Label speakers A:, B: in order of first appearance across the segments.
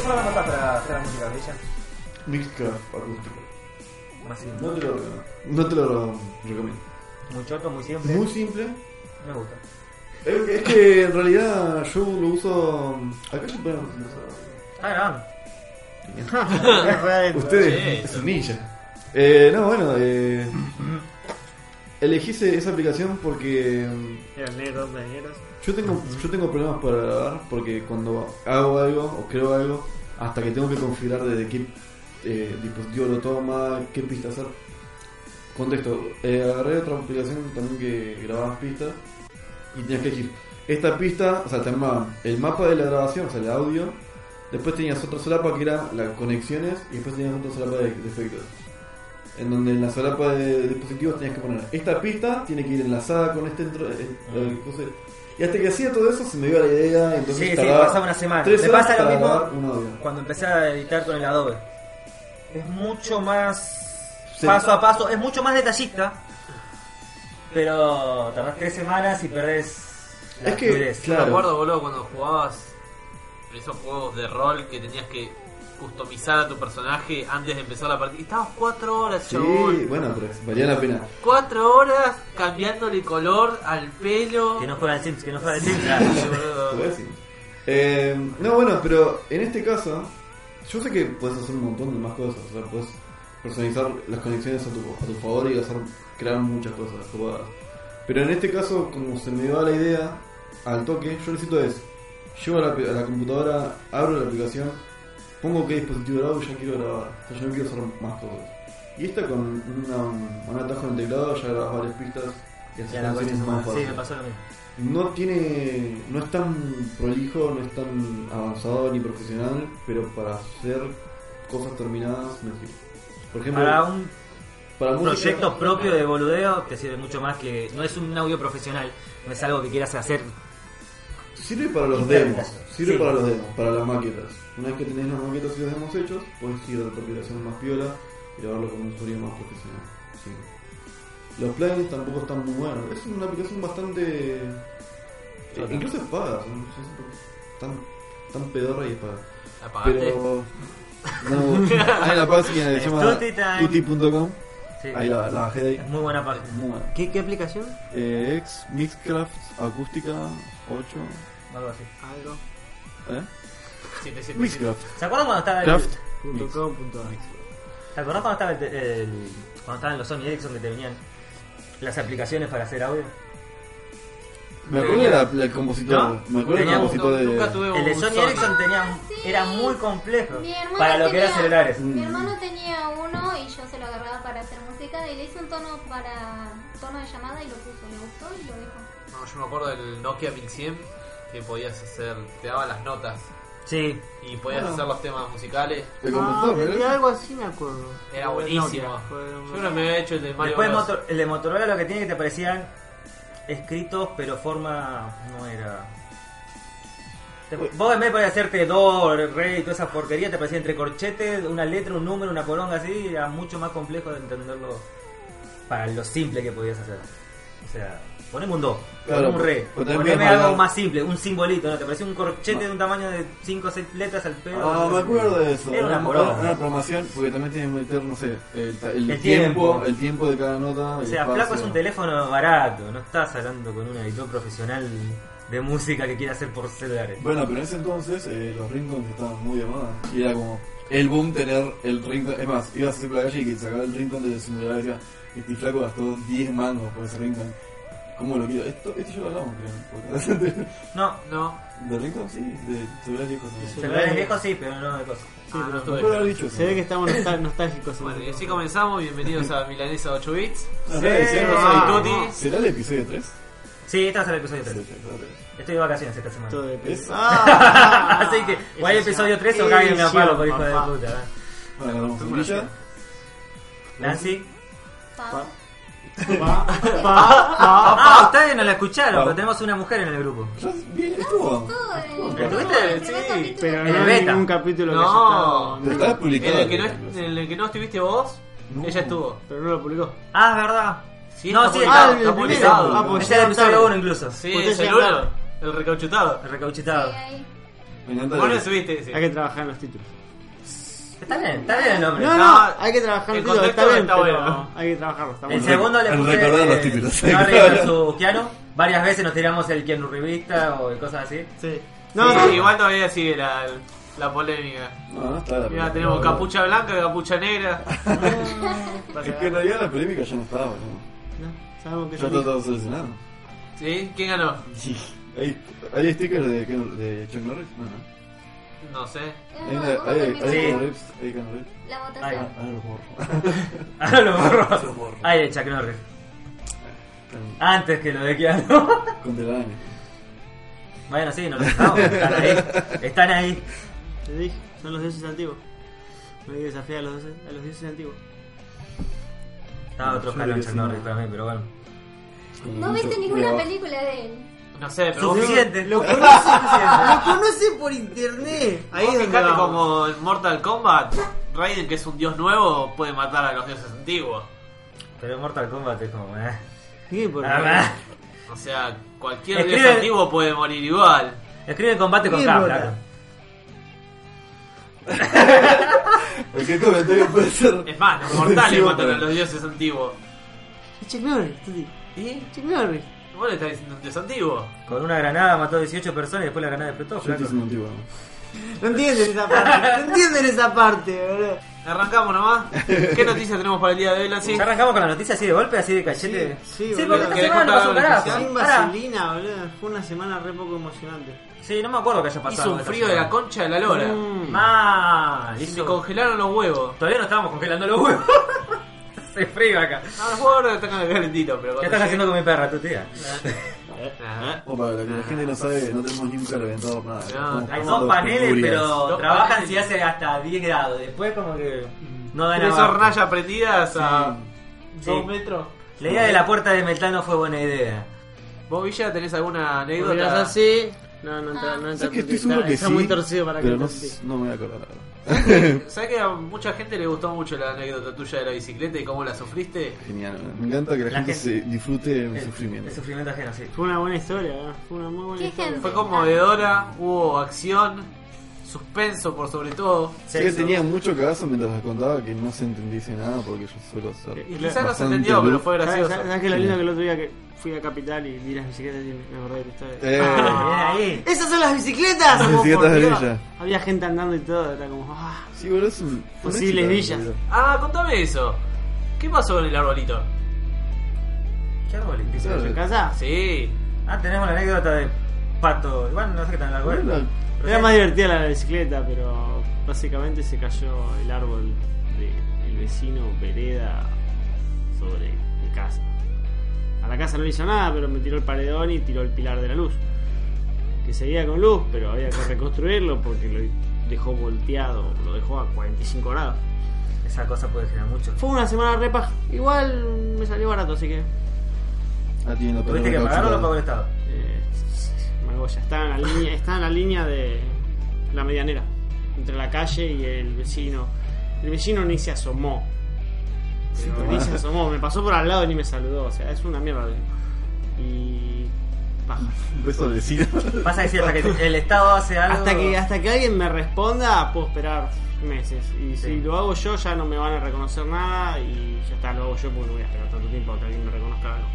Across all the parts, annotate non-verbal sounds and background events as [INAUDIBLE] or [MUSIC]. A: tengo la nota para hacer la música de ella.
B: Mixcraft acústico.
A: Más
B: No
A: simple.
B: te lo, no te lo recomiendo.
A: Muy choto, muy simple.
B: Muy simple.
A: Me gusta.
B: Es, es que en realidad yo lo uso. mm, Acá yo podemos
A: Ah,
B: [LAUGHS]
A: grabando.
B: Ustedes,
C: Sí,
B: es un ninja. Eh, no, bueno, eh, elegí ese- esa aplicación porque mm,
A: Negros, negros.
B: yo tengo, yo tengo problemas para grabar porque cuando hago algo o creo algo, hasta que tengo que configurar desde qué eh, dispositivo lo toma, qué pista hacer. Contexto, eh, agarré otra aplicación también que grababa pistas y tenías que elegir. Esta pista, o sea, te armaban el mapa de la grabación, o sea, el audio. Después tenías otra solapa que era las conexiones y después tenías otra solapa de, de efectos. En donde en la solapa de dispositivos tenías que poner esta pista, tiene que ir enlazada con este intro- eh, eh, cosa. Y hasta que hacía todo eso se me iba la idea, entonces
A: Mm. Sí, sí,
B: tardaba
A: pasaba una semana.
B: tres
A: Me
B: horas
A: pasa lo
B: para
A: mismo.
B: grabar un audio.
A: Cuando empecé a editar con el Adobe. Es mucho más
B: Sí.
A: paso a paso, es mucho más detallista. Pero tardás tres semanas y perdés la
B: Es que,
A: fluidez.
B: claro.
C: Me acuerdo, boludo, cuando jugabas esos juegos de rol que tenías que customizar a tu personaje antes de empezar la partida. Y estabas cuatro horas,
B: Sí,
C: chabón.
B: bueno, pero valía la pena.
C: Cuatro horas cambiándole color al pelo.
A: Que no juega el Sims, que no juega el
B: [LAUGHS]
A: Sims.
C: Sí, boludo.
B: Podés decir. Pues Eh, no, bueno, pero en este caso, yo sé que puedes hacer un montón de más cosas. O sea, puedes personalizar las conexiones a tu, a tu favor y hacer, crear muchas cosas jugadas. Pero en este caso, como se me va la idea al toque, yo lo que necesito es: llevo a la, a la computadora, abro la aplicación, pongo qué dispositivo grabo y ya quiero grabar. O sea, yo no quiero hacer más cosas. Y esta con una- un atajo en el teclado ya grabas varias pistas y haces
A: Ya la
B: canciones
A: próxima semana.
B: más
A: Sí,
B: fáciles
A: me pasó lo mismo.
B: no tiene no es tan prolijo no es tan avanzado ni profesional pero para hacer cosas terminadas me sirve por ejemplo
A: Para un
B: para música-
A: proyecto propio de boludeo te sirve mucho más que. No es un audio profesional, no es algo que quieras hacer.
B: sirve para los
A: Internet.
B: demos sirve
A: Sí.
B: para los demos para las maquetas una vez que tenés las maquetas y los demos hechos puedes ir a tu aplicación más piola y grabarlo con un sonido más profesional Sí. los plugins tampoco están muy buenos es una aplicación bastante eh,
A: Chota.
B: incluso es paga son- son tan tan pedorra y es paga
C: Apagaste.
B: Pero. No, hay la página que se llama
A: Tutti Time.
B: tutti.com.
A: Sí.
B: Ahí la, la bajé de ahí.
A: Es muy buena parte.
B: Muy buena.
A: ¿Qué, ¿Qué aplicación?
B: Eh, ex Mixcraft Acústica 8.
A: Algo así.
D: Algo.
B: ¿Eh?
C: 777.
B: Mixcraft.
A: ¿Se acuerdan cuando estaba el,
B: Craft.
D: Punto com, punto ar.
A: ¿Te acordás cuando estaba el te- el- cuando estaban los Sony Ericsson que te venían las aplicaciones para hacer audio?
B: Me acuerdo de la- la- el compositor.
A: No.
B: Me acuerdo del
A: Tenía un-
B: compositor de.
C: Nunca tuve
A: El de
C: un
A: Sony
C: Sony.
A: Ericsson tenía, era muy complejo
E: Mi hermano
A: para lo que eran
E: tenía-
A: celulares. Mm.
E: Mi hermano tenía uno y yo se lo agarraba para hacer música y le hice un tono para tono de llamada y lo puso, le gustó y lo dejó.
C: No, yo me acuerdo del Nokia 1100 que podías hacer, te daban las notas
A: Sí,
C: y podías
D: Bueno.
C: hacer los temas musicales.
B: El
D: Ah, de,
B: compositor,
D: de
F: ¿eh?
B: ¿verdad?
D: algo así me acuerdo.
C: Era
D: De
C: buenísimo.
D: Nokia, fue
C: Yo
D: un-
C: creo que me había hecho el de Mario
A: Después el,
C: Bros.
A: motor- el de Motorola lo que tiene que te parecían escritos, pero forma no era. Te- Vos en vez de hacerte do, re y toda esa porquería, te parecía entre corchetes, una letra, un número, una poronga así, era mucho más complejo de entenderlo para lo simple que podías hacer. O sea, poneme un do,
B: Claro,
A: poneme un re,
B: pero también
A: poneme
B: podías
A: algo
B: mandar-
A: más simple, un simbolito, ¿no? Te parecía un corchete de un tamaño de 5 o 6 letras al pedo.
B: Ah, me acuerdo de eso.
A: Era una
B: una,
A: poronga.
B: programación, porque también tienes que meter, no sé, el, ta- el
A: El
B: tiempo,
A: tiempo.
B: el tiempo de cada nota.
A: O
B: el
A: sea,
B: espacio.
A: Flaco es un teléfono barato, no estás hablando con un editor profesional de música que quiere hacer por celulares.
B: Bueno, pero en ese entonces eh, los ringtones estaban muy de moda. Y era como el boom tener el ringtone. Es más, ibas a hacer por la calle y que sacaba el ringtone desde su celular y decía, este flaco gastó 10 mangos por ese ringtone. ¿Cómo lo quiero? Esto, esto ya lo hablamos, creo. en el podcast.
A: No,
C: No,
B: [LAUGHS] ¿De ringtone? Sí, de celulares viejos.
D: Sí,
B: No.
A: celulares viejos sí, pero no de cosas.
D: Sí,
C: ah, no
D: pero-
B: Me
C: estuve.
B: acuerdo haber dicho
D: Se ve que estamos
F: [LAUGHS]
D: nostal- nostálgicos.
C: Bueno,
G: este
C: y así comenzamos. Bienvenidos a Milanesa 8 Bits.
B: Ah,
A: Sí,
C: ah,
B: ¿Será,
C: no.
B: ¿Será el episodio 3?
A: Sí, este va a ser el episodio
B: Sí,
A: 3.
B: sí, claro.
A: Estoy de vacaciones esta semana.
D: Todo
A: [LAUGHS]
D: de
B: Es-
F: [LAUGHS]
A: Así que, o hay episodio 3 o caigan a palo por hijo de puta. ¿eh?
B: Bueno, agarramos un brillo.
A: Nancy.
E: Pa.
A: Ah, ustedes no la escucharon,
B: Pa.
A: pero tenemos una mujer en el grupo.
B: Ya, bien, estuvo.
E: Todo en el
A: ¿Estuviste?
E: primer
A: Sí,
E: capítulo.
D: Pero
A: El
D: no hay
A: beta.
D: ningún capítulo que
C: No.
D: haya estado.
B: Pero estaba
C: En
B: publicado.
C: el que no, en el que no estuviste vos,
B: No.
C: ella estuvo.
D: Pero no lo publicó.
A: Ah, es verdad.
C: Sí,
A: no,
C: está publicado,
A: sí, está,
D: está
A: publicado.
D: publicado. Ah, pues
A: Está
D: ya
A: el episodio
D: está.
A: 1 incluso.
C: Sí,
D: Ustedes
C: el
D: ya
C: celular,
D: saben.
C: el recauchutado.
A: Recauchitado.
E: Sí, ahí.
B: Me encanta
G: Vos
B: de-
G: lo subiste, sí.
F: Hay que trabajar en los títulos.
A: Está bien, está bien el nombre.
F: No, no,
G: no,
F: hay que trabajar en
G: el
F: los títulos. Está
G: contexto
F: bien,
G: está
F: pero
G: bueno.
F: hay que trabajarlo. Está
A: El
F: bueno.
A: segundo le
B: al
A: puse
B: recordar los
A: eh,
B: títulos.
A: Garry
B: [LAUGHS] Claro.
A: versus Keanu. Varias veces nos tiramos el Keanu Rivista o cosas así. [LAUGHS]
G: Sí.
F: No,
G: Sí,
F: no.
G: igual todavía sigue la, la polémica.
B: No, no está la
G: Mira,
B: película.
G: tenemos
B: No, no.
G: capucha blanca, capucha negra.
B: Es que en realidad la polémica ya no estaba, ¿no?
F: No, sabemos que
B: Ya
F: yo
B: está
F: dije.
B: todo solucionado.
G: ¿Sí? ¿Quién ganó?
B: Sí. Hay, hay stickers de, Ken- de Chuck Norris. No, no.
G: No sé.
B: Hay, una,
E: ¿Vos
B: hay, hay,
E: entendés?
A: Sí.
B: Ken Reeves, hay Ken Reeves.
E: La
A: Ahí
E: votación.
B: Ah, no los borro. [LAUGHS]
A: Ahora lo
B: Lo
A: borro.
B: borro.
A: Ahí el Chuck Norris.
B: Con-
A: Antes que lo de Keanu. [LAUGHS]
B: Con telaraña.
A: bueno, sí, no lo dejamos. Están ahí. Están ahí.
F: Te dije, son los dioses antiguos. No hay que desafiar a los dioses, a los dioses antiguos.
A: Estaba otro
B: Yo
A: palo en
B: diría
A: Chuck
B: sí,
A: Norris
B: no.
A: para mí, pero bueno.
B: Con
E: No
B: un
E: viste
B: so-
E: ninguna
B: Mira,
E: película de él.
G: No sé, pero vos,
A: Suficiente.
F: Lo conoce, lo conoce por internet.
G: vos
F: Ahí es donde
G: fijate
F: vamos.
G: como en Mortal Kombat, Raiden, que es un dios nuevo, puede matar a los dioses antiguos.
A: Pero Mortal Kombat es como. Eh.
F: Sí, por
A: Ah, bah.
G: O sea, cualquier
A: Escribe-
G: dios antiguo puede morir igual.
A: Escribe combate con
F: Sí,
A: K,
F: Mortal.
A: flaco.
B: Cualquier comentario puede ser.
G: [LAUGHS] Es más, los mortales
B: ofensivo
G: matan a
B: para-
G: los dioses antiguos.
F: Es Chuck Norris, tú dices.
G: ¿Y?
F: Chuck Norris.
G: Vos le estás diciendo un dios antiguo.
A: Con una granada mató 18 personas y después la granada explotó,
B: Yo
A: flaco.
B: te hice un antiguo. ¿no?
F: No entienden esa [LAUGHS] parte. No entienden esa parte, boludo.
G: Arrancamos nomás. ¿Qué noticias tenemos para el día de hoy, Lancy?
A: Ya arrancamos con la noticia así de golpe, así de cachete.
F: Sí, sí,
A: porque
F: boludo.
A: esta
G: ¿Querés
A: semana no pasó
G: contar
A: un
G: algo
A: carajo. ¿eh?
F: Sin
A: Pará.
F: vaselina, boludo. Fue una semana re poco emocionante.
A: Sí, no me acuerdo que haya pasado.
G: Hizo un
A: esta
G: frío de la
A: semana.
G: concha de la lora.
F: Mm.
A: Mal,
G: Se
A: hizo-
G: congelaron los huevos.
A: Todavía no estábamos congelando los huevos. [LAUGHS] Hace frío acá.
G: No, los huevos ahora están calentitos, pero
A: ¿Qué
G: cuando
A: estás
G: llegue-
A: haciendo con mi perra, tu tía?
G: Ajá.
B: O para la que la gente no sabe, no tenemos ni un calentador, nada. Estamos
A: Hay
B: tomando
A: dos paneles,
B: penurias.
A: pero
G: Dos
A: trabajan
G: paneles. Mm.
A: si hace hasta 10 grados. Después como que no dan
G: Tres
A: nada.
G: hornallas prendidas ah, a
A: Sí.
G: dos metros.
A: La idea de la puerta de metal no fue buena idea.
G: ¿Vos, Villa, tenés alguna
F: Volverás
G: anécdota?
F: así. No, no entra, no entra.
B: Sé que
F: porque
B: estoy seguro
F: está,
B: que
F: está
B: sí,
F: muy torcido para
B: pero
F: que
B: no,
F: te
B: s- no me voy a acordar. ahora.
G: [LAUGHS] ¿Sabés que a mucha gente le gustó mucho la anécdota tuya de la bicicleta y cómo la sufriste?
B: Genial, me encanta que la,
A: La
B: gente,
A: gente-
B: se disfrute de mi
A: El-
B: sufrimiento.
A: El sufrimiento ajeno, sí.
F: Fue una buena historia, ¿no? fue una muy buena
E: ¿Qué
F: historia.
E: gente?
G: Fue conmovedora, hubo acción, suspenso por sobre todo.
B: Sé que tenía mucho cagazo mientras les contaba que no se entendiese nada porque yo suelo ser.
G: Y quizás no se
B: bastante
G: entendió, pero
B: loco.
G: fue
F: ¿Sabes,
G: gracioso.
F: sabes- sabes que lo lindo que el otro día que fui a Capital y vi las bicicletas y me acordé de tu historia?
B: Eh,
A: Ah, bien ahí.
F: ¡Esas son las bicicletas!
B: Las
F: Como, por
B: bicicletas de
F: Dios.
B: Villa.
F: Había gente andando y todo, era como... ¡Ah!
B: sí, boludo, es un.
F: Posibles
B: un
F: villas.
B: boludo.
G: Ah, contame eso. ¿Qué pasó con el arbolito?
A: ¿Qué árbol empieza?
B: Claro.
F: ¿En casa?
G: Sí.
A: Ah, tenemos la anécdota de Pato. Igual no sé qué tan largo es.
B: Bueno,
A: Pero
F: Era
A: sí.
F: más divertida la bicicleta, pero básicamente se cayó el árbol del vecino Vereda sobre mi casa. A la casa no le hizo nada, pero me tiró el paredón y tiró el pilar de la luz. Que seguía con luz, pero había que reconstruirlo porque lo dejó volteado, lo dejó a 45 grados.
A: Esa cosa puede generar mucho.
F: Fue una semana repa, igual me salió barato, así que.
B: Ah, tiene la
A: ¿Tuviste que
B: palabra
A: pagar o lo
B: causa.
A: pagó el Estado?
F: Eh, Magoya, está en la línea, está en la línea de la medianera, entre la calle y el vecino. El vecino ni se asomó. Pero
B: Sí,
F: ni
B: tomá.
F: se asomó, me pasó por al lado y ni me saludó, o sea, es una mierda. de- Y. baja.
B: Un beso al vecino.
A: Pasa que sí, hasta que el Estado hace algo.
F: Hasta que, hasta que alguien me responda, puedo esperar meses. Y
A: Sí.
F: si lo hago yo, ya no me van a reconocer nada y ya está, lo hago yo porque no voy a esperar tanto tiempo a que alguien me reconozca algo.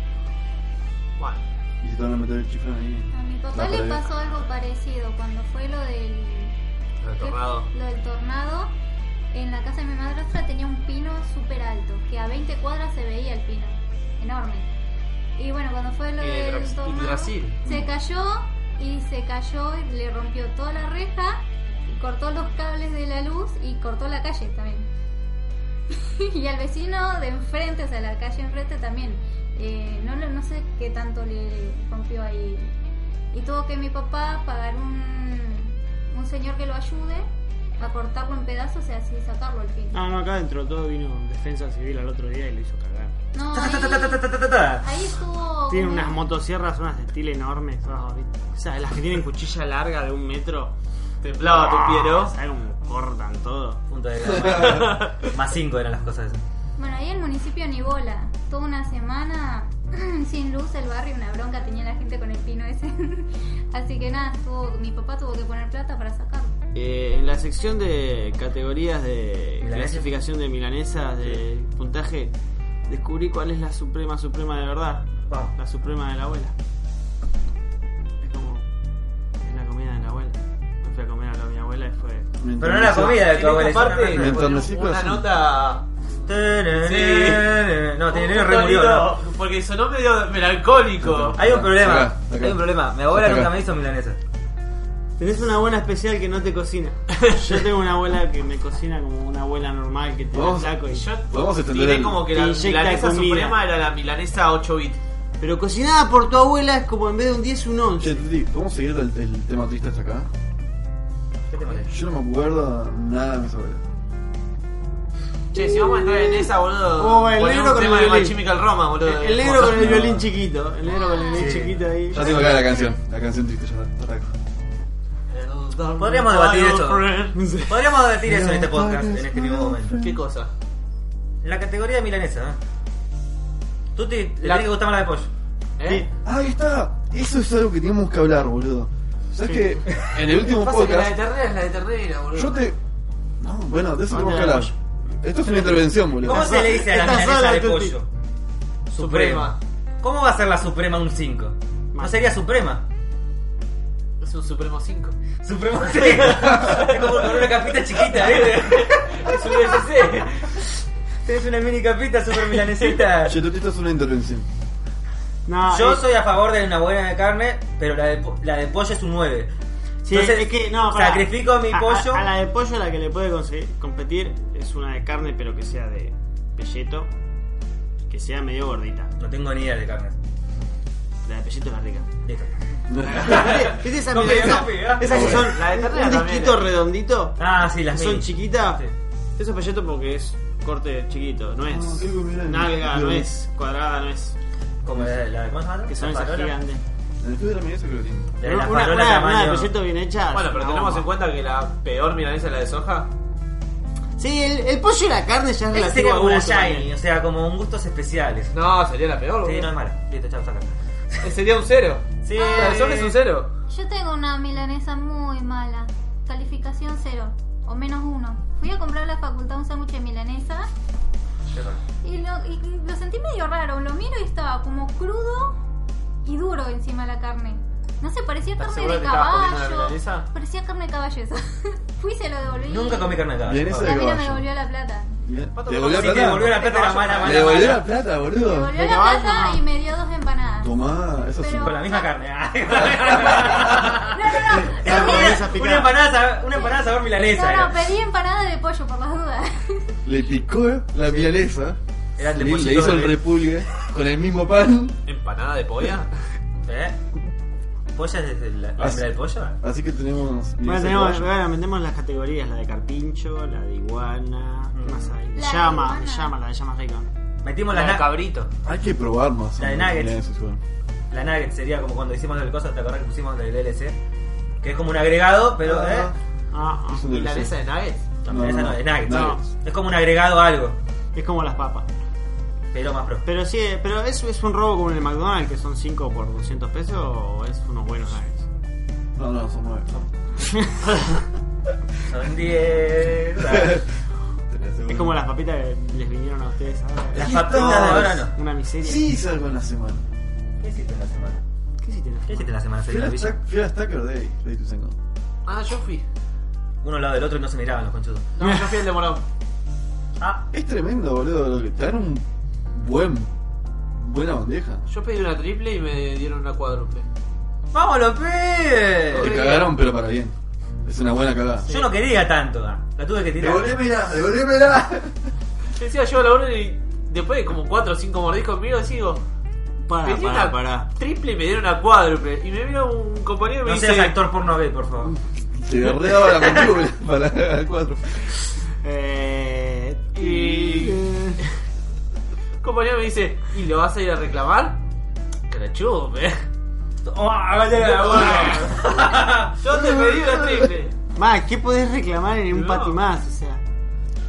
G: Bueno,
B: [LAUGHS] y se te van a meter el chiflón ahí.
E: A mi papá
B: La
E: le
B: pared.
E: pasó algo parecido cuando fue lo del
G: el tornado.
E: Lo del tornado, en la casa de mi madrastra tenía un pino súper alto, que a 20 cuadras se veía el pino, enorme. Y bueno, cuando fue lo
G: Y de
E: del
G: Brax- y
E: tornado,
G: Brasil.
E: se cayó y se cayó y le rompió toda la reja y cortó los cables de la luz y cortó la calle también. [LAUGHS] y al vecino de enfrente, o sea, la calle enfrente también. eh, no, lo- no sé qué tanto le rompió ahí. Y tuvo que mi papá pagar un, un señor que lo ayude a cortarlo en pedazos y así sacarlo al fin.
A: Ah.
F: Ah, No, no, acá dentro de todo vino defensa civil al otro día y lo hizo cagar.
E: No,
A: Ta, ta, ta, ta, ta,
E: ahí,
A: ta, ta, ta.
E: ahí estuvo.
F: Tienen
E: como-
F: unas motosierras, unas de estilo enormes. todas, ¿viste? O sea, las que tienen cuchilla larga de un metro.
G: Templaba tu pie, ¿no?
F: Ah, ¿Sabes cómo cortan todo?
A: Punto de gama. Más 5 eran las cosas esas.
E: Bueno, ahí el municipio ni bola. Toda una semana [CLEARS THROAT] sin luz el barrio, una bronca tenía la gente con el pino ese. [LAUGHS] Así que nada, tuvo- mi papá tuvo que poner plata para sacarlo.
F: Eh, en la sección de categorías de
A: Milanesa.
F: clasificación de milanesas de puntaje, descubrí cuál es la suprema suprema de verdad.
A: Vamos.
F: La suprema de la abuela. Es como. Es la comida de la abuela. Me fui a comer a la mi abuela y fue.
A: Pero no la comida de tu
G: En
A: abuela.
G: esta parte,
A: esa no-
B: Me
A: no-
B: entornecí,
G: bueno,
B: pero
G: una
B: sí.
G: nota.
A: Tenenene. No,
G: un-
A: tiene
G: un
A: re murió, ¿no?
G: tonito, Porque sonó medio melancólico.
A: Hay un problema.
B: Acá, acá.
A: Hay un problema. Mi abuela
B: Acá.
A: nunca me hizo milanesa.
F: Tenés una abuela especial que no
B: [LAUGHS]
F: te cocina. Yo tengo una abuela que me cocina como una abuela normal que te da
B: Vamos.
F: saco y yo.
B: Vamos a extender
G: Tiré
B: el-
G: como que la
F: Te inyecta
G: milanesa
F: comida.
G: suprema era la milanesa 8 bit.
F: Pero cocinada por tu abuela es como en vez de un 10, un 11.
B: Che, Titi, ¿podemos seguir el, el tema triste hasta acá?
A: ¿Qué te parece?
B: Yo no me acuerdo nada de mis abuelas.
G: Che, si vamos a entrar en esa, boludo.
F: Oh, el
G: poné
F: negro
G: un
F: con
G: tema
F: el
G: de
F: violín.
G: Machimical Roma, boludo.
F: Eh, El negro con el
B: eh, No.
F: violín chiquito. El negro con el violín
A: Sí.
F: chiquito ahí.
B: Ya tengo acá la canción, la canción triste, ya está, ya está.
G: Eh, El-
A: Podríamos debatir esto.
B: [LAUGHS]
G: Friends.
A: Podríamos debatir eso en este podcast, en este mismo momento.
G: ¿Qué cosa?
A: En la categoría de milanesa. ¿eh? Tuti, le
G: La-
A: tiene que gustar más la de pollo.
G: ¿Eh?
B: Ah, Ahí está, eso es algo que teníamos que hablar, boludo. ¿Sabes qué? En el último
G: Pasa que la de
B: podcast,
G: ternera es la de ternera, boludo.
B: yo te. No, bueno, de eso
F: Manda
B: tenemos que
F: la
B: hablar. Esto es una intervención, boludo.
A: ¿Cómo se le dice a la
F: Está
A: milanesa
F: sola,
A: de
F: Tuti.
A: pollo?
G: Suprema.
A: ¿Cómo va a ser la suprema un 5? ¿No
F: Mal.
A: sería suprema?
G: Es un Supremo 5.
A: Suprema un 5.
F: [LAUGHS]
A: es como con una capita chiquita, ¿eh?
G: Es un DLC.
A: Tienes una mini capita super milanesita.
B: Che, Titi, esto es una intervención.
F: No, eh,
A: Yo
F: es-
A: soy a favor de una buena de carne, pero la de, po- la de pollo es un 9.
F: sí,
A: Entonces,
F: es que, no, pará.
A: sacrifico mi
F: A- a-
A: pollo.
F: A, la de pollo la que le puede conseguir- competir es una de carne, pero que sea de pelleto. Que sea medio gordita.
A: No tengo ni idea de carne.
F: La de pelleto es la rica.
A: Listo.
F: ¿Viste- ¿Viste esa
A: Copia,
F: milanesa?
A: copia.
F: Esas que son
G: La de ternera
F: un
G: también
F: disquito
G: era.
F: redondito.
A: Ah, sí,
F: que
A: las
F: son
A: mini.
F: chiquitas.
A: Sí.
F: Eso es pelleto porque es corte chiquito. No
B: Ah,
F: es
B: qué milanesa.
F: nalga, no
B: Qué
F: es cuadrada, no es.
A: Como la de la de ¿cómo se llama?
F: Que son esas
A: Farola.
F: gigantes.
B: En el estudio de la mesa creo que tiene.
A: La de
F: Una,
A: la
F: una,
A: farola
F: una de
A: tamaño-
F: pelleto bien hecha.
A: Ah,
G: Bueno, pero
F: una
G: tenemos
F: bomba.
G: en cuenta que la peor milanesa es la de soja.
F: Sí, el, el pollo y la carne ya es
A: Esa sería
F: relativo a
A: Este como una
F: gusto
A: shiny,
F: también.
A: o sea, como un gustos especiales.
G: No, sería la peor,
A: Sí, no
G: boludo.
A: es mala. Listo, chao, saca.
G: Eh, Sería un cero.
A: Sí.
G: La de soja es un cero.
E: Yo tengo una milanesa muy mala, calificación cero o menos uno. Fui a comprar a la facultad un sándwich de milanesa y lo, y lo sentí medio raro. Lo miro y estaba como crudo y duro encima la carne. No sé, parecía
G: ¿Estás
E: carne
G: segura
E: de
G: que estabas comiendo la
E: caballo.
G: milanesa?
E: Parecía carne de caballo esa. [LAUGHS] Fui y se lo devolví.
A: Nunca comí carne de caballo.
B: Bien, esa-
E: La mina me
B: caballo.
E: devolvió la plata.
B: Bien.
G: Pato,
B: ¿Le devolvió
A: Sí,
B: la
A: me devolvió
B: plata?
A: la plata era mala,
B: ¿Le
A: mala,
B: devolvió la
A: mala.
B: plata,
E: Me
B: boludo?
E: devolvió la
F: caballo,
E: plata
F: no.
E: y me dio dos empanadas.
B: Tomá, eso sí.
E: Pero-
A: Con la misma [LAUGHS] carne. Ah. [LAUGHS]
E: No, no, no.
A: Era
F: Ah,
A: una-
F: con esa
A: una
F: picada.
A: empanada, sab- una empanada sabor milanesa.
E: No,
A: era.
E: no, pedí empanada de pollo por las dudas.
B: Le picó eh, la milanesa.
A: Era el
B: Le,
A: depósito
B: le hizo
A: de-
B: el repulgue con el mismo pan.
G: ¿Empanada
A: [LAUGHS]
G: de polla?
A: ¿Eh? ¿Polla es el- la la
B: Ah,
A: hembra del pollo?
B: Así que tenemos.
F: Bueno,
B: milanesa
F: tenemos,
B: de
F: bueno, metemos las categorías, la de carpincho, la de iguana, ¿qué
A: Mm.
F: más hay?
E: La de
F: llama,
E: iguana.
F: llama, la de llama rica.
A: Metimos
G: La
A: la,
G: de
A: na-
G: cabrito.
B: guayo. Hay que probar más.
A: La de nuggets.
B: milanesas, igual.
A: la nugget, sería como cuando hicimos el cosa, ¿te acordás que pusimos del LC? Que es como un agregado, pero
B: Ah,
A: ¿eh?
F: Ah, ah.
B: Es un delicioso.
G: ¿Milanesa de nuggets?
A: No,
B: No,
A: esa
B: no,
A: no, de nuggets.
B: no.
A: Es como un agregado a algo,
F: Es como las papas.
A: pero
B: [LAUGHS]
A: más pro.
F: Pero sí, eh, pero es, es un robo como en el McDonald's, que son 5 por 200 pesos, o es unos buenos nuggets.
B: No, no, son nueve. [LAUGHS]
A: Son 10.
F: Es como las papitas que les vinieron a ustedes ahora.
A: Las
B: Aquí
A: papitas de
B: estás.
A: ahora no.
F: Una miseria.
B: Sí, salgo en la semana.
A: ¿Qué hiciste en la semana?
F: ¿Qué hiciste en la
A: ¿Qué hiciste en
F: semana?
A: la semana?
B: Fui
A: Felipe
B: a
A: Villa?
B: Stack- fui a Stacker Day de Ituzaingó.
G: Ah, yo fui.
A: Uno al lado del otro y no se miraban los conchudos.
G: No, yo fui el de Morón.
A: Ah,
B: Es tremendo, boludo. Lo que te dan un buen. Buena bandeja.
G: Yo pedí una triple y me dieron una cuádruple.
A: ¡vamos los pibes!
B: Te cagaron, pero para bien. Es una buena cagada.
A: Yo no quería tanto, ah, la tuve que tirar.
B: Devolvémela, devolvémela.
G: Yo decía, yo a la orden y después de como 4 o 5 mordiscos conmigo, sigo.
F: Para,
G: pedí
F: para,
G: una
F: para.
G: triple y me dieron una cuádruple. Y me vino un compañero y me
A: No
G: dice.
A: seas actor porno gay, por favor.
B: Te derreaba la mandíbula para el 4.
F: Eh,
G: Y- Un compañero me dice, ¿y lo vas a ir a reclamar? Que la chupe. [LAUGHS]
A: ¡Oh, vaya la boca!
G: [LAUGHS] Yo te pedí una triple.
F: Más, ¿qué podés reclamar en un
G: No.
F: pati más? O sea,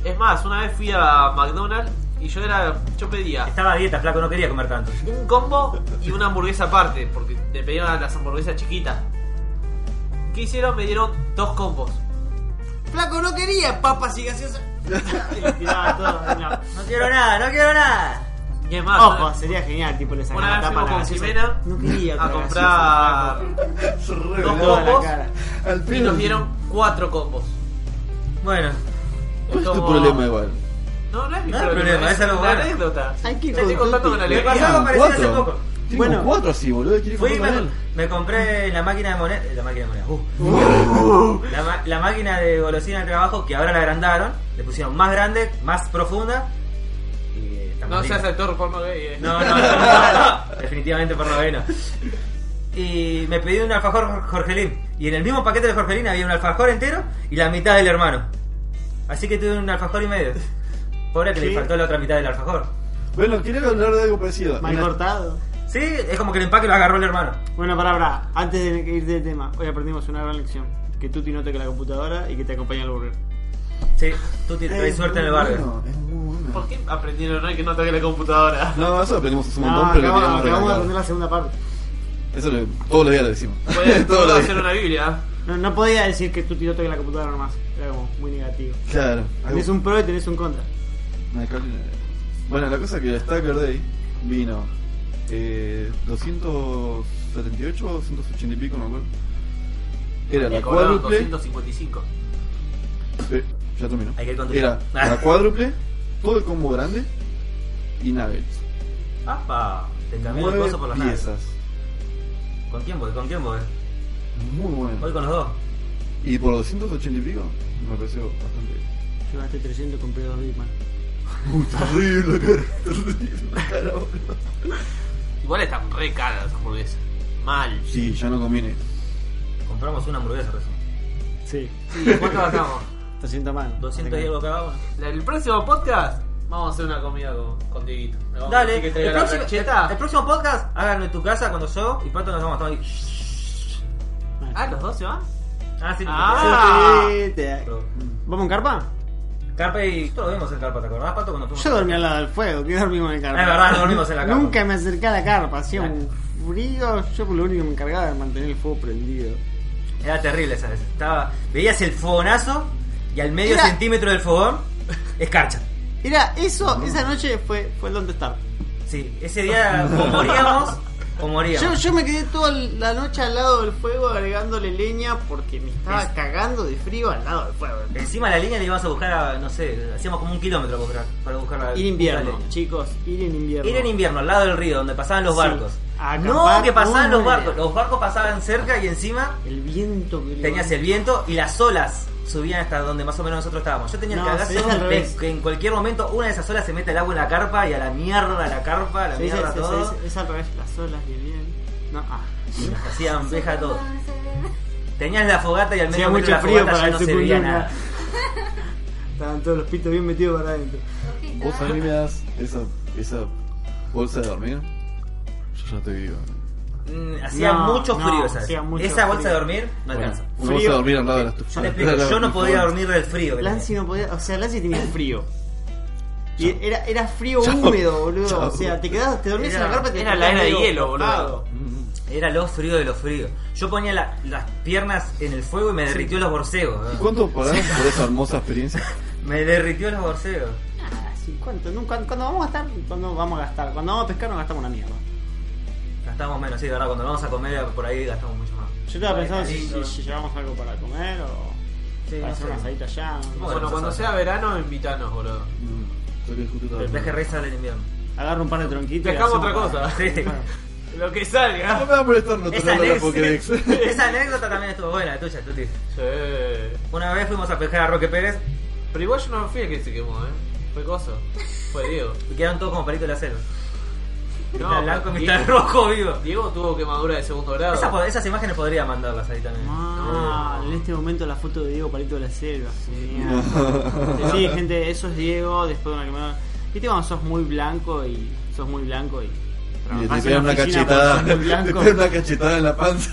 G: Es más, una vez fui a McDonald's y y yo era yo pedía
A: Estaba a dieta, flaco, no quería comer tanto.
G: un combo y una hamburguesa aparte, porque me pedían las hamburguesas chiquitas. ¿Qué hicieron? Me dieron dos combos. Flaco no quería papas y gaseosa.
F: Y le tiraba todo [LAUGHS] en la-
A: No quiero nada, no quiero nada.
G: Y es más,
F: Ojo,
G: una-
F: sería genial, tipo le
G: Una
F: sacaba
G: vez
F: la tapa a la
G: fuimos con
F: gaseosa.
G: Jimena
F: No quería
G: a
F: otra
G: comprar
F: gaseosa,
B: Se
G: dos
B: revelaba
F: flaco.
B: la-
G: combos
F: Toda la cara.
B: Al
G: y nos dieron cuatro combos.
A: Bueno,
B: ¿Cuál es tu
G: Como-
B: problema igual?
G: No, no es mi
A: No es
G: problema,
A: problema,
G: es
A: esa es lo
G: una
A: buena.
G: anécdota.
F: Hay que
G: Te estoy contando con
A: me pasó
G: alegría.
A: algo parecido hace
B: ¿Cuatro?
A: poco.
B: Bueno,
F: Bueno.
B: cuatro así, boludo. ¿Quieres
A: Fui y
B: contar
A: me,
B: con él?
A: me compré la máquina de monedas. La máquina de monedas, uh. la, ma- la máquina de golosina de trabajo que ahora la agrandaron. Le pusieron más grande, más profunda. Y, eh, está
G: No
A: más
G: seas
A: linda.
G: actor porno gay. eh.
A: no, no, no, no, no. Definitivamente por novena. Y me pedí un alfajor jor- Jorgelín. Y en el mismo paquete de Jorgelín había un alfajor entero y la mitad del hermano. Así que tuve un alfajor y medio. Pobre que le
F: ¿Sí?
A: faltó la otra mitad del alfajor.
B: Bueno, quería hablar de algo parecido.
F: Mal
B: En la-
F: cortado.
A: Sí, es como que el empaque lo agarró el hermano.
F: Bueno, pará, pará. Antes de ir del tema, hoy aprendimos una gran lección. Que Tuti no toque la computadora y que te acompañe al burger.
A: Sí, tú te-
G: Eh,
A: traes
B: Es
A: suerte en el
B: muy
A: barrio.
B: Eh, bueno, es muy bueno.
G: ¿Por qué aprendieron hoy que no toque
B: [LAUGHS]
G: la computadora?
B: No, eso lo aprendimos hace un montón, pero queríamos
F: acabamos, acabamos de
B: recalcar.
F: aprender la segunda parte.
B: Eso lo, todos los días lo decimos. [LAUGHS]
G: Pueden
B: Todos los
G: hacer
B: días.
G: una biblia.
F: No, no podía decir que Tuti no toque la computadora nomás. Era como muy negativo.
B: Claro.
F: Tenés un pro y tenés un contra.
B: Me cal- Bueno, la cosa es que Stacker Day vino eh, 278 o 280 y pico, no me acuerdo. Era
G: Me
B: la
G: cobraron
B: cuádruple.
G: 255.
B: Eh, ya terminó.
A: Hay que ir con tu-
B: Era
A: [LAUGHS] Ah.
B: la cuádruple, todo el combo grande y nuggets.
A: ¡Apa! Te cambió el
B: Nueve
A: coso por las naves.
B: piezas.
A: ¿Con quién voy? ¿Con quién voy?
B: Muy bueno.
A: Voy con los dos.
B: Y por 280 y pico, me pareció bastante. [LAUGHS]
F: Llevaste 300 y compré dos Big Mac.
B: Uy, terrible, [LAUGHS] cara, terrible, cara,
A: [LAUGHS]
B: boludo.
G: Igual están re caras las hamburguesas. Mal.
B: Sí, ya no conviene.
A: Compramos una hamburguesa recién.
F: Sí.
G: Sí, ¿cuánto gastamos?
F: 300 más.
A: 200 y algo cada uno.
G: La- El próximo podcast vamos a hacer una comida con, con Dieguito. Le vamos a
A: Dale,
G: decir que traiga
A: el
G: la
A: próximo,
G: rancheta.
A: el- el próximo podcast háganlo en tu casa cuando yo y Pato nos vamos a estar ahí.
G: Ah, los dos se van.
A: Ah, sí.
G: Ah.
A: Pero-
F: ¿Vamos en carpa?
A: Carpa y... Nosotros lo vimos en Carpa, ¿te acordás, Pato? Cuando fuimos
F: Yo dormí al lado del fuego, que dormimos en carpa.
A: Es verdad, no dormimos en la carpa.
F: Nunca me acerqué a la carpa, hacía un frío. Yo por lo único que me encargaba de mantener el fuego prendido.
A: Era terrible esa vez. Estaba... Veías el fogonazo y al medio
F: Era-
A: centímetro del fogón, escarcha.
F: Mira, eso, esa noche fue, fue el Don't Starve.
A: Sí, ese día o moríamos o moríamos.
F: Yo, yo me quedé toda la noche al lado del fuego agregándole leña porque me estaba
A: Es- Eh,
F: cagando de frío al lado del fuego.
A: Encima la línea la íbamos a buscar a, no sé, hacíamos como un kilómetro para buscar, para buscar la
F: Ir en
A: la
F: invierno,
A: leña.
F: chicos, ir en invierno.
A: Era en invierno, al lado del río, donde pasaban los
F: Sí.
A: barcos.
F: Acampar
A: No, que pasaban los
F: una
A: barcos.
F: idea.
A: Los barcos pasaban cerca y encima
F: El viento que
A: tenías el viento y las olas subían hasta donde más o menos nosotros estábamos. Yo tenía el
F: No, se
A: cagazo
F: dice al
A: de
F: revés.
A: que en cualquier momento una de esas olas se mete el agua en la carpa y a la mierda la carpa, a la
F: Sí, sí,
A: mierda
F: sí,
A: todo.
F: sí, sí, es al revés, las olas y el viento. No, ah.
A: Y nos hacían veja todo. Tenías la fogata y al
F: Hacía
A: medio metro
F: mucho
A: de la
F: frío
A: fogata
F: para
A: ya
F: el
A: no se veía nada.
F: [LAUGHS] Estaban todos los pitos bien metidos para adentro.
B: Vos a mí me das esa, esa bolsa de hormiga. Yo ya te digo.
A: Mm, Hacía
F: No,
A: mucho
F: no,
A: frío esa vez.
F: hacía mucho
A: Esa bolsa
F: frío.
A: de dormir no
B: Bueno,
A: alcanza.
B: una bolsa de hormiga al lado de las
A: Yo
B: tuyas.
A: te explico, yo no podía dormir del frío. que
F: Lancy
A: tenía.
F: no podía, o sea, Lancy tenía frío. Y era, era frío húmedo, boludo.
B: Chao.
F: O sea, te quedabas, te dormías
A: Era-
F: en la carpa y te
G: era la era de
F: medio
G: hielo, boludo.
F: tapado.
B: Mm.
A: Era lo frío de lo frío. Yo ponía la- las piernas en el fuego y me derritió los borcegos.
B: ¿Y
A: ¿no?
B: cuánto pagás por esa hermosa experiencia?
A: Me derritió los borcegos.
F: Ah, sí, ¿cuánto? No, cuan- Cuando vamos a gastar, cuando vamos a gastar. Cuando vamos a pescar, no gastamos una mierda.
A: Gastamos menos, sí, de verdad. Cuando vamos a comer por ahí gastamos mucho más.
F: Yo estaba pensando si,
G: lindo.
F: si- si llevamos algo para comer o
A: Sí, no
F: para hacer
A: sé.
F: una asadita allá. no sé.
G: Bueno,
A: Bueno,
G: cuando
A: sos-
G: sea verano, invitanos, boludo.
B: Mm, yo que justo estaba-
A: El peje rey sale en invierno.
F: Agarro un par de tronquitos. y
G: Dejamos
F: hacemos
G: otra
F: para-
G: cosa.
A: Sí.
G: Lo que
B: No
G: salga.
B: me va a molestar no
A: Esa,
B: tenerla en la Pokédex. [LAUGHS]
A: anécdota, [LAUGHS] esa anécdota también estuvo buena, tuya, Tuti.
G: Sí.
A: Una vez fuimos a pescar a Roque Pérez
G: Pero igual yo no fui el que se quemó, eh. Fue coso. Fue Diego.
A: y quedaron todos como palitos de acero.
G: No,
A: mitad blanco,
G: pero
A: mitad
G: Diego-
A: rojo vivo.
G: Diego tuvo quemadura de segundo grado.
A: Esa po- esas imágenes podría mandarlas ahí también.
F: Ah, en este momento la foto de Diego Palito de la Selva. Genial.
B: [LAUGHS]
F: Sí, gente, eso es Diego después de una quemada. Viste cuando sos muy blanco y sos muy blanco y
B: Y
F: trabajás
B: te
F: en
B: pegan una
F: oficina
B: cachetada.
F: porque sos
B: [LAUGHS]
F: muy
B: Te
F: blanco.
B: pegan una cachetada en la panza.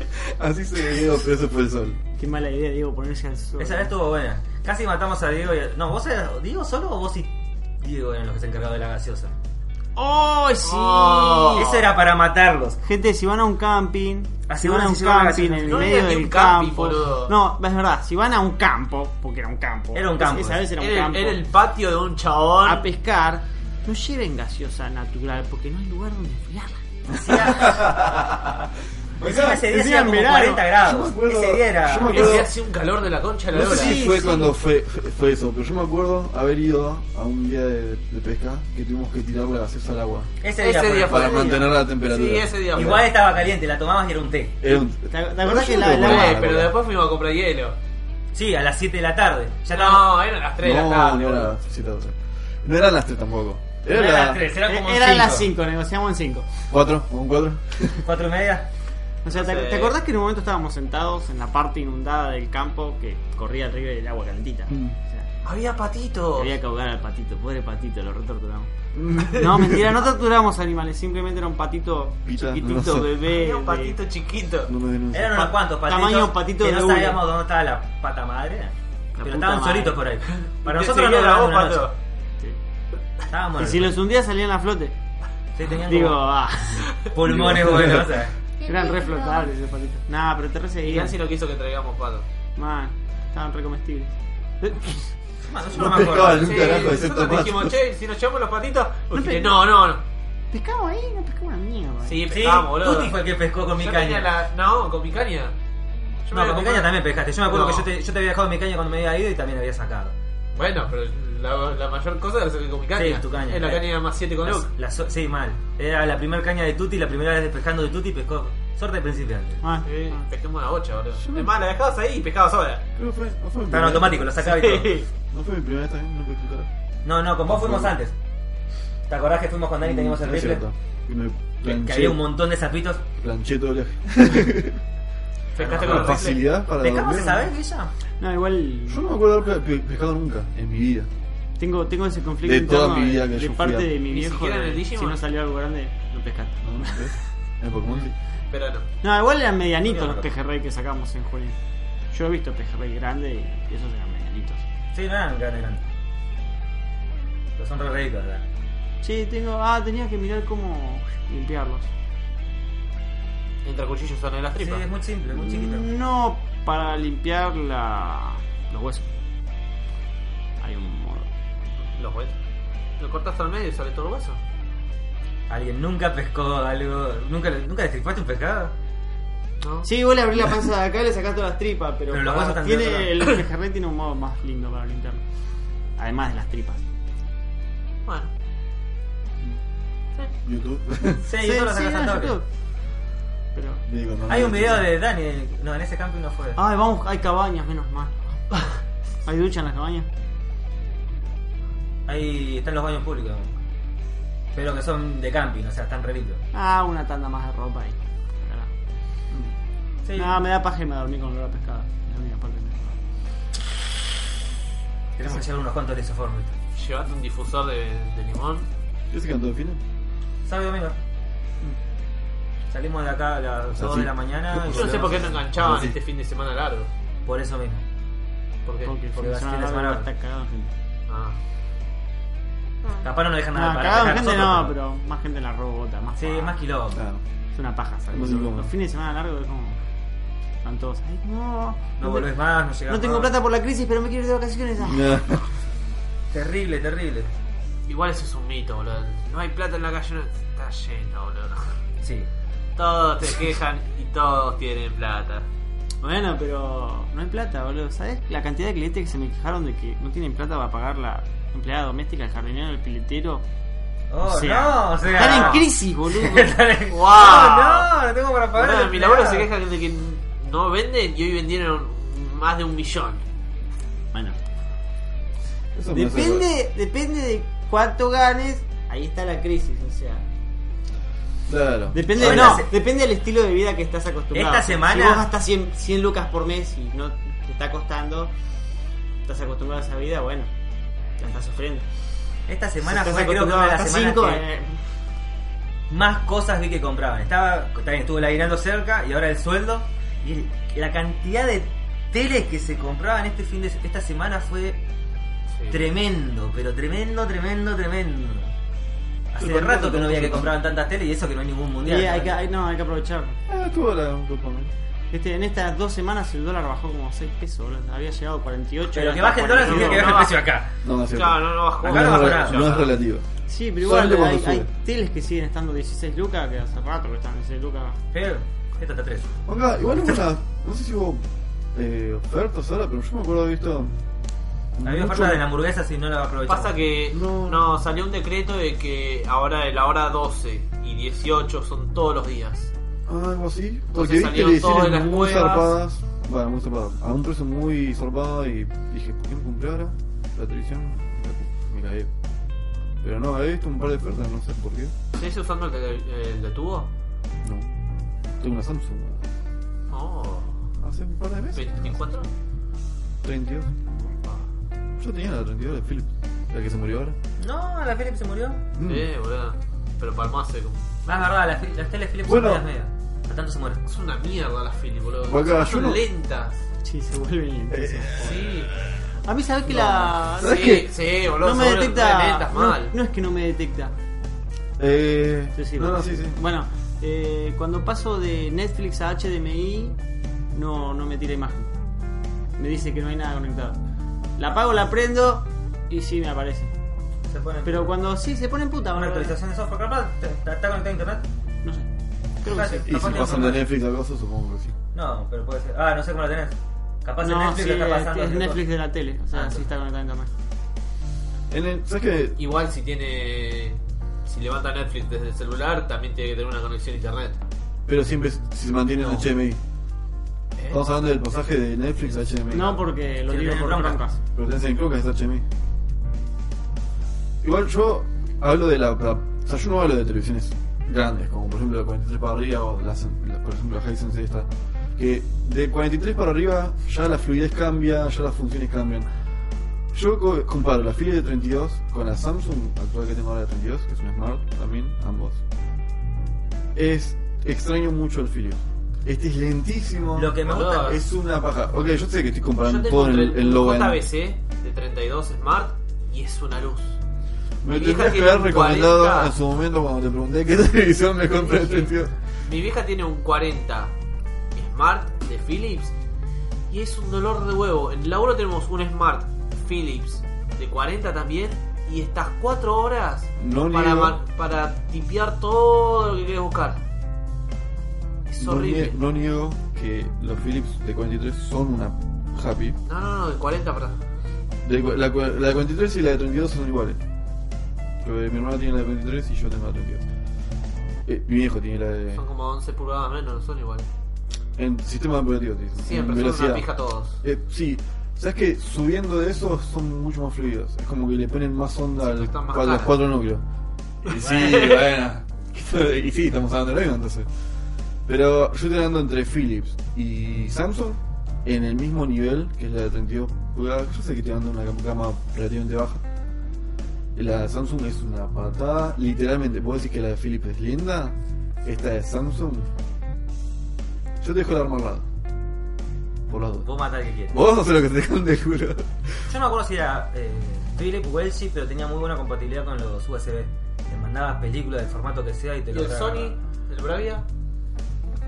B: [LAUGHS] Así se quedó preso por el sol.
F: Qué mala idea, Diego, ponerse al sol.
A: Esa vez estuvo buena. Casi matamos a Diego y a- No, vos eras Diego solo o vos y Diego eran los que se encargaban de la gaseosa.
F: ¡Oh, sí!
G: Oh.
A: Eso era para matarlos.
F: Gente, si van a un camping,
A: Ah,
F: si
A: si
F: van
A: van-
F: a un
A: si van a-
F: camping
A: si-
F: en el
A: no
G: era
F: medio
G: ni un
F: del
G: camping,
F: campo.
G: boludo.
F: No, es verdad, si van a un campo, porque era un campo.
A: Era un campo,
F: Esa vez era un
G: Era, el-
F: campo.
G: era el patio de un chabón.
F: A pescar, no lleven gaseosa natural porque no hay lugar donde enfriarla.
A: Encima Pues ese día
F: encima
A: hacía
F: en
A: como
F: verano.
A: 40
B: Yo me
A: grados.
B: acuerdo-
A: Ese día
B: yo me
A: era.
B: acuerdo-
G: Ese hace un calor de la concha de la
B: No sé
G: lora.
B: si
F: Sí,
B: fue
F: sí.
B: cuando fue, fue eso, pero yo me acuerdo haber ido a un día de, de pesca que tuvimos que tirar la gaseosa al agua
A: Ese día,
G: Ese
A: fue-
G: día
B: para
G: fue el día.
B: mantener la temperatura.
G: Sí, ese día. fue.
A: Igual estaba caliente, la tomabas y era un té.
B: Era un-
F: ¿Te ac- te
B: Pero
F: acordás
B: yo
F: que
B: no
F: la-
B: te
F: la-
B: acuerdo
G: Eh,
B: de
G: pero
B: la-
G: después fuimos a comprar hielo.
A: Sí, a las 7 de la tarde. Ya estábamos-
G: No, eran las 3 de la
B: No, no
G: tarde.
B: era sí, era- No eran las tres tampoco.
A: no
B: Era
A: eran las
B: la
A: 3, eran como
F: Eh, Eran las
A: cinco.
F: 5, negociamos en 5.
B: cuatro, un cuatro.
A: 4 y media.
F: O sea, ¿te,
G: No sé.
F: te acordás que en un momento estábamos sentados en la parte inundada del campo que corría el río y el agua calentita?
B: Mm.
F: O sea,
G: Había patitos.
F: había que ahogar al patito, pobre patito, lo retorturamos.
B: Mm.
F: No, mentira, no torturamos animales, simplemente era un patito
B: Pita,
F: chiquitito,
B: no sé.
F: bebé.
G: Había un
F: de-
G: patito chiquito.
B: No me denuncian.
A: Eran unos
F: Pa-
A: cuantos patitos.
F: tamaño patito
A: que
F: de
A: no
F: hule.
A: sabíamos dónde estaba la pata madre. pero
F: puta
A: estaban
F: madre.
A: solitos por ahí. Para
G: Te
A: nosotros no
G: seguía la
A: duraban
G: voz,
A: una
G: pato.
A: noche.
F: Sí.
A: Estábamos
F: Y si los hundías salían a flote.
A: sí, tenían
F: Digo,
A: como
F: ah,
A: pulmones buenos. o sea.
E: Qué
F: eran re
E: lindo.
F: flotables esos patitos. Nah, pero te
G: Y
F: reseguían.
G: Nancy no quiso que traigamos pato.
F: Man, estaban re comestibles.
A: Bueno, yo
B: No
A: no, me
B: pescaban
A: acuerdo.
B: Un carajo, excepto
G: nosotros
B: pato.
G: dijimos, che, si nos llevamos los patitos. Uy,
F: pe-
G: no, no, no.
F: Pescamos ahí, no pescamos una mierda.
G: Sí,
A: Sí,
G: pescamos, boludo.
A: Tuti fue el que pescó con mi
G: Yo
A: caña.
G: tenía la- No, con mi caña. Yo me
A: No,
G: la
A: con mi
G: compré-
A: caña también pescaste. Yo me acuerdo
G: No.
A: que yo te, yo te había dejado mi caña cuando me había ido y también la había sacado.
G: Bueno, pero la, la mayor cosa la saqué con mi caña.
A: Sí, tu caña,
G: Es la
A: claro.
G: caña más 7 con
A: La-
G: Luke.
A: la so- sí, mal. Era la primera caña de Tuti, la primera vez pescando de Tuti pescó. Sorte de principiante.
F: Ah,
G: Sí,
F: ah.
G: pesquemos una bocha, boludo. Es más, la dejabas ahí y pescabas sola.
B: Creo que fue- no fue
A: Estaba
B: mi
A: en
B: primera-
A: automático, lo
F: Ah.
A: sacaba y todo.
B: No fue mi primera vez también, no puedo explicar.
A: No, no, con vos fuimos antes. ¿Te acordás que fuimos con Dani y teníamos el
B: Mm, No es
A: rifle?
B: cierto. Y me
A: Que, que
B: planché-
A: había un montón de sapitos.
B: planché todo el viaje.
G: Pescaste
A: Ah,
G: con
B: Con
G: el rifle.
B: facilidad para
A: ¿Pescamos
B: dormir,
A: esa
B: ¿no?
A: vez, Villa?
F: [LAUGHS] No, igual
B: Yo no me acuerdo haber pe- pe- pescado nunca en mi vida.
F: tengo, tengo ese conflicto
B: De toda
F: interno
B: mi vida
F: de,
B: que
F: de
B: yo fui
F: parte
B: a-
F: de mi
G: Ni
F: viejo.
G: siquiera en
F: de-
G: el Digimon.
F: si no salió algo grande, no pescaste.
B: ¿no? ¿Ves? En Pokémon sí.
G: Pero no.
F: No, igual eran medianitos
A: Mira,
F: los
A: loco.
F: pejerrey que sacamos en junio. Yo he visto pejerrey grande y esos eran medianitos.
A: Sí, no eran grandes, grandes. Pero son re ricos, ¿verdad?
F: Sí, tengo. Ah, tenía que mirar cómo limpiarlos.
G: Entre cuchillos son en las
A: Sí,
G: tripas.
A: es muy simple, es muy chiquito.
F: No para limpiar la, los huesos. Hay un modo.
G: Los huesos. Lo cortaste al medio y sale todo el hueso.
A: ¿Alguien nunca pescó algo? ¿Nunca, nunca destripaste un pescado?
G: ¿No?
F: Sí, vos le abrís la panza de acá y le sacás todas las tripas, pero,
A: Pero los
F: para-
A: huesos están del
F: tiene,
A: otro
F: el pejerrey tiene un modo más lindo para limpiarlo. Además de las tripas.
G: Bueno.
B: YouTube. [LAUGHS]
A: Sí,
F: Sí,
A: y tú lo
F: sí,
A: sacas
F: no,
A: al
F: yo
A: toque.
F: creo- Pero.
B: Digo, no,
A: Hay
B: no,
A: un
B: no.
A: video de Dani. No, en ese camping no fue.
F: Ay, vamos, hay cabañas, menos mal. ¿Hay ducha en las cabañas?
A: Ahí están los baños públicos. Pero que son de camping, o sea, están re limpios.
F: Ah, una tanda más de ropa ahí. Carajo.
A: Sí.
F: No, me da paja y me dormí con olor a pescado. Es la única parte que me da.
A: Tenemos que llevar unos cuantos de esos formas.
G: Llevate un difusor de, de limón.
B: ¿Ese se cantó de final?
A: Sábado y domingo.
F: Mm.
A: Salimos de acá a las
B: O sea,
A: 2
B: sí.
A: de la mañana. y
G: Yo no sé
A: volvemos.
G: por qué no enganchaban
B: Sí.
G: este fin de semana largo.
A: Por eso mismo.
G: ¿Por qué?
F: Porque
A: Porque
F: funciona
A: fin de
F: la
A: semana-
F: semana está cagado en gente.
G: Ah.
A: Capaz no nos dejan nada
F: No,
A: para
F: cagado en
A: pescar
F: Ah. gente
A: nosotros,
F: no, pero más gente en la robota, más
A: Sí,
F: paja.
A: más quilombo.
B: Claro.
A: [LAUGHS]
F: Es una paja, ¿sabes?
B: Más incómodo.
F: Los fines de semana largos es como... Están todos, ay, no...
A: No
F: te-
A: volvés más, no llegás
F: no tengo
A: más.
F: plata por la crisis, pero me quiero ir de vacaciones. Ah.
B: Nah.
A: Terrible, terrible.
G: Igual eso es un mito, boludo. No hay plata en la calle. no- Está lleno, boludo.
A: Sí.
G: Todos te quejan y todos tienen plata.
F: Bueno, pero no hay plata, boludo. ¿Sabes la cantidad de clientes que se me quejaron de que no tienen plata para pagar la empleada doméstica, el jardinero, el piletero?
A: Oh,
F: O sea,
A: no, o sea. [LAUGHS]
F: Están en crisis, boludo.
G: [LAUGHS]
A: Están en- Oh,
G: ¡Wow!
A: No, no, no tengo para pagar.
G: Bueno,
A: el
G: mi laburo se
A: empleado.
G: queja de que no venden y hoy vendieron más de un millón.
F: bueno,
B: Eso me hace-
F: depende, depende de cuánto ganes. Ahí está la crisis, o sea.
B: Claro.
F: Depende,
A: Ahora
F: no,
A: se-
F: depende del estilo de vida que estás acostumbrado.
A: Esta
F: Si
A: semana-
F: vos gastas 100, 100 lucas por mes y no te está costando, estás acostumbrado a esa vida, bueno, la estás sufriendo.
A: Esta
F: Si
A: semana
F: estás
A: fue creo que una
F: acostumbrado
A: de
F: hasta
A: las semanas
F: 5,
A: que
F: eh,
A: más cosas vi que compraban. Estaba, también estuvo el aguinaldo cerca y ahora el sueldo. Y el- la cantidad de teles que se compraban este fin de esta semana fue
G: Sí.
A: Tremendo, pero tremendo, tremendo, tremendo. Hace rato que no había que compraban tantas teles y eso que no hay ningún
F: Y
A: mundial.
F: hay que, hay- no, hay que aprovechar.
B: Ah, estuvo la un poco, ¿no?
F: Este, en estas dos semanas el dólar bajó como 6 pesos, boludo. había llegado a 48.
A: Pero
F: era
A: que
F: hasta
A: baje el dólar significa
F: 49.
A: que baje el
G: no.
A: precio acá.
B: No, no es cierto.
G: Claro, no, no bajó.
A: Acá no
B: es
A: bajó
B: re-
A: nada.
B: no es relativo.
F: Sí, pero
B: Solamente
F: igual hay,
B: cuando
F: hay
B: sube.
F: teles que siguen estando 16 lucas, que hace rato que están 16 lucas.
A: Pero, esta está tres.
B: Acá, igual hubo una. No sé si hubo eh, ofertas ahora, pero yo me acuerdo de visto.
A: Había
B: mucho-
A: oferta de la hamburguesa si no la aprovechamos.
G: Pasa que
B: Pues No.
G: no. salió un decreto de que ahora la hora 12 y 18 son todos los días.
B: Ah, Algo así. Porque
G: Entonces
B: viste
G: salieron todas
B: ediciones
G: las
B: muy
G: cuevas.
B: zarpadas. Bueno, muy zarpadas. A un precio muy zarpado y dije, ¿por qué me compré ahora? La televisión. Me caí. Pero no, he visto un par de ofertas, no sé por qué.
G: ¿Estás usando el de, el de tubo?
B: No. Tengo una Samsung.
G: Oh.
B: Hace un par de meses.
G: ¿24?
B: 32. Yo tenía la 32 de Philips. La que se murió ahora.
A: No, la Philips se murió.
B: Mm.
G: Eh, boludo. Pero palmó hace como.
A: Más verdad, las, fi- las teles Philips
B: Bueno.
A: son medias medias. A tanto se mueren.
G: Es una mierda las Philips, boludo.
B: Acá, yo
G: son
B: no-
G: lentas.
F: Sí, se vuelven lentísimos.
G: Sí.
F: A mí sabes que la...
B: ¿Sabés
G: sí,
B: qué?
G: sí, boludo.
F: No me
G: son
F: detecta...
G: lentas
F: No,
G: mal.
F: no es que no me detecta.
B: Eh.
F: Sí, sí,
B: no,
F: bueno.
B: no, sí, sí.
F: Bueno, eh, cuando paso de Netflix a HDMI, no, no me tira imagen. Me dice que no hay nada conectado. La apago, la prendo y sí me aparece.
A: Se ponen.
F: Pero cuando sí, se pone en puta,
A: una
F: boludo.
A: actualización de software, capaz. te- ¿Está está conectado a internet?
F: No sé. Creo que
A: Capaz-
F: sí.
B: Y
A: capaz
B: si
A: que-
B: pasan de Netflix a cosas, supongo que sí.
A: No, pero puede ser. Ah, no sé cómo la tenés. Capaz en
F: No,
A: Netflix
F: sí,
A: lo está pasando.
F: es
A: así,
F: Netflix de la tele. O sea,
A: Ah,
F: sí está conectado a internet.
B: En el, ¿Sabes qué?
G: Igual si tiene. Si levanta Netflix desde el celular, también tiene que tener una conexión a internet.
B: Pero siempre si se mantiene en
G: No.
B: HDMI.
G: ¿Eh?
B: Estamos hablando del pasaje de Netflix a HDMI.
F: No, porque lo
A: Sí,
F: digo
A: tiene
F: por
A: broncas.
F: broncas.
B: Pero tenés en Chromecast está HDMI. Igual yo hablo de la, la- O sea, yo no hablo de televisiones grandes, como por ejemplo la 43 para arriba o las, la- por ejemplo la Hisense esta. Que de 43 para arriba ya la fluidez cambia, ya las funciones cambian. Yo co- comparo la Philips de 32 con la Samsung actual que tengo ahora de 32, que es un Smart también, ambos. Es extraño mucho el Philips. Este es lentísimo.
A: Lo que me
G: Boludo,
A: gusta.
B: Es una paja. Ok, yo sé que estoy
G: Yo
B: comparando
G: tengo
B: todo en,
G: un
B: el- en low end.
G: JVC de 32 Smart y es una luz.
B: Me
G: Mi
B: tendrías
G: vieja
B: que
G: tiene
B: haber
G: un
B: recomendado
G: 40.
B: en su momento cuando te pregunté qué [LAUGHS] televisión me compré el 32.
G: Mi vieja tiene un 40 Smart de Philips y es un dolor de huevo. En el laburo tenemos un Smart Philips de 40 también y estás 4 horas
B: No
G: para,
B: niego.
G: ma- para tipear todo lo que quieres buscar. Es
B: No, nie-
G: horrible.
B: no niego que los Philips de 43 son una happy.
G: No, no, no, de 40 para.
B: De cu- la, cu- la de 43 y la de 32 son iguales. Porque mi hermana tiene la de 43 y yo tengo la de 32. Eh, mi viejo tiene la de.
G: Son como 11 pulgadas menos, no son iguales.
B: En sistema operativo, te dicen.
G: Siempre
B: En
G: son
B: velocidad.
G: una pija todos.
B: Eh, sí. ¿Sabes que Subiendo de eso son mucho más fluidos. Es como que le ponen más onda al
G: están más
B: cua- a los
G: caras.
B: cuatro núcleos. Y sí, bueno. [LAUGHS] Y sí, estamos hablando de lo mismo entonces. Pero yo estoy hablando entre Philips y Samsung en el mismo nivel, que es la de 32 pulgadas. Yo sé que estoy hablando de una gama relativamente baja. La de Samsung es una patada. Literalmente, ¿puedo decir que la de Philips es linda? Esta de Samsung. Yo te dejo el arma al lado. Por las dos.
A: Vos matar que quieras.
B: Vos haces lo que te dejan de culo.
A: Yo no me acuerdo si era eh, Philip o LG, pero tenía muy buena compatibilidad con los USB. Te mandabas películas del formato que sea y te
G: ¿Y
A: lo
G: el
A: agarraba.
G: Sony? ¿El Bravia?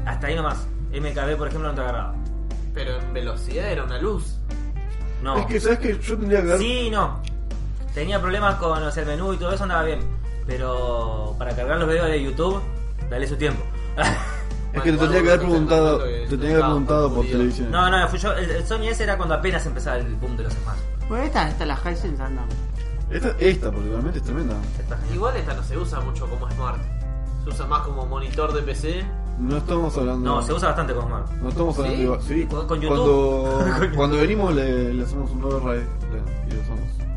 A: Hasta ahí nomás. MKB, por ejemplo, no te agarraba.
G: Pero en velocidad era una luz.
A: No.
B: Es que, ¿sabes que Yo tendría que ver.
A: Sí, no. Tenía problemas con o sea, el menú y todo eso, andaba bien. Pero para cargar los videos de YouTube, dale su tiempo. [LAUGHS]
B: Es que te tendría que haber preguntado. Te tendría que haber preguntado por televisión.
A: no, no, fui yo. El, el Sony ese era cuando apenas empezaba el boom de los Smart.
F: Bueno, esta, esta la Hisense anda.
B: Esta, esta particularmente es tremenda.
A: Está genial.
G: Igual esta no se usa mucho como Smart. Se usa más como monitor de PC.
B: No estamos hablando.
A: No, se usa bastante con Smart.
B: No estamos hablando.
G: ¿Sí?
B: igual- Sí,
A: ¿Con- [LAUGHS] con YouTube?
B: Cuando, cuando venimos le, le hacemos un nuevo raid. le- Y lo usamos.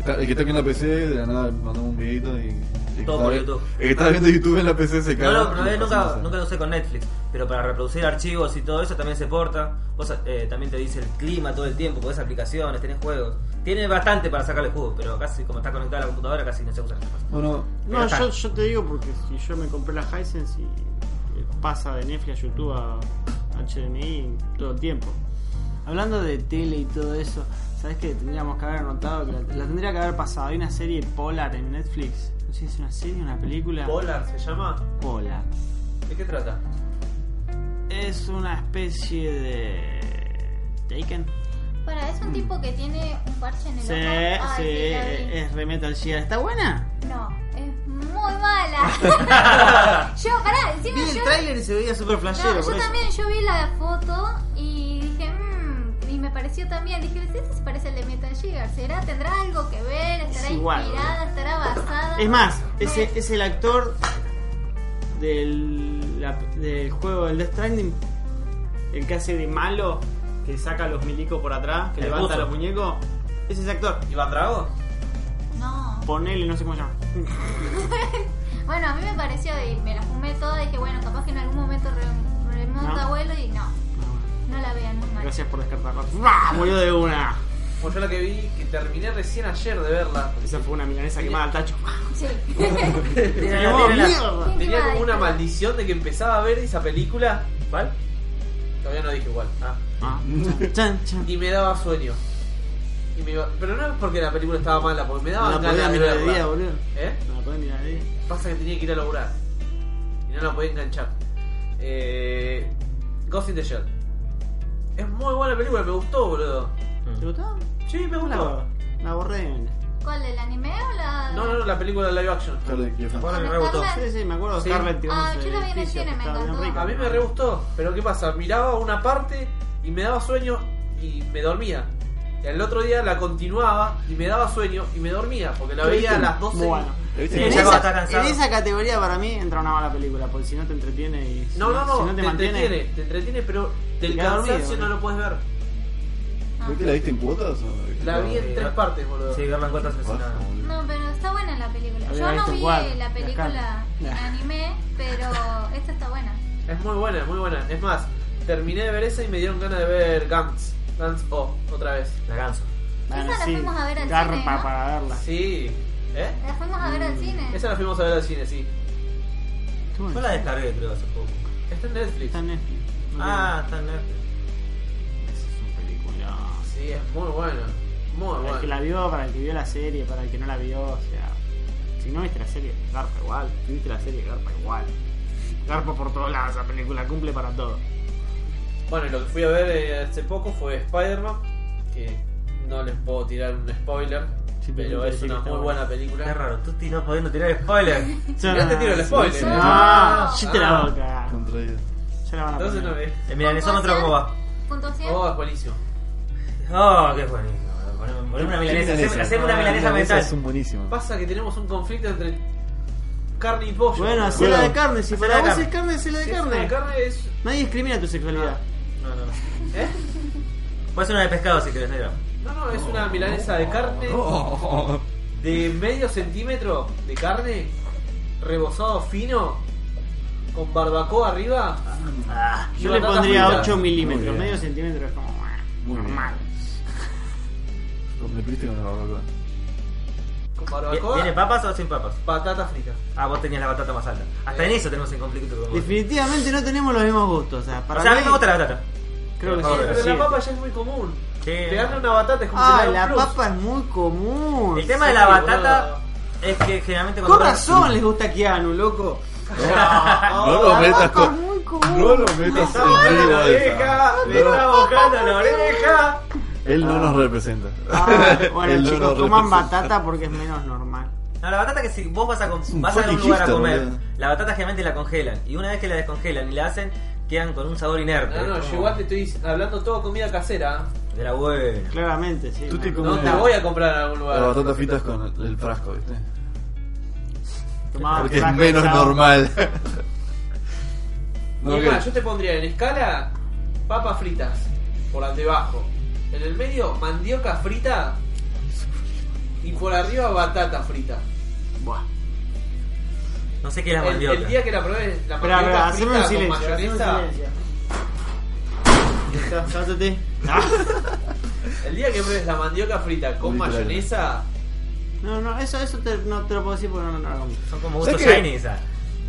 B: Está- el que está aquí en la PC, de la nada mandamos un videito y. el que
A: Todo
B: está
A: por
B: vi-
A: YouTube.
B: El que estaba viendo YouTube en la PC se
A: No
B: cae.
A: lo probé, nunca, nunca lo usé con Netflix, pero para reproducir archivos y todo eso también se porta. Vos, eh, también te dice el clima todo el tiempo, podés aplicaciones, tenés juegos. Tiene bastante para sacarle jugo, pero casi como está conectada a la computadora casi no se usa.
B: Bueno,
F: No,
A: Pero está.
F: yo, yo te digo porque si yo me compré la Hisense y eh, pasa de Netflix a YouTube a HDMI todo el tiempo. Hablando de tele y todo eso, ¿Sabes qué? Tendríamos que haber anotado que la, la tendría que haber pasado. Hay una serie Polar en Netflix. No sé si es una serie, una película.
G: ¿Polar se llama?
F: Polar.
G: ¿De qué trata?
F: Es una especie de. Taken.
E: Para, es un tipo que tiene un parche en el
F: Sí,
E: ojo. Ay,
F: sí, eh,
E: que la vi.
F: es re Metal Gear. ¿Está buena?
E: No, es muy mala. yo, pará, encima
F: Vi el
E: yo.
F: tráiler y se veía super flashero.
E: No,
F: por
E: yo
F: eso.
E: también, yo vi la foto y dije, mmm, y me pareció también, dije, este se parece al de Metal Gear, ¿será? ¿Tendrá algo que ver? ¿Estará
F: Es igual,
E: inspirada? ¿Estará basada?
F: Es más,
E: No
F: es,
E: es-
F: es el actor del, la- del juego del Death Stranding, el que hace de malo, que saca a los milicos por atrás, que
A: El
F: levanta
A: buzo.
F: los muñecos. Es ese actor.
A: ¿Iván Drago?
E: No.
F: Ponele, no sé cómo se llama.
E: Bueno, a mí me pareció y me la fumé toda y dije, bueno, capaz que en algún momento re- remonta
F: No.
E: abuelo y no, no la vean, muy mal.
F: Gracias por descartarlo. ¡Bah! Murió de una.
G: Pues yo la que vi, que terminé recién ayer de verla.
F: Esa fue una milanesa quemada al tacho. [LAUGHS]
E: Sí.
F: Se
A: [LAUGHS] Tiene-
F: quemó,
A: tiene la-
F: mierda.
G: Tenía como una
E: Ay,
G: maldición de que empezaba a ver esa película.
A: ¿Cuál?
G: Todavía no dije igual. Ah.
F: Ah, chan, [LAUGHS] chan, chan.
G: Y me daba sueño. Y me iba- Pero no es porque la película estaba mala, porque me
F: No
G: daba
F: la podía
G: ganas de
F: mirar de día,
G: verla.
F: boludo.
G: ¿Eh?
F: No la podía mirar de día.
G: Pasa que tenía que ir a laburar. Y no la podía enganchar. Eh, Ghost in the Shell. Es muy buena película, me gustó, boludo.
F: ¿Te
A: Mm.
F: gustó?
G: Sí, me
F: No
G: gustó.
F: La, la borré.
E: ¿Cuál, el anime o la...?
G: No, no, no, la película de live action.
B: Scarlett Johansson.
A: ¿Cuál?
E: ¿Con
A: Me rebotó.
E: Scarlett?
F: Sí, sí, me acuerdo de
G: Sí.
F: Scarlett
E: Ah, yo la vi en el
F: edificio,
E: cine, me
F: estaba bien
E: encantó.
F: rica.
G: A mí me re gustó, pero ¿qué pasa? Miraba una parte y me daba sueño y me dormía. Y al otro día la continuaba y me daba sueño y me dormía, porque la veía a las 12.
F: Bueno.
B: ¿La viste?
A: Sí,
F: en,
A: ya
F: esa,
A: cuando está cansado.
F: en esa categoría para mí entra una mala película, porque si no te entretiene y si
G: No, no, no,
F: si no
G: te,
F: te, mantiene.
G: entretiene, te entretiene, pero del
F: quedas dormido,
G: cansancio no
F: boludo.
G: lo puedes ver.
E: Ah.
B: ¿Viste? ¿La viste en cuotas? o-
G: La vi en
A: Sí,
G: tres
A: no.
G: partes, boludo.
A: Sí, verla en cuatro asesinadas.
B: Bajo, boludo.
E: No, pero está buena la película.
F: Había
E: Yo no
F: visto
E: vi
F: cuatro,
E: la película
F: acá.
E: en
F: Nah.
E: anime, pero esta está buena.
G: Es muy buena, es muy buena. Es más, terminé de ver esa y me dieron ganas de ver Gantz. Gantz O, otra vez.
A: La ganso.
E: Esa la fuimos a ver al
F: garpa
E: cine, ¿no?
F: para verla.
G: Sí. ¿Eh?
E: La fuimos a
F: Mm.
E: ver al cine.
G: Esa la fuimos a ver al cine, sí.
F: Estuvo en-
A: Yo la descargué, creo, hace poco.
G: Está en Netflix.
F: Está en Netflix. No
A: Ah, está en Netflix.
F: creo- esa es una película.
G: Sí, es muy buena. Muy
F: Para el que
G: buena.
F: la vio, para el que vio la serie, para el que no la vio, o sea. Si no viste la serie, garpa igual. Si viste la serie, garpa igual. Garpa por todos lados, esa película cumple para todo.
G: Bueno, y lo que fui a ver eh, hace poco fue Spider-Man, que no les puedo tirar un spoiler,
F: Sí, pero
G: pero
F: me
G: es
F: parece
G: una
F: que
G: muy
F: está
G: buena
F: buena.
A: Qué
G: película.
A: raro, Tuti no pudiendo tirar spoiler. [LAUGHS]
G: Mirá, te tiro el spoiler.
F: Sí, sí.
E: No.
F: Ah, shit la boca.
B: Contra ella.
F: Ya la van a
G: Entonces no
F: poner.
G: ves.
A: El milanesómetro, ¿cómo va?
E: Puntuación.
G: Oh, es buenísimo.
A: Oh, qué buenísimo. Poneme poneme una milanesa, haceme- haceme una milanesa mental.
B: Ah, Es un buenísimo.
G: Pasa que tenemos un conflicto entre carne y pollo.
F: Bueno,
G: hacer
F: hacé la de carne. Si
A: Hacé
F: para
A: la de
F: vos es
A: carne.
F: carne, hacé la de carne.
G: carne es...
F: Nadie discrimina tu sexualidad.
A: No, no, no.
G: ¿Eh?
A: Puedes una de pescado si querés, negra.
G: No, no, es una milanesa de carne
B: Oh.
G: de medio centímetro de carne, rebozado fino, con barbacoa arriba.
A: Ah,
G: y
F: Yo le
G: batata
F: pondría
G: frita.
F: 8 milímetros,
B: Muy bien.
F: medio centímetro es como ah,
B: Muy bien.
F: normal.
B: Me perdiste con la barbacoa.
G: Con
A: ¿Tiene
G: barbacoa,
A: papas o sin papas?
G: patata frita.
A: Ah, vos tenías la batata más alta. Hasta en eso tenemos en conflicto con vos.
F: Definitivamente no tenemos los mismos gustos. O sea, para
A: O sea, a mí
F: mí-
A: me gusta la batata.
F: Creo
A: Por
F: que sí.
A: favor,
G: Pero
F: sí.
G: la papa ya es muy común.
A: Sí.
G: Pegarle una batata es como
F: Ah,
G: pegarle un
F: la
G: plus.
F: papa es muy común.
A: El tema
G: sí,
A: de la
G: boludo.
A: batata es que generalmente cuando...
F: Con razón les gusta Keanu, loco. [LAUGHS]
B: No lo
F: la
B: metas
F: papa es
B: con.
F: muy
B: No
F: común.
B: lo metas
A: Está mojando
B: en
A: la
G: eh,
A: oreja,
B: esa.
A: le está mojando la oreja.
B: Él no nos representa.
F: Ah,
B: [LAUGHS] Él
F: bueno,
B: no
F: chicos,
B: nos
F: coman
B: representa.
F: batata porque es menos normal.
A: No, la batata que si vos vas a, com-
B: un
A: vas a un
B: fucking
A: lugar a
B: hipster,
A: comer,
B: boludo.
A: la batata generalmente la congelan. Y una vez que la descongelan y la hacen, quedan con un sabor inerte.
G: No, no,
A: Como
G: yo igual te estoy hablando todo comida casera.
A: De la buena.
F: Claramente, sí.
B: Tú te
F: no.
B: comes-
G: No te voy a comprar en algún
B: Las
G: lugar.
B: batatas fritas con el frasco, ¿viste?
F: Tomaba
B: Porque es
F: crack,
B: menos
F: chao.
B: normal.
G: Y
B: No,
G: es
B: ¿qué?
G: más, yo te pondría en escala papas fritas por al debajo. En el medio, mandioca frita. Y por arriba, batata frita.
F: Buah.
A: No sé qué es la
G: El,
A: mandioca.
G: el día que la probé, la
F: Espera,
G: mandioca
F: espera, haceme un
G: frita con
F: silencio. Haceme un
G: mayonesa.
F: silencio. Ya, Cásate.
G: El día que pruebes la mandioca frita con
B: Literal.
G: mayonesa.
F: No, no, eso, eso te- no te lo puedo decir porque no, no, no lo hago.
A: Son como
B: ¿Sabes
A: gustos
B: qué?
A: shiny esas.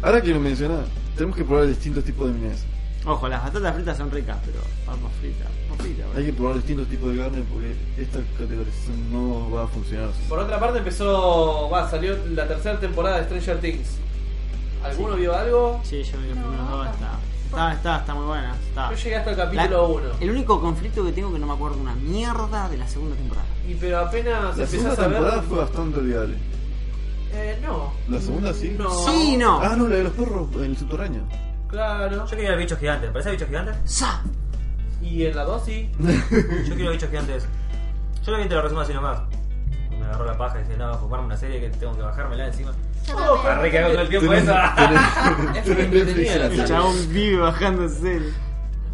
B: Ahora que lo mencionas, tenemos que probar distintos tipos de milanesa.
F: Ojo, las batatas fritas son ricas, pero papas fritas, papas fritas.
B: Hay
F: bueno.
B: que probar distintos tipos de carne porque esta categorización no va a funcionar.
G: Por otra parte empezó, va, salió la tercera temporada de Stranger Things. ¿Alguno vio algo?
F: Sí, yo vi los
E: No,
F: primeros dos,
E: no.
F: está, está, está, está muy buena. Está.
G: Yo llegué hasta el
H: La-
G: capítulo 1.
H: El único conflicto que tengo que no me acuerdo una mierda de la segunda temporada.
G: Y pero apenas
B: La segunda
G: empezás a ver...
B: temporada fue bastante olvidable.
G: Eh, no.
B: ¿La segunda sí?
G: No.
H: Sí, no.
B: Ah, no, la de los perros en el subterráneo.
G: Claro.
A: Yo quería bichos gigantes, ¿parece bichos gigantes?
H: Sa.
G: Y en la 2 sí.
A: Yo quiero bichos gigantes. Yo lo vi entre los resumo así nomás. Me agarró la paja y dije, no, voy a fumarme una serie que tengo que bajármela encima.
E: Yo
G: Oh,
E: también.
A: Para Ah, re que hago todo el tiempo eso.
F: [LAUGHS]
G: Es
B: Tenés
G: entretenida la
B: Netflix,
F: El
G: serie.
F: chabón vive bajándose. el-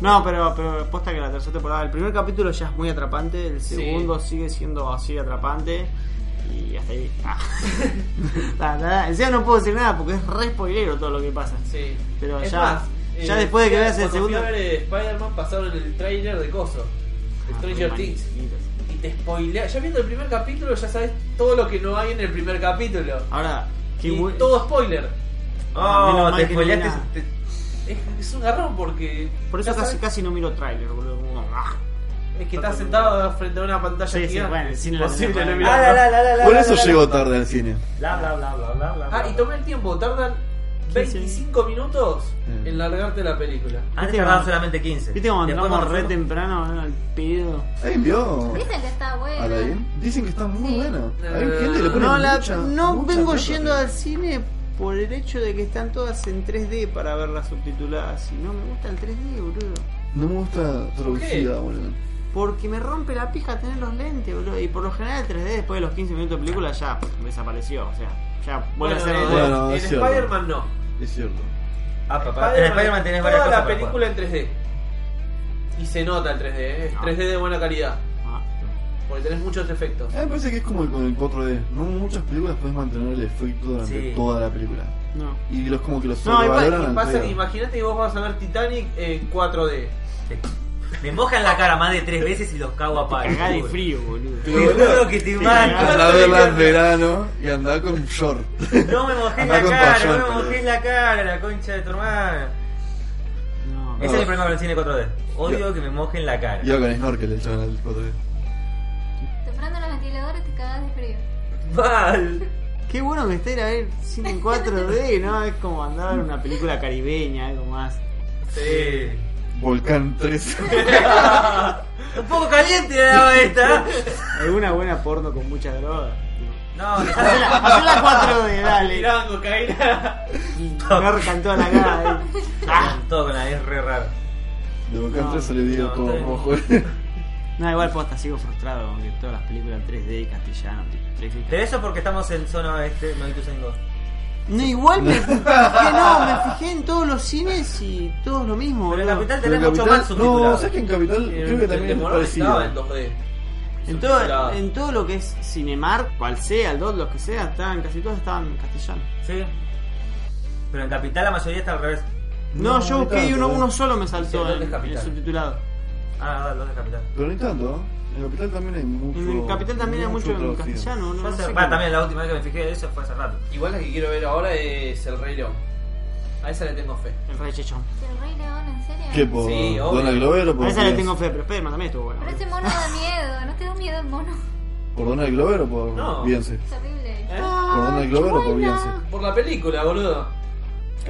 F: No, pero, pero posta que la tercera temporada, el primer capítulo ya es muy atrapante, el
G: Sí.
F: segundo sigue siendo así atrapante y hasta ahí.
G: [LAUGHS]
F: Ah. La- la- la- encima no puedo decir nada porque es re spoilero todo lo que pasa.
G: Sí.
F: Pero
G: Es
F: ya-
G: más, eh,
F: ya después de que veas el
G: cuando
F: segundo-
G: fui a ver, eh, Spider-Man pasaron el trailer de Coso. De
F: Ah,
G: Stranger Things. Y te spoilea. Ya viendo el primer capítulo ya sabes todo lo que no hay en el primer capítulo.
F: Ahora, qué
G: y
F: bu-
G: todo spoiler.
A: [LAUGHS] Oh,
F: Menos mal
A: te
F: que no vi
A: spoileaste.
F: nada.
A: te-
G: Es, es un garrón porque.
F: Por eso
G: ya
F: casi,
G: sabes-
F: casi no miro trailer, boludo. como, ah.
G: Es que estás sentado frente a una pantalla
F: Sí, sí,
G: gigante.
F: bueno, el
G: es
F: cine lo
G: imposible
F: tenés
G: no
F: para-
A: Ah,
G: mirarlo.
A: la, la, la, la,
B: Por
A: la,
B: eso
A: la, la.
B: llego tarde al cine.
A: Bla, bla, bla, bla, bla, bla.
G: Ah, y tomé el tiempo, tardan
F: 15.
G: 25 minutos
B: Mm.
G: en largarte la película.
A: Antes
F: Viste
A: tardaban
F: cuando-
A: solamente 15.
F: ¿Viste cuando
A: Después
F: entramos re
A: cuando fuimos-
F: temprano boludo, al pedo?
B: ¿Alguien vio?
E: Dicen que está buena.
B: Aladdin? Dicen que está muy
E: Sí.
B: buena. Hay
G: Eh,
B: gente que le pone
F: No, la,
B: mucha,
F: no
B: mucha
F: vengo
B: plata,
F: yendo
B: pero-
F: al cine por el hecho de que están todas en 3D para verlas subtituladas. Y no me gusta el 3D, boludo.
B: No me gusta traducida, boludo.
F: Porque me rompe la pija tener los lentes, boludo. Y por lo general el 3D después de los 15 minutos de película ya desapareció. O sea, ya vuelve a ser
G: en,
F: 2D.
B: bueno,
G: en
B: es cierto.
G: Spider-Man no.
B: Es cierto.
A: Ah, papá. En
G: Spider-Man,
A: Spider-Man tenés varias
G: toda
A: cosas.
G: la
A: para
G: película en 3D. Y se nota el 3D, ¿eh? es
F: No.
G: 3D de buena calidad.
F: Ah,
G: Porque tenés muchos efectos.
B: A mí me parece que es como el- con el 4D. No muchas películas puedes mantener el efecto durante
A: Sí.
B: toda la película.
F: no.
B: Y los como que los
F: No, y pa-
B: sobrevaloran
G: Y
B: al
G: pasa-
B: pedo.
G: Imagínate que vos vas a ver Titanic en 4D.
A: jugar. Sí. Me mojan la cara más de tres veces y los cago a palo.
F: Cagá de
A: Uy.
F: frío, boludo.
A: Te juro que te mato.
B: Andá a verla en verano y andá con un short.
A: No
B: [LAUGHS]
A: me mojé
B: Andá
A: la
B: con
A: cara,
B: payón,
A: no me
B: boludo.
A: mojé la cara, la concha de tu hermana.
F: No.
A: Ese es el problema con el cine 4D. Odio que me mojen la cara.
B: Iba con snorkel el chaval al 4D.
E: Te prendo los ventiladores y te cagás de frío.
A: Mal.
F: Qué bueno que esté ir a ver cine en 4D, ¿no? Es como andar a ver una película caribeña, algo más.
A: Sí.
B: Volcán 3.
A: Un poco caliente era esta.
F: Alguna buena porno con mucha droga.
A: No, quizás
F: Hacela hacela 4D, dale.
G: Tiraban cocaína.
F: Me cantó la cara. eh. Ah.
A: todo con la es re raro.
B: De Volcán
F: No,
B: 3 salió Diego
A: no,
B: todo
A: está bien.
B: rojo.
F: No, igual posta, sigo frustrado con que todas las películas 3D y castellano. tipo, 3D.
A: Pero eso porque estamos en zona este, no hay que usar ningún-
F: No, igual me fijé, no, me fijé en todos los cines y todo lo mismo,
A: Pero en
F: boludo.
A: Capital
B: Pero
A: tenés mucho más subtitulado.
B: no, ¿sabes que en Capital creo que también es
G: Demoró estaba en
B: parecido?
G: 2D.
F: En todo,
G: Subtitulado.
F: en todo lo que es Cinemark, cual sea, el DOT, los que sea, estaban, casi todos estaban en castellano.
A: Sí. Pero en Capital la mayoría está al revés.
F: No,
B: No,
F: yo
B: no
F: busqué y
B: tanto,
F: uno,
B: eh.
F: uno solo me
G: Sí, el
F: saltó
G: DOT
F: en,
G: es Capital.
F: en el subtitulado.
A: Ah, los de Capital.
B: Pero no tanto, ¿eh? En Capital también hay mucho.
F: En el Capital también hay mucho en
B: traducido.
F: castellano, no,
A: Fue
F: no
A: hace- va,
F: sé cómo.
A: Ah, también la última vez que me fijé de eso fue hace rato.
G: Igual la que quiero ver ahora es El Rey León. A esa le tengo fe.
F: El Rey Chechón.
E: Si el Rey León, ¿en serio?
B: ¿Qué por
G: Sí, obvio.
B: Donald Glover o por
F: A esa le
B: quién es?
F: tengo fe, pero Spiderman también estuvo bueno.
E: Pero ese mono da miedo, ¿no te da miedo el mono? [LAUGHS]
B: ¿Por Donald Glover o por
G: No.
B: Beyoncé?
E: Es horrible.
G: ¿Eh?
B: ¿Por Donald Glover o por Beyoncé?
G: Por la película, boludo.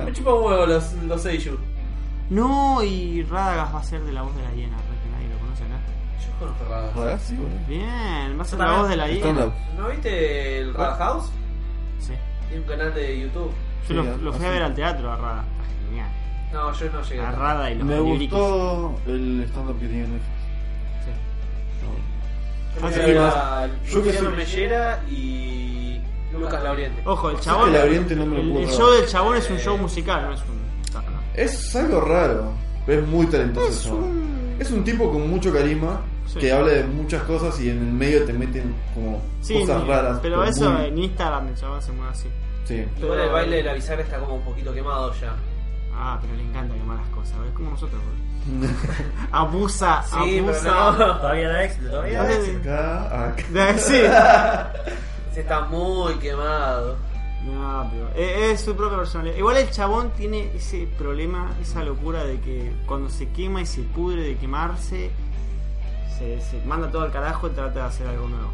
G: Me chupa un huevo los, los Seiyuu.
F: No, y Radagas va a ser de la voz de la hiena, re que nadie lo conoce acá.
G: Yo conozco a Radha.
B: Ah, sí, boludo.
F: Bien, va a ser
A: Yo
F: la
A: también.
F: voz de la
B: Stand-up.
F: hiena.
G: ¿No viste el Rada House?
F: Sí.
G: Tiene un canal de YouTube.
F: Yo
B: Sí,
F: lo, lo fui a
B: así.
F: ver al teatro a Rada. Está Genial.
G: No, yo no llegué.
F: A Rada y los
B: Me
F: libriquis.
B: gustó el stand-up que tenía Netflix.
F: Sí.
G: Yo
F: Sí,
G: me iba
B: más.
G: al-
B: Yo que
G: Luciano
B: soy-
G: Mellera y Lucas Lauriente.
F: Ojo, el
B: Es que
F: chabón.
B: la Oriente no me lo
F: El,
B: puedo
F: el
B: creer.
F: show del chabón es un show musical, no es un.
B: Es algo raro, pero es muy talentoso. Es un, es un tipo con mucho carisma
F: Sí.
B: que habla de muchas cosas y en el medio te meten como
F: Sí,
B: cosas
F: ni-
B: raras.
F: pero eso
B: muy-
F: en Instagram el chabón se mueve así.
B: Sí.
G: Igual el baile de la bisagra está como un poquito quemado ya.
F: Ah, pero le encanta quemar las cosas, es como nosotros,
B: [LAUGHS]
F: boludo. Abusa,
G: Sí, pero
F: abusa.
G: no.
A: Todavía la ex,
F: Eh,
A: todavía la ex.
B: [LAUGHS] Acá, acá.
F: De- sí.
G: Se está muy quemado.
F: No, pero es, es su propia personalidad. Igual el chabón tiene ese problema, esa locura de que cuando se quema y se pudre de quemarse, se, se manda todo al carajo y trata de hacer algo nuevo.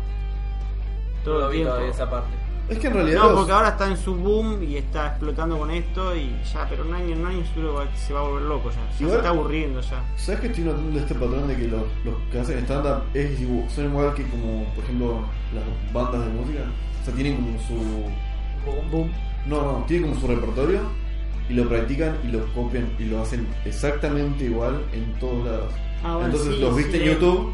G: Todo
F: Todo
G: lo
F: el
G: vi
F: tiempo.
G: todavía esa parte.
B: Es que en realidad.
F: No,
B: los-
F: porque ahora está en su boom y está explotando con esto y ya, pero un año, un año seguro va- se va a volver loco ya. Ya se
B: Igual-
F: está aburriendo ya.
B: ¿Sabes que estoy notando este patrón de que los, los que hacen stand-up es dibu- son igual que como, por ejemplo, las bandas de música? O sea, tienen como su.
G: Boom, boom.
B: No, no, tienen como su repertorio y lo practican y lo copian y lo hacen exactamente igual en todos lados.
F: Ah, bueno,
B: Entonces
F: sí,
B: los viste
F: sí.
B: en YouTube,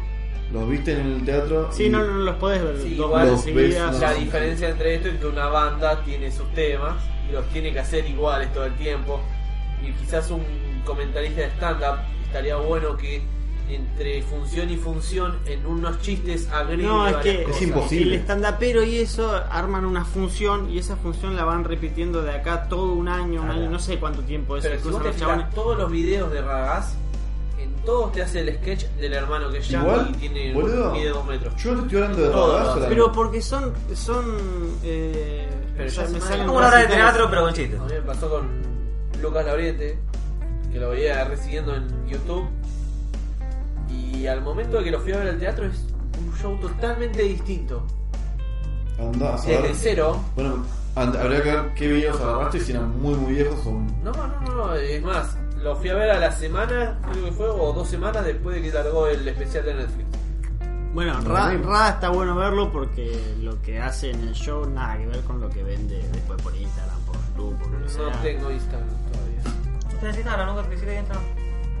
B: los viste en el teatro.
F: Sí,
B: y-
F: no, no los podés ver
G: Sí,
F: dos
G: igual
F: horas
B: los
F: seguidas.
B: ves,
G: La
B: no.
G: diferencia entre esto es que una banda tiene sus temas y los tiene que hacer iguales todo el tiempo. Y quizás un comentarista de stand-up estaría bueno que entre función y función en unos chistes agregue
F: No, es
G: varias
F: que
G: cosas.
B: Es imposible.
F: El estandapero y eso arman una función y esa función la van repitiendo de acá todo un año, un
A: Ah,
F: año,
A: ya.
F: no sé cuánto tiempo es.
G: Pero si
F: cruzan
G: vos te
F: los
G: fijas,
F: chabones.
G: todos los videos de Ragaz, en todos te hace el sketch del hermano que es
B: Igual,
G: Yankee y tiene
B: boludo.
G: un mide de dos metros.
B: Yo no te estoy hablando de
G: No,
B: Radar,
G: no,
B: solamente.
F: Pero porque son. son eh,
G: Pero
F: o sea,
G: ya
F: me
G: se-
F: salen
A: Es como una hora de
F: recitales.
A: teatro, pero con chistes.
G: A mí me pasó con Lucas Lauriente, que lo veía recibiendo en YouTube. Y al momento de que lo fui a ver al teatro es un show totalmente distinto.
B: Andá a saber.
G: Desde cero.
B: Bueno, and- habría que ver qué videos agarraste si eran muy, muy viejos o.
G: No, no, no, no, es más, lo fui a ver a la semana, creo que fue, o dos semanas después de que largó el especial de Netflix.
I: Bueno,
F: Ra, Ra está bueno verlo porque lo que hace en el show nada que ver con lo que vende después por Instagram, por YouTube, por lo que
G: No
F: sea.
G: tengo Instagram todavía.
A: ¿Te necesitas ahora? ¿Nunca quisiste entrar?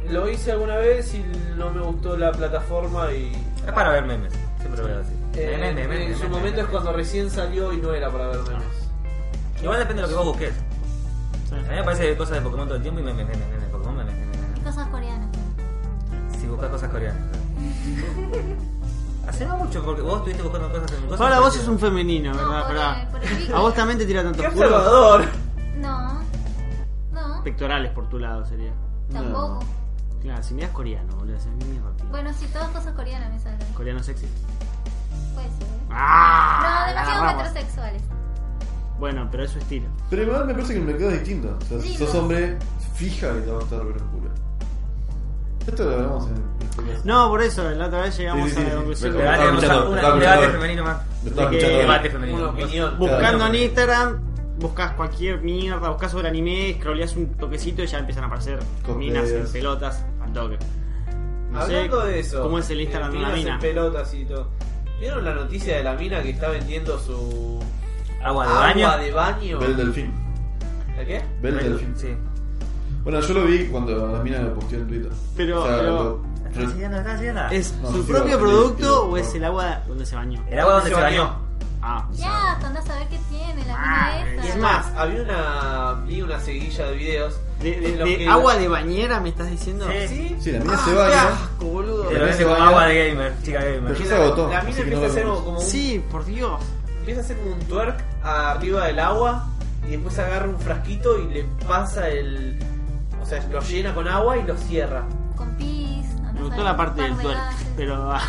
G: Lo hice alguna vez y no me gustó la plataforma y...
A: Es para ver memes. Siempre lo veo así.
G: Eh,
A: Memes, memes,
G: en
A: memes,
G: su
A: memes,
G: momento es
A: memes.
G: cuando recién salió y no era para ver memes.
A: Igual depende de lo que vos busques.
F: Sí.
A: A mí me parece cosas de Pokémon todo el tiempo y memes, memes, memes, Pokémon, memes, memes,
E: Y
A: memes.
E: cosas coreanas.
A: Si buscas cosas
F: [LAUGHS]
A: coreanas. Hace no mucho porque vos estuviste buscando cosas en cosas.
F: Paula, vos
A: es
F: sos un femenino,
E: No,
F: ¿verdad?
E: por
F: Pará.
E: el- por el pico.
F: A vos también te tira tantos
G: ¡Qué
F: culos.
G: observador!
E: No. No,
F: Pectorales por tu lado sería.
E: tampoco.
F: Claro, si miras coreano, boludo, se me mierda. tío.
E: Bueno, sí, todas cosas coreanas me salen.
F: Coreano sexy.
E: Puede ser. ¿eh?
F: ¡Ah!
E: No, demasiado
F: La rama.
E: heterosexuales.
F: Bueno, pero es su estilo.
B: Pero igual me parece que el mercado es distinto. O sea, si
E: Sí,
B: sos
E: no.
B: hombre, fija que te va a gustar ver un culo. Esto lo hablamos en el podcast.
F: No, por eso, la otra vez llegamos
B: Sí, sí,
F: a la
B: sí,
F: conclusión.
B: me
A: Debate,
B: Estaba
A: un,
B: escuchando,
A: un-
B: estaba
A: un debate
B: escuchando.
A: femenino más.
B: Lo estaba
F: de que-
B: escuchando.
A: Debate
G: Una
A: femenino.
G: opinión.
F: Buscando en Instagram, buscas cualquier mierda, buscas sobre anime, scrolleas un toquecito y ya empiezan a aparecer
B: Con
F: minas en
B: pedos.
F: pelotas al toque. No sé
G: Hablando de eso.
F: ¿Cómo es el Instagram de
G: minas
F: una
G: en
F: mina?
G: pelotas y todo. ¿Vieron la noticia de la mina que está vendiendo su
A: Agua de
G: agua
A: baño.
G: de baño?
B: Ve el delfín.
G: ¿La qué?
B: Ve el delfín.
A: Sí.
B: Bueno, yo lo vi cuando las minas lo posteó en Twitter.
F: Pero-
B: O sea,
F: pero-
B: lo-
A: ¿Estás siguiendo? ¿Estás siguiendo?
F: ¿Es
B: No,
F: su
B: sí,
F: propio
B: sí,
F: producto
B: sí,
F: o
B: sí,
F: es
B: sí.
F: el agua donde se bañó?
A: El agua donde se bañó.
F: Ah,
E: Ya, hasta andás a ver qué tiene la
F: Ah,
E: mina esa.
F: es
G: Es
F: más,
G: más, había una. Vi una seguilla de videos.
F: de, de-
G: en los
F: de
G: que-
F: agua de bañera me estás diciendo.
A: Sí.
G: Sí.
B: Sí, la mina
F: Ah,
B: se
F: qué
B: baña.
F: asco, boludo.
A: Te lo dice con agua de gamer, chica gamer.
B: Pero ya
G: Que
B: se
G: la-
B: agotó,
G: La
B: así
G: mina
B: que no
G: empieza a
B: lo
G: hacer
B: vemos.
G: como un.
F: Sí, por Dios.
G: Empieza a hacer como un twerk arriba del agua. Y después agarra un frasquito y le pasa el. O sea, lo llena con agua y lo cierra.
E: Con pis. andás
F: Me
E: a
F: gustó
E: ver
F: la
E: un
F: parte
E: par
F: del
E: de
F: twerk,
E: gases.
F: pero ah,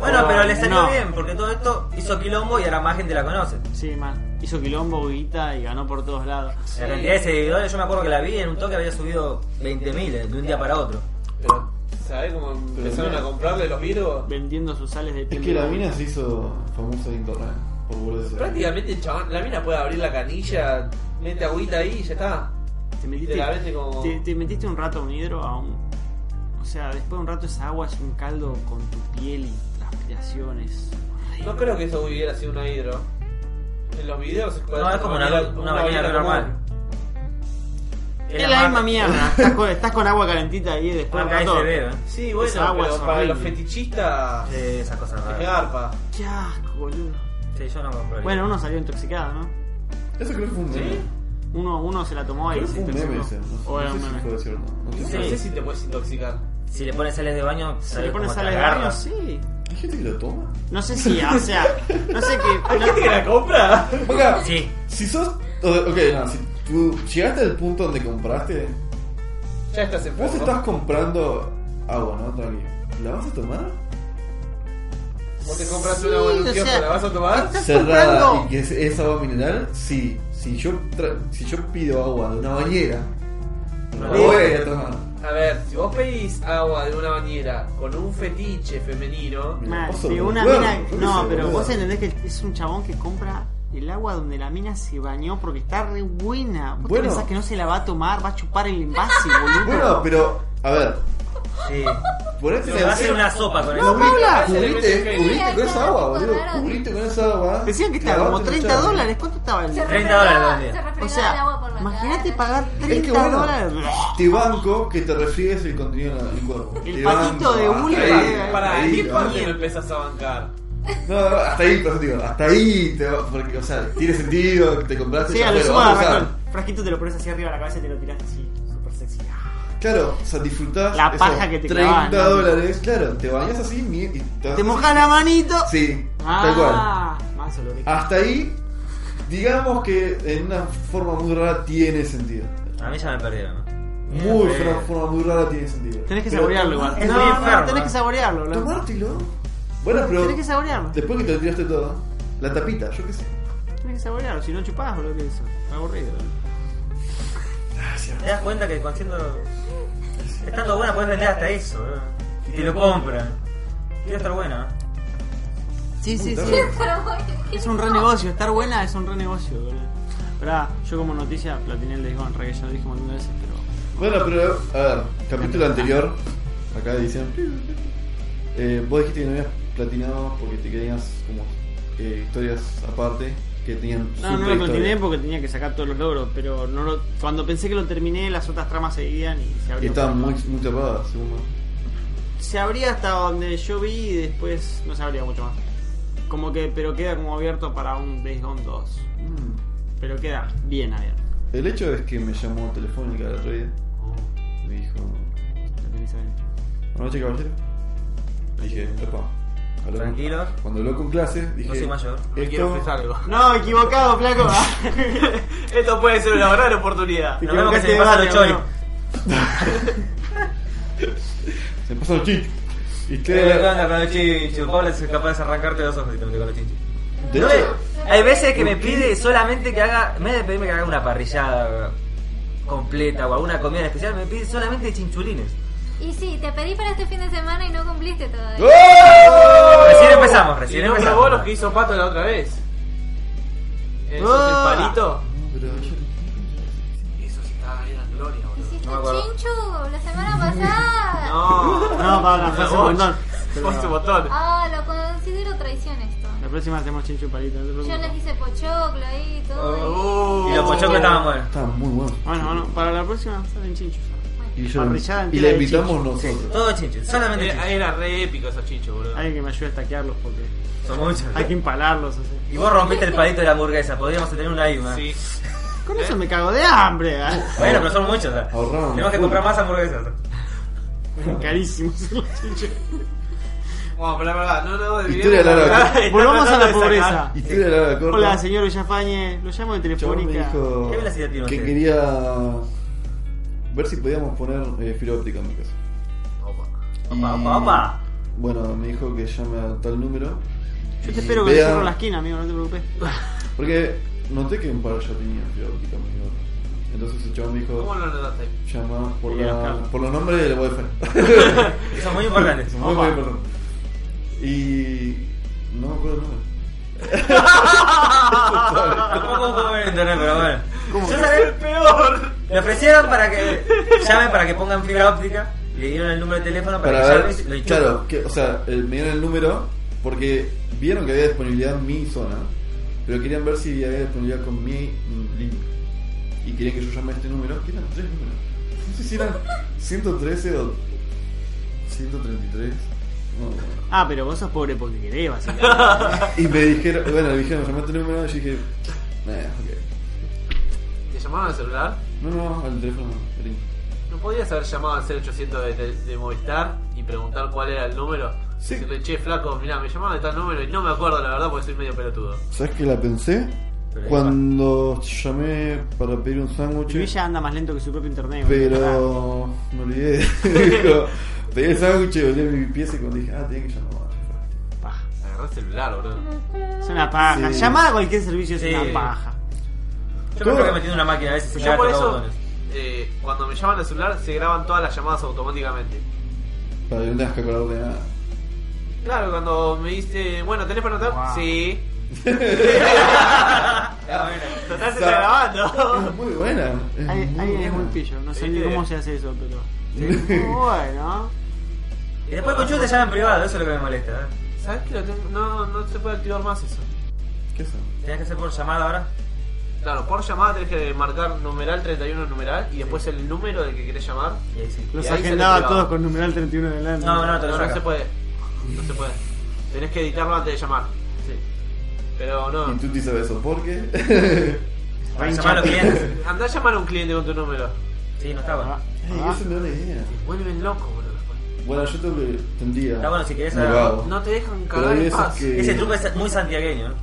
A: Bueno, pero le salió
F: No.
A: bien, porque todo esto hizo quilombo y ahora más gente la conoce.
F: sí, mal. Hizo quilombo, guita y ganó por todos lados. Eh,
A: La cantidad de seguidores, yo me acuerdo que la vi en un toque había subido 20.000 de un día para otro.
G: Pero, ¿sabés cómo empezaron
B: mira.
G: a comprarle los virus?
F: Vendiendo sus sales de
B: Es que la mina se hizo famosa en internet. Por boludeces.
G: Prácticamente el chabón, la mina puede abrir la canilla, mete agüita ahí y ya está.
F: Te
G: Te la vende
F: metiste,
G: como-
F: te- te metiste un rato a un hidro a un. O sea, después de un rato esa agua es un caldo con tu piel y transpiraciones.
G: No creo que eso hubiera sido una hidro. En los videos
A: No, es como una, una bañera
G: bañera
A: normal.
F: Es la misma
A: mía
B: [LAUGHS]
F: mierda. Estás con, estás con agua calentita y después de
A: Acá
F: un rato-
A: se ve, ¿eh?
G: Sí, bueno,
F: Esa agua
G: pero
F: es
G: para
F: horrible.
G: los fetichistas es
A: Sí, esas cosas raras.
G: garpa.
F: Qué asco, boludo.
A: Sí, yo no compraría.
F: Bueno, uno salió intoxicado, ¿no?
B: Eso creo que fue un meme.
F: Uno, uno se la tomó
B: Creo que
F: y se
B: fue un meme ese.
F: intoxicó. O
B: No,
F: era
B: sé- no
F: un
B: sé si
F: meme.
B: fue cierto. No estoy
G: No
A: Sí.
B: seguro.
G: sé si te puedes intoxicar.
A: si le pones sales de baño,
F: Se le pone
A: cómo te
F: sal de
A: agarra.
F: baño, sí.
B: ¿Hay gente que lo toma?
F: No sé si, o sea, no sé
B: [LAUGHS]
F: qué. no-
G: ¿Gente que la compra?
B: Oiga,
A: Sí,
B: si sos. o- Ok, no, si tú llegaste al punto donde compraste,
G: Ya estás
B: vos
G: enfermo.
B: estás comprando agua, ¿no? Tranqui. ¿La vas a tomar?
G: Vos te compras
F: Sí,
G: una agua en un
F: o
G: kiosco,
F: sea,
G: ¿la vas a tomar?
F: ¿Estás
B: cerrada
F: comprando?
B: y que es, es agua mineral, sí. Si yo, tra- si yo pido agua de una bañera, no la voy a tomar.
G: A ver, si vos pedís agua de una bañera con un fetiche femenino,
B: Me la
F: Mal,
B: paso
F: de
B: por
F: una
B: el
F: mina.
B: huevo, por
F: No,
B: eso,
F: pero
B: boludo.
F: vos entendés que es un chabón que compra el agua donde la mina se bañó porque está re buena. ¿Vos te
B: Bueno.
F: pensás que no se la va a tomar? Va a chupar el envase, boludo.
B: Bueno, pero, a ver, este
A: Sí.
B: ponete
A: Se va a hacer una sopa con eso.
G: Paula.
B: Cubriste, cubriste con esa agua,
E: Sí,
B: boludo.
E: claro.
B: Cubriste con esa agua.
F: Decían que estaba
B: Lavate
F: como
B: los
F: 30
B: chavos.
F: dólares. ¿Cuánto estaba el
E: Se
A: 30 dólares
E: refregaba-
A: al día.
E: se refregaba
F: O
E: el
F: sea,
E: agua por la
F: imagínate
E: cara,
F: pagar
E: sí.
F: 30
B: Es que bueno,
F: dólares.
B: Te banco que te refriegues el contenido del cuerpo.
F: El
B: Te
F: patito
B: banco,
F: de
B: hasta
F: Bully
B: ahí,
F: para-
G: para
B: hasta
G: ¿en
B: ahí,
G: qué
B: ¿no?
G: parte lo empezás a bancar?
B: No, no, hasta ahí, por eso digo, hasta ahí te va- porque, o sea, tiene sentido, te compraste
F: Sí,
B: ya,
F: a lo
B: bueno,
F: sumo
B: vas a
F: agarrás
B: usar.
F: el frasquito te lo pones así arriba de la cabeza y te lo tirás así, súper sexy.
B: Claro, o sea, disfrutás
F: La
B: esos
F: paja que te
B: 30
F: clavas, ¿no?
B: dólares, claro, te bañas así ni- y te,
F: Te mojas la manito.
B: Sí, tal cual.
F: Ah, más olor.
B: Hasta ahí, digamos que en una forma muy rara tiene sentido.
A: A mí ya me perdieron. ¿no?
B: Muy,
A: Eh,
B: una forma muy rara tiene sentido.
F: Tenés que
B: Pero
F: saborearlo igual.
A: es
F: no,
A: muy
F: no,
A: enfermo,
F: tenés
A: eh.
F: que saborearlo, loco.
B: Tomártelo. Bueno, pero
F: Tenés que saborearlo.
B: después que te lo tiraste todo, la tapita, yo qué sé.
F: Tenés que saborearlo, si no chupás, boludo, que eso. Aburrido.
A: Te das cuenta que haciendo. Estando buena puedes vender hasta eso, bro. Y te lo compran. Quiero estar ¿eh? buena.
F: Sí, sí, sí.
B: Claro.
E: [LAUGHS] Pero bueno, ¿qué
F: Es un
E: no?
F: re negocio, estar buena es un re negocio, boludo. Pará, yo como noticia platiné el Days Gone, re que ya lo dije un montón de veces, pero.
B: Bueno, pero, a ver, [LAUGHS] capítulo anterior, acá dicen. eh, vos dijiste que no habías platinado porque te querías como eh, historias aparte que tenían
F: No, no
B: super
F: lo platiné
B: historia.
F: porque tenía que sacar todos los logros, pero no lo- cuando pensé que lo terminé, las otras tramas seguían y se
B: Y
F: abrió.
B: estaban muy, muy tapadas, según vos.
F: Se abría hasta donde yo vi y después no se abría mucho más. Como que, pero queda como abierto para un Days Gone 2.
B: Mm.
F: Pero queda bien abierto.
B: El hecho es que me llamó telefónica el otro día. Me dijo,
F: Lo tenés adentro.
B: buenas noches, caballero. Dije, papá.
A: Tranquilos.
B: Cuando habló con clase, dije.
A: soy mayor, no
B: esto-
G: Quiero ofrecer algo.
F: No, equivocado, flaco.
G: [LAUGHS]
F: [LAUGHS]
G: Esto puede ser una gran oportunidad.
A: Nos vemos que se me pasa lo
F: barrio,
A: chori.
G: [LAUGHS]
F: bro.
B: Se me pasó el chicho. Y
A: [LAUGHS] ¿Qué
B: claro,
A: onda con los chinchos? Paula es capaz de arrancarte los ojos y te metes con los chinchos.
B: de
A: No
B: hecho,
A: me- hay veces que me pide solamente que haga, en vez de pedirme que haga una parrillada completa o alguna comida en especial, me pide solamente chinchulines.
E: Y sí, te pedí para este fin de semana y no cumpliste todavía.
B: ¡Oh!
A: Recién empezamos,
G: Si
A: recién
G: no
A: empezamos.
G: probó los que hizo Pato la otra vez. Eso
F: Ah.
G: es el palito.
B: pero yo-
G: Eso sí estaba bien la gloria, Ah, boludo.
E: Hiciste
A: No me acuerdo.
E: chinchu la semana pasada.
G: Ah, No,
F: [LAUGHS] No, para, fue hace un montón. Pero-
G: Fue hace un montón.
E: Ah, lo considero traición esto.
F: La próxima hacemos chincho palito. no te
E: Yo
F: preocupes.
E: les hice pochoclo ahí y todo.
G: Oh.
A: Y los pochoclos estaban buenos.
B: Estaba muy bueno.
F: Bueno, bueno, para la próxima salen chinchos.
B: Y,
F: Parrillada
B: y
F: entera
B: la
F: de
B: invitamos
F: chichos.
B: nosotros.
A: Todo chinchos, solamente
G: Era,
A: chinchos.
G: era re épico esos chinchos, boludo.
F: Alguien que me ayude a estaquearlos porque
A: Son muchos.
F: hay que impalarlos. así.
A: Y vos rompiste el palito de la hamburguesa, podríamos tener una ahí, ¿no?
G: Sí.
F: Con
G: ¿Eh?
F: eso me cago de hambre. ¿eh?
A: Bueno, pero son muchos. ¿no?
B: Ahorramos.
A: Tenemos que comprar más hamburguesas.
F: Carísimos los
G: [LAUGHS]
F: chinchos.
G: Bueno, pero la verdad, no, no, [LAUGHS] debería.
B: Historia larga.
G: Está
F: Volvamos
G: tratando
F: a la
G: de sacar.
F: pobreza.
B: Y tú la la corta.
F: Hola, señor Villafañe. Lo llamo de
B: El chabón me
F: telefónica.
B: dijo
A: ¿Qué velocidad tiene
B: que
A: usted?
B: quería ver si podíamos poner eh, fibra óptica en mi casa.
G: Opa.
A: Opa,
B: Y,
A: opa, opa.
B: Bueno, me dijo que llame a tal número.
F: Yo
B: y
F: te espero que te
B: vea-
F: cierro la esquina, amigo, no te preocupes.
B: Porque noté que un par ya tenía fibra óptica en mi casa. Entonces el chabón me
G: ¿Cómo
B: dijo,
G: lo notaste?
B: llama por,
F: Y
B: la-
F: los cables.
B: por los nombres del wifi. [LAUGHS]
A: Que son muy importantes.
B: Muy, muy importante. Y... No me acuerdo el nombre.
A: Tampoco puedo ver internet, pero bueno. Yo sabía-
G: peor!
A: le ofrecieron para que llamen para que pongan fibra óptica. y Le dieron el número de teléfono para,
B: para
A: que
B: ver,
A: llames. Lo hinchó.
B: claro, que, o sea, eh, me dieron el número porque vieron que había disponibilidad en mi zona, pero querían ver si había disponibilidad con mi mm, link. Y querían que yo llame a este número, que eran tres números. No sé si eran 113 o 133. no, bueno.
F: Ah, pero vos sos pobre porque
G: [LAUGHS]
F: querés, básicamente.
B: Y me dijeron, bueno, me dijeron, llamé a este número y yo dije, nah, ok.
G: ¿Te llamaron al celular?
B: No, no, al teléfono, no, al link.
G: ¿No podías haber llamado al 0800 de, de- de Movistar y preguntar cuál era el número?
B: Sí.
G: Decirle, che, flaco, mirá, me llamaron de tal número y no me acuerdo, la verdad, porque soy medio pelotudo.
B: ¿Sabes que la pensé?
A: Pero
B: Cuando llamé para pedir un sándwich.
F: Villa anda más lento que su propio internet. boludo, ¿verdad?
B: Pero me olvidé. [LAUGHS] Dijo, pedí el sándwich, olvidé mi pieza y cuando dije, ah, tenía que llamar.
F: Paja.
G: Agarró agarrar el celular, boludo.
F: Es una paja.
B: Sí.
F: Llamar a cualquier servicio es
A: Sí.
F: una paja.
A: Yo creo que me tiene una máquina a veces se me
G: Yo
A: da
G: por
A: todos los
G: eso,
A: botones.
G: eh, cuando me llaman al celular, se graban todas las llamadas automáticamente.
B: Para que no tengas que acordar de nada.
G: Claro, cuando me dice, bueno, ¿tenés para anotar?
F: Wow.
G: Sí. Total, se
B: O sea,
G: está grabando.
B: Es muy buena. Es
F: Alguien
B: muy
F: alguien Oh. es muy
B: buena.
F: pillo, no sé
G: Sí.
F: ni cómo se hace eso, pero. bueno.
A: Y después con Chu te llaman privado, eso es lo que me molesta. ¿eh?
G: ¿Sabes que lo tengo? No, no se puede activar más eso.
B: ¿Qué es eso?
A: ¿Tenés que hacer por llamada ahora?
G: Claro, por llamada tenés que marcar numeral 31 numeral y después el número del que querés llamar.
A: Y ahí sí.
F: Los
G: ahí se les
F: agendaba
G: pegaba.
F: todos con numeral 31 de adelante.
A: No, no, Ah, te lo
G: No, no
A: saca.
G: se puede. No se puede. Tenés que editarlo antes de llamar.
A: Sí.
G: Pero no.
B: Y tú te sabes eso, ¿por qué? [LAUGHS]
A: Para llamar a los clientes.
G: Andá a llamar a un cliente con tu número.
A: Sí, no está bueno.
B: Ey,
F: Ah.
B: eso no era idea.
G: Vuelven loco, boludo.
B: Bueno, yo tengo que. Tendría.
A: Está bueno, si querés,
B: Me
A: ah,
B: lo hago.
G: No te dejan
B: Pero
G: cagar
B: hay
G: en
B: veces
G: paz.
B: que.
A: Ese truco es muy santiagueño. ¿no?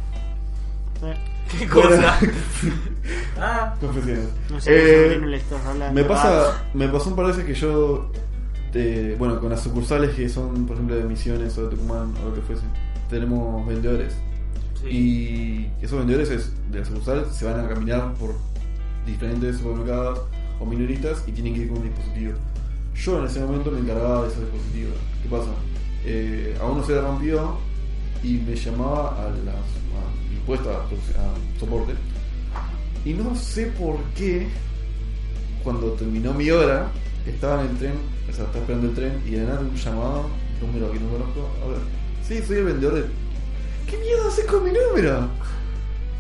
G: ¿Qué cosa?
A: [LAUGHS] Ah,
B: Confesiones.
F: No sé de
B: Eh,
F: qué sobrino le estás hablando.
B: Me pasa, me pasó un par de veces que yo, eh, bueno, con las sucursales que son, por ejemplo, de Misiones o de Tucumán o lo que fuese, tenemos vendedores.
G: Sí.
B: Y esos vendedores es- de las sucursales se van a caminar por diferentes supermercados o minoristas y tienen que ir con un dispositivo. Yo en ese momento me encargaba de esos dispositivos. ¿Qué pasa? Eh, a uno se le rompió y me llamaba a la a mi puesto, a, a soporte. Y no sé por qué, cuando terminó mi hora, estaba en el tren, o sea, estaba esperando el tren y de nada un llamado, número que no conozco. A ver, sí, soy el vendedor de ¿Qué mierda haces con mi número?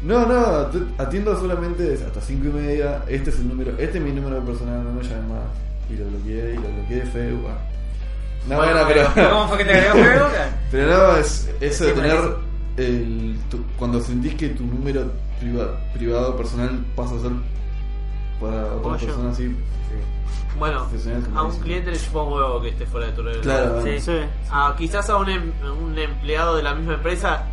B: No, no, tú- atiendo solamente hasta 5 y media. Este es el número, este es mi número personal, no me llames más. Y lo bloqueé, y lo bloqueé de Facebook. ah. No, bueno,
G: Bueno,
B: pero.
A: ¿cómo fue que te agregó juego?
B: Pero no, es eso de
A: Sí,
B: tener. El, tu- cuando sentís que tu número priva- privado, personal, pasa a ser para otra
F: Pollo.
B: persona así.
G: Bueno,
B: Profesional
G: a un
B: suplicio.
G: cliente le chupa un huevo que esté fuera de tu red.
B: Claro,
A: Sí.
F: Sí.
G: Ah, quizás a un, em- un empleado de la misma empresa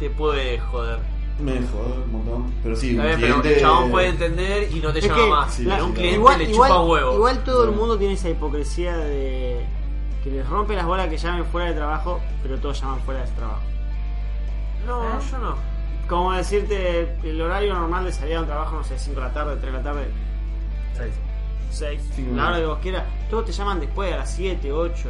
G: te puede joder.
B: me jodó un montón. Pero sí,
G: Está
B: un
G: bien, pero
B: cliente.
G: el chabón puede entender y no te
F: Es
G: llama
F: que
G: más.
B: sí,
G: Pero
B: sí,
G: un
B: claro.
G: cliente
F: igual,
G: le
F: igual,
G: chupa un huevo.
F: igual todo el mundo tiene esa hipocresía de que les rompe las bolas que llamen fuera de trabajo, pero todos llaman fuera de trabajo.
G: No,
F: Ah.
A: ¿Eh?
G: yo no.
F: Como decirte, el horario normal de salir a un trabajo, no sé, 5 de la tarde, 3 de la tarde, 6,
B: Sí,
F: la hora
B: bueno.
F: que vos quieras, todos te llaman después a las 7, 8.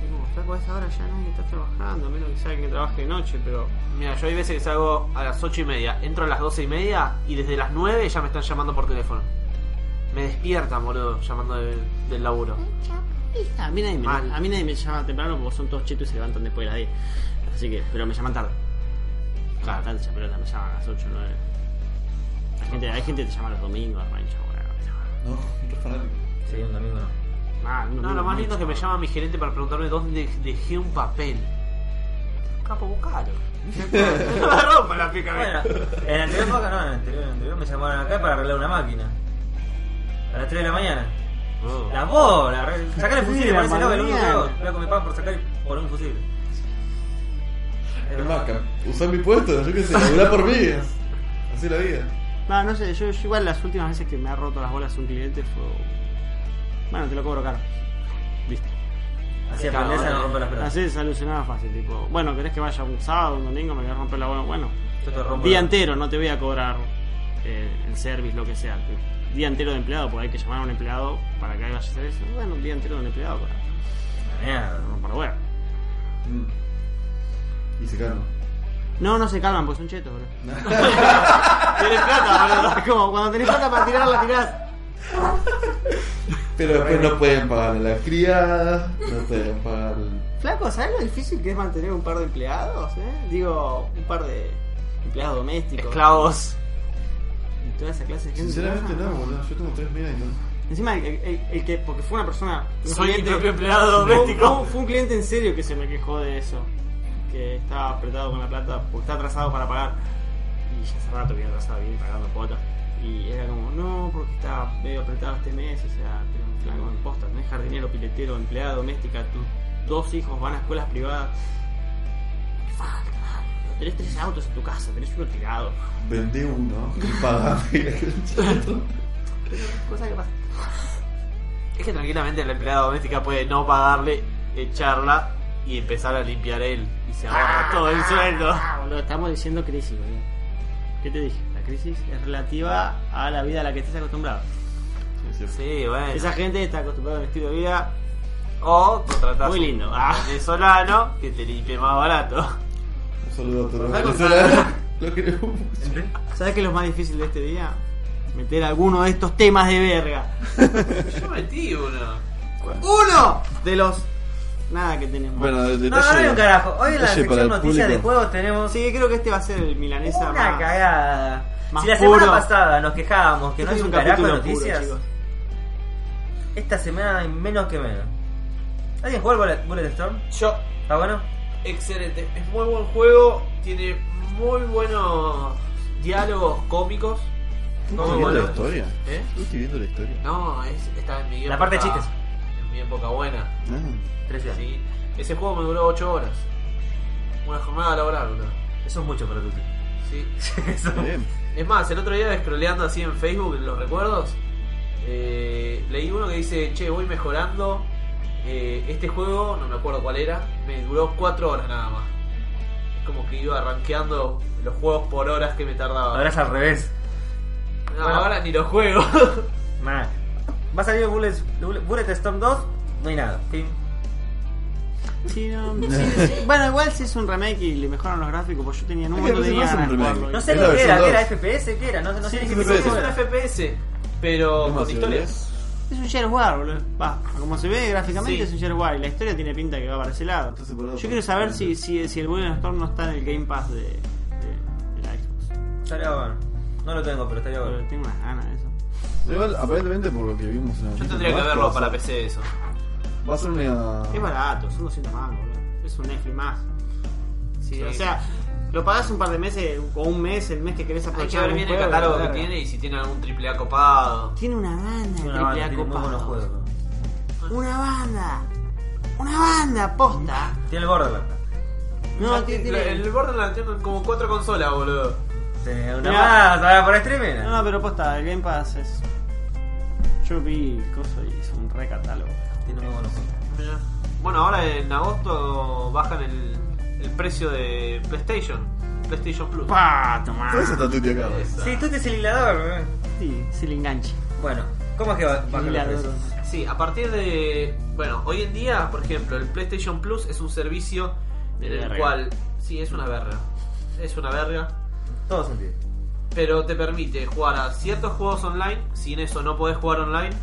F: Es como, flaco, a esa hora ya nadie está trabajando, a menos que sea que trabaje de noche, pero
G: Mira, yo hay veces que salgo a las 8 y media, entro a las 12 y media y desde las 9 ya me están llamando por teléfono. Me despiertan, boludo, llamando de- del laburo.
F: A mí, nadie me,
G: Mal.
F: a mí nadie me llama temprano porque son todos chetos y se levantan después de las 10. Así que, pero me llaman tarde. Claro, tarde ya, pero me llaman a las 8 o 9. La gente, hay gente que te llama los domingos, mancha,
B: No, re fanático.
A: Sí, un domingo no.
G: No, lo más lindo es que me llama mi gerente para preguntarme dónde dejé un papel. Capo, [LAUGHS] buscalo. No la rompa la pica, ¿eh?
A: Bueno, en la anterior época no, en la anterior, en la anterior me llamaron acá para arreglar una máquina. A las 3 de la mañana.
F: Oh.
A: La bola, re- sacá el
F: Sí,
A: fusible,
F: la
A: parece loco, el único que
F: mañana.
A: hago. Voy a comer pan por sacar y poner un fusible.
B: Es más, usá mi puesto, yo qué sé, laburá por mí. Así la vida.
F: No, no sé, yo, yo igual las últimas veces que me ha roto las bolas un cliente fue. Bueno, te lo cobro caro. Listo.
A: Así
G: Claro,
A: aprendés a no
G: eh.
A: romper las pelotas.
F: Así solucionaba fácil, tipo, bueno, querés que vaya un sábado, un domingo, me voy a romper la bola, bueno.
A: Yo te rompo.
F: Día
A: la-
F: entero, no te voy a cobrar eh, el service, lo que sea. Día entero de empleado, porque hay que llamar a un empleado para que vaya a hacer eso. Bueno, día entero de un empleado para
A: Mierda.
F: para romper la hueá.
B: Mm. Y se calma.
F: No, no se calman, porque son chetos, bro. [LAUGHS] tenés plata, bro. Es como cuando tenés plata para tirar, la tirás.
B: Pero después no pueden pagar a las criadas, no pueden pagar.
F: Flaco, ¿sabes lo difícil que es mantener un par de empleados? eh? Digo, un par de empleados domésticos.
G: Esclavos.
F: Y toda esa clase de gente.
B: Sinceramente no, boludo. Yo tengo tres minas y no.
F: Encima, el, el- el que, porque fue una persona. un
G: Soy mi
F: cliente-
G: propio empleado
F: Fue un-
G: doméstico.
F: fue un- Fue un cliente en serio que se me quejó de eso. Que estaba apretado con la plata, porque estaba atrasado para pagar. Y ya hace rato que viene atrasado, viene pagando cuota. Y era como, no, porque estaba medio apretado este mes, o sea, pero en plan con posta, tenés jardinero, piletero, empleada doméstica, tus dos hijos van a escuelas privadas. ¿Qué falta? Tenés tres autos en tu casa, tenés uno tirado.
B: Vendé uno y pagame.
F: Cosa que pasa.
G: Es que tranquilamente la empleada doméstica puede no pagarle, echarla y empezar a limpiar él y se ahorra todo el
F: [LAUGHS]
G: sueldo.
D: Ah, boludo, estamos diciendo crisis, boludo. ¿Qué te dije? La crisis es relativa a la vida a la que estés acostumbrado.
G: Sí, bueno.
F: Esa gente está acostumbrada a un estilo de vida.
G: O contratás
D: Muy
A: [LAUGHS]
D: lindo.
G: un
D: Ah.
G: venezolano que te limpie más barato.
B: Un saludo a todos.
G: Ojalá
B: los
G: con-
B: venezolanos. [LAUGHS] Lo queremos mucho.
F: ¿Sabes qué es lo más difícil de este día? Meter alguno de estos temas de verga.
G: Yo metí uno.
F: ¡Uno! De los. Nada que tenemos.
B: Bueno, de-
A: No, no
B: detalle.
A: hay un carajo. Hoy en la
B: detalle para
A: sección
B: el
A: noticias de
B: público.
A: juegos tenemos
F: sí, creo que este va a ser el milanesa.
A: una
F: más-
A: cagada.
F: más
A: Si la semana
F: puro.
A: pasada nos quejábamos que
F: Este
A: no hay
F: es
A: un
F: un
A: carajo de
F: capítulo puro,
A: noticias,
F: chicos.
A: esta semana hay menos que menos. ¿Alguien jugó al Bullet, Bullet Storm?
G: Yo,
A: ¿Está bueno?
G: excelente. Es muy buen juego. Tiene muy buenos diálogos cómicos.
B: ¿No
G: Muy
B: estoy viendo la
G: buenos.
B: historia?
G: ¿Eh?
B: ¿No estoy viendo la historia?
G: No, es, estaba en mi época.
A: La parte de chistes.
G: En mi época buena.
B: Ah,
A: Trece años.
G: Sí. Ese juego me duró 8 horas. Una jornada laboral, boludo.
A: Eso es mucho para [LAUGHS] tu tío.
G: Sí.
A: Eso.
B: bien.
G: Es más, el otro día scrolleando así en Facebook, en los recuerdos, eh, leí uno que dice, che, voy mejorando. eh, este juego, no me acuerdo cuál era, me duró 4 horas nada más. Es como que iba rankeando los juegos por horas que me tardaba.
A: Ahora es al revés.
G: No,
A: bueno.
G: ahora ni los juego. [LAUGHS]
A: Mal. Va a salir Bullet, Bullet- Bullet Storm 2, no hay nada. Fin.
F: Sí, no, sí, sí. Bueno, igual si es un remake y le mejoran los gráficos, pues yo tenía en un
B: Es que
F: momento
B: a veces
F: tenía
B: no es un
F: ganas de
B: remake.
F: jugarlo.
A: No sé
B: Es
A: ni
B: la
A: qué era,
B: versión
A: ¿qué era?
B: dos.
A: ¿FPS? ¿Qué era? No, no sé
F: Sí,
A: ni
F: sí,
A: qué
B: sí,
A: tipo
B: sí.
G: es
A: de
G: un
A: era.
G: FPS, pero
B: No
G: con
B: más
G: historias.
B: ideas.
F: Es un shareware, boludo. Va, como se ve gráficamente
G: Sí.
F: es un shareware y la historia tiene pinta que va para ese lado.
B: Está separado
F: Yo
B: por-
F: quiero saber si, si, si el Bullet Storm no está en el Game Pass de, de, de la Xbox.
A: Estaría bueno. No lo tengo, pero estaría bueno.
F: Pero tengo unas ganas de eso.
B: Igual, aparentemente, por lo que vimos en la
G: Yo
B: noticia,
G: tendría que
B: va a
G: verlo
B: ser-
G: para PC eso.
B: Va a ser una.
F: Es barato, son 200 más, boludo. Es un Netflix más. Sí,
G: Sí.
F: O sea, lo pagás un par de meses o un mes, el mes que querés
G: Hay que
F: aprovechar.
G: ver
F: un
G: bien el
F: juego,
G: catálogo que
F: verga.
G: tiene y si tiene algún triple A copado.
F: Tiene una banda,
A: Una
F: triple
A: banda,
F: A
A: tiene muy
F: copado.
A: buenos juegos.
F: Una banda. Una banda, posta.
A: Tiene el Borderlands.
F: No,
G: Ya
F: tiene-
G: tiene-
F: tiene-
G: El Borderlands tiene como 4 consolas, boludo.
A: Tiene una
F: Mirá.
A: más, ahora por streaming.
F: No, no, pero posta, el Game Pass es. Yo vi el coso y es un recatálogo.
A: Tiene muy buenos juegos.
G: Mirá. Bueno, ahora en agosto bajan el, el precio de PlayStation. PlayStation Plus.
F: ¡Pa! Tomá.
B: Pero esa está tuya acá.
G: Esa.
A: Sí, tú te es el hilador. eh.
F: Sí, se le enganche.
A: Bueno, ¿cómo es que va, baja
F: Sí,
A: la
F: la
A: precio?
F: adoro.
G: Sí, a partir de. Bueno, hoy en día, por ejemplo, el PlayStation Plus es un servicio en el
D: Verga.
G: cual. Sí, es una verga. Es una verga.
A: Todo sentido.
G: Pero te permite jugar a ciertos juegos online. Sin eso no podés jugar online.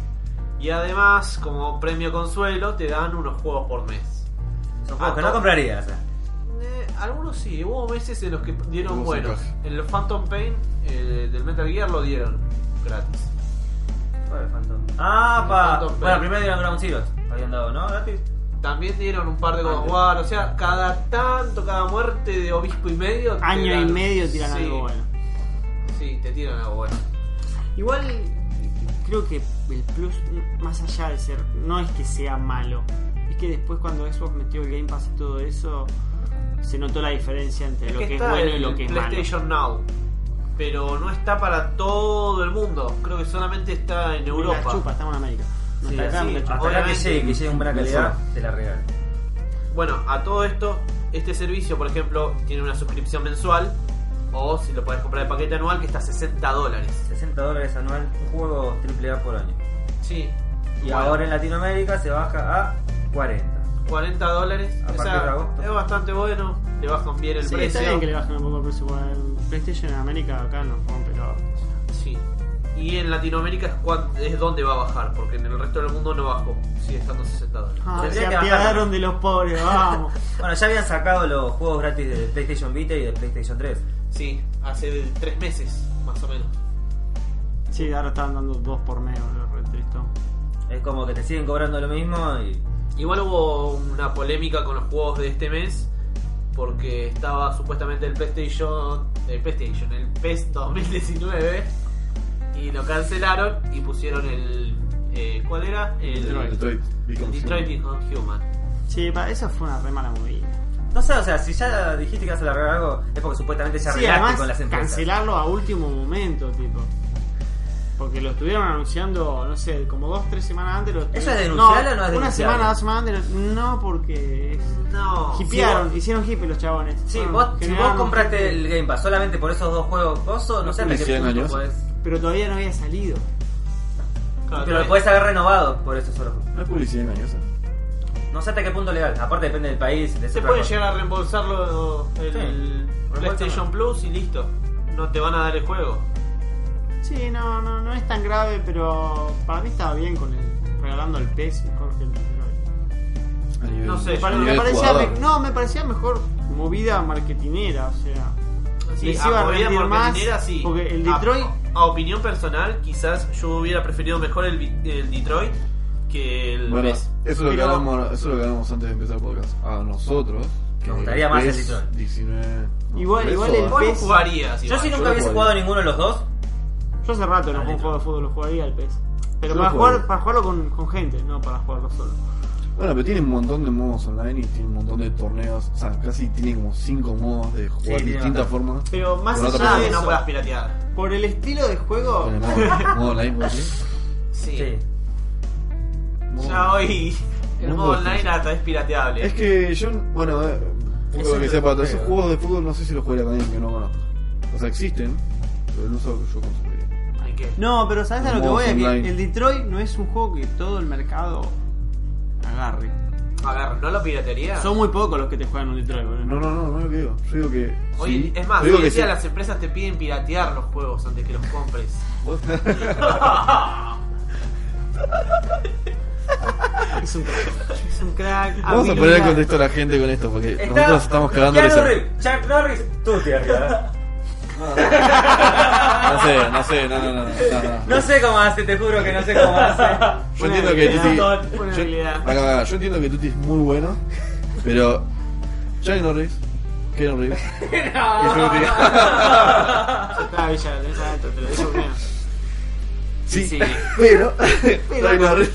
G: Y además, como premio consuelo, te dan unos juegos por mes.
A: Son
G: Ah,
A: juegos que no
G: todo.
A: comprarías. o sea.
G: Eh, algunos sí, hubo meses en los que dieron
B: Hubo
G: buenos.
B: sacaje.
G: En los Phantom Pain eh, del Metal Gear lo dieron gratis.
A: Joder, Phantom. Ah, pa.
G: Phantom
A: Bueno,
G: Pain.
A: primero dieron Ground Zero. Habían dado, ¿no? Gratis.
G: También dieron un par de God of War, o sea, cada tanto, cada muerte de obispo y medio. te
F: Año y
G: dan-
F: medio tiran
G: Sí,
F: algo bueno.
G: Sí, te tiran algo bueno.
F: Igual, creo que el Plus, más allá de ser. No es que sea malo. Es que después, cuando Xbox metió el Game Pass y todo eso, se notó la diferencia entre lo que, es
G: está
F: bueno y
G: el
F: lo que es malo.
G: PlayStation Now, pero no está para todo el mundo. Creo que solamente está en Europa.
F: La chupa, estamos en América. No
G: Sí,
F: está acá,
G: así,
F: me la
A: Hasta
F: chupa.
A: acá que
G: Obviamente.
A: llegue, que llegue en buena calidad, te la regalo.
G: Bueno, a todo esto, este servicio, por ejemplo, tiene una suscripción mensual. O si lo podés comprar el paquete anual, que está a 60 dólares.
A: 60 dólares anual, un juego AAA por año.
G: Sí.
A: Y
G: Bueno,
A: ahora en Latinoamérica se baja a 40.
G: 40 dólares.
A: A
G: O
A: partir
G: sea,
A: de agosto.
G: es bastante bueno. Le bajan bien el
F: Sí,
G: precio.
F: está bien que le bajen un poco el precio. igual. PlayStation en América acá no rompe los.
G: Sí. Y en Latinoamérica es, cuan- es donde va a bajar, porque en el resto del mundo no bajó. Sigue estando a 60 dólares.
F: Ah, se
A: Tendría que bajarlo.
F: apiadaron de los pobres, vamos. [LAUGHS]
A: Bueno, ya habían sacado los juegos gratis de PlayStation Vita y de PlayStation 3.
G: Sí, hace tres meses, más o menos.
F: Sí, ahora estaban dando dos por mes, boludo, re tristón.
A: Es como que te siguen cobrando lo mismo y.
G: Igual hubo una polémica con los juegos de este mes, porque estaba supuestamente el PlayStation, el PlayStation, el PES 2019, y lo cancelaron y pusieron el... eh, ¿Cuál era? El
B: Detroit. Detroit.
G: el
B: Become
G: Detroit
B: Human.
G: Become Human.
F: Sí, pa, esa fue una re mala movida.
A: No sé, o sea, si ya dijiste que vas a largar algo, es porque supuestamente ya
F: Sí,
A: arreglaste
F: además,
A: con las empresas.
F: cancelarlo a último momento, tipo. Porque lo estuvieron anunciando, no sé, como dos, tres semanas antes. Lo
A: ¿Eso es
F: estuvieron-
A: denunciable o no es
F: Una
A: denunciable?
F: semana, dos semanas antes. lo- No, porque. es-
G: No.
F: Hipearon,
A: si vos-
F: hicieron hippie los chabones.
A: Sí,
F: Bueno,
A: vos, si vos
F: generaron
A: compraste
F: hippie,
A: el Game Pass solamente por esos dos juegos, vos no sé hasta qué
B: 100
A: punto
B: años.
A: podés.
F: Pero todavía no había salido.
A: Pero lo podés haber renovado por esos solo.
B: No es publicidad engañosa.
A: No sé hasta qué punto legal, aparte depende del país. De
G: Se
A: otra
G: puede
A: cosa.
G: llegar a reembolsarlo el
A: Sí.
G: PlayStation Plus y listo. No te van a dar el juego.
F: Sí, no, no, no es tan grave, pero para mí estaba bien con el regalando el pez mejor que el
B: A nivel-
G: No sé,
B: a
G: para-
F: me
B: nivel
F: parecía
B: jugador.
F: me- No, me parecía mejor movida marketinera, o sea.
G: Sí,
F: les iba a
G: movida
F: rendir más,
G: marketinera, sí.
F: porque el
G: A-
F: Detroit-
G: A, opinión personal, quizás yo hubiera preferido mejor el, vi- el Detroit que el
B: Bueno,
G: PES.
B: eso es lo que
G: Pero-
B: hablamos, eso es lo que hablamos antes de empezar el podcast. A nosotros. que
A: Nos gustaría más el
B: PES
A: Detroit.
B: 19. no,
F: Igual-
B: eso
F: igual
B: va.
F: el
G: Vos no
F: PES.
G: jugarías.
A: Yo
G: igual.
A: si
B: yo
A: nunca hubiese
B: juego.
A: jugado ninguno de los dos,
F: Yo hace rato no
A: Dale,
F: juego juego de fútbol, lo jugaría al pez. Pero
B: Yo
F: para,
B: juego.
F: jugar, para jugarlo con, con gente, no para jugarlo solo.
B: Bueno, pero tiene un montón de modos online y tiene un montón de torneos. O sea, casi tiene como 5 modos de jugar
A: tiene
B: distintas
A: bastante.
B: formas.
F: Pero más
B: Con otra
F: allá
G: Nada
F: de
G: que
B: persona.
F: eso,
G: no puedas piratear.
F: por el estilo de juego,
B: Con el modo, modo online, ¿puedo decir?
G: Sí.
A: sí.
B: Modo-
G: Ya hoy el
B: Mundo
G: modo
B: de
G: online
B: fútbol.
G: hasta es pirateable.
B: Es que yo, bueno, eh, poco
A: Eso
B: que
A: es
B: sepa,
A: lo que
B: esos
A: creo.
B: juegos de fútbol no sé si los jugaría con alguien que no conozco. O sea, existen, pero no es algo que yo consumiría.
G: Hay que-
F: No, pero ¿sabes a lo que
B: Modos
F: voy? a
B: online.
F: Que el Detroit no es un juego que todo el mercado agarre.
G: A ver, ¿no lo piratearía?
F: Son muy pocos los que te juegan un Detroit, boludo.
B: No, no, no, no es lo que digo. Yo digo que.
G: Hoy,
B: sí,
G: es más,
B: yo digo
G: hoy en
B: que
G: día
B: sí.
G: las empresas te piden piratear los juegos antes que los compres.
F: Es un crack. Es un crack.
B: [LAUGHS] Vamos a
F: habilidad.
B: poner en contexto a la gente con esto, porque
A: Está
B: nosotros estamos cagando
A: Keanu
B: risa.
A: Reeves, Chuck Norris, Tuti arriba.
B: No sé, no sé, no, no, no. no, no.
A: No sé cómo hace, te juro que no sé cómo
G: [LAUGHS]
A: hace.
B: Yo
F: Buena
B: entiendo que
F: habilidad,
B: Tuti.
F: Tot, buena
B: yo-
F: habilidad.
B: Acá, acá, yo entiendo que Tuti es muy bueno, pero. Jack Norris. Keanu Reeves. y Tuti.
F: Ya está, Villa, tenés adentro, te lo digo bien.
B: sí,
G: Sí.
B: [LAUGHS] pero. Jack Norris.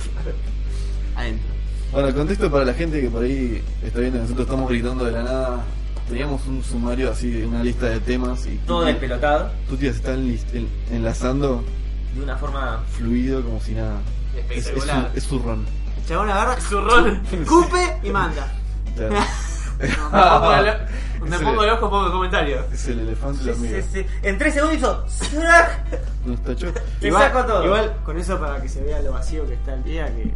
F: Adentro.
B: Bueno, el contexto para la gente que por ahí está viendo que nosotros estamos gritando de la nada. Teníamos un sumario así, de una lista de temas y.
A: Todo
B: Tuti-
A: despelotado,
B: Tuti se está enlis- en- enlazando
A: de una forma.
B: fluido como si nada. Es, es, su,
G: Espectacular.
B: es su run.
F: El chabón agarra,
G: Su rol.
F: escupe y manda.
B: Claro.
G: Me
B: Ah, [LAUGHS]
G: pongo el, me
B: Sí.
G: pongo el ojo, pongo el comentario.
B: Es el elefante y la
A: Sí,
B: hormiga.
A: sí, sí. En tres segundos hizo. ¡Srac!
B: No está hecho.
A: Te saco todo.
F: Igual, con eso para que se vea lo vacío que está el día, que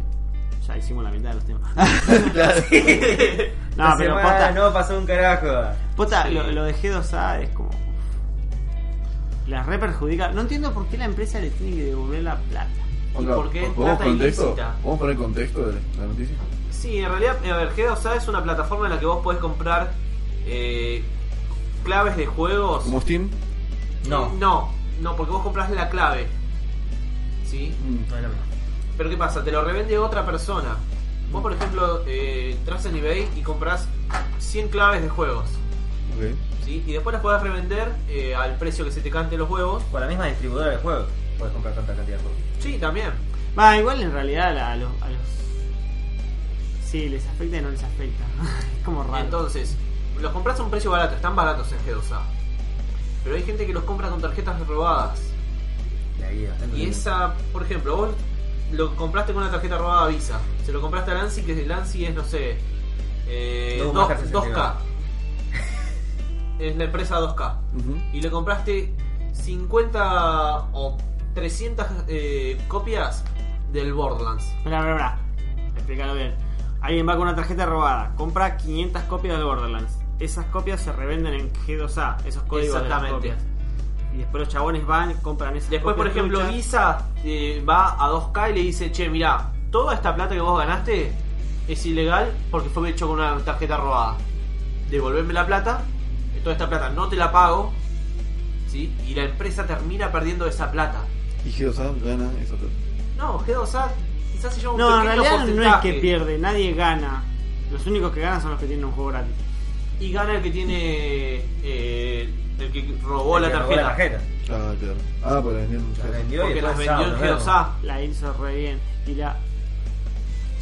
F: ya hicimos la mitad de los temas.
A: Ah,
B: [LAUGHS]
A: La
F: No, pero
A: semana
F: posta,
A: No pasó un carajo.
F: Posta,
G: Sí.
F: lo, lo dejé dosada, es como. La re perjudica. No entiendo por qué la empresa le tiene que devolver la plata.
G: ¿Y por qué
B: ¿Vamos,
G: plata
B: contexto?
G: ilícita?
B: ¿Vamos a poner contexto de la noticia?
G: Sí, en realidad, a ver, G2A es una plataforma en la que vos podés comprar eh, claves de juegos.
B: Como Steam.
A: No.
G: No, no, porque vos comprás la clave. ¿Sí?
A: No es lo mismo.
G: Pero ¿qué pasa? Te lo revende otra persona. Vos, por ejemplo, eh, entras en eBay y compras 100 claves de juegos.
B: Ok.
G: ¿Sí? Y después las podés revender eh, al precio que se te cante los huevos.
A: Con la misma distribuidora de juegos puedes comprar tanta cantidad de juegos.
G: Sí, también.
F: Va, igual en realidad a, los, a los. Sí, les afecta y no [LAUGHS] les afecta. es como raro.
G: Ah, Entonces, los compras a un precio barato, están baratos en G2A. Pero hay gente que los compra con tarjetas robadas.
A: La guía.
G: Y esa, por ejemplo, vos lo compraste con una tarjeta robada Visa. Se lo compraste a Lancy, que Lancy es, no sé, eh,
A: Dos
G: dos-
A: Master 62.
G: 2K. [LAUGHS] es la empresa 2K.
B: Ujú.
G: Y le compraste 50 o 300 eh, copias del Borderlands.
F: Mirá, mirá, mirá. Explícalo bien. Alguien va con una tarjeta robada, compra 500 copias de Borderlands. Esas copias se revenden en G2A, esos códigos de las
G: Exactamente.
F: copias. Y después los chabones van, compran esas
G: Después, por
F: copias
G: ejemplo,
F: truchas.
G: Visa eh, va a 2K y le dice, che, mirá, toda esta plata que vos ganaste es ilegal porque fue hecho con una tarjeta robada. Devolverme la plata, eh, toda esta plata no te la pago, ¿sí? Y la empresa termina perdiendo esa plata.
B: Y G2A gana eso todo.
G: No, G2A quizás se lleva un
F: No, en
G: pequeño
F: realidad no es
G: porcentaje
F: que pierde, nadie gana. Los únicos que ganan son los que tienen un juego gratis.
G: Y gana el que tiene... eh, el que robó la
A: Que
G: tarjeta.
A: robó La tarjeta.
B: Ah, claro. Ah, para vender un
A: La
B: chat.
A: vendió y
G: Porque
A: después,
G: las
A: chao,
G: vendió en
A: nos vemos.
G: G2A.
F: La hizo re bien. Y la.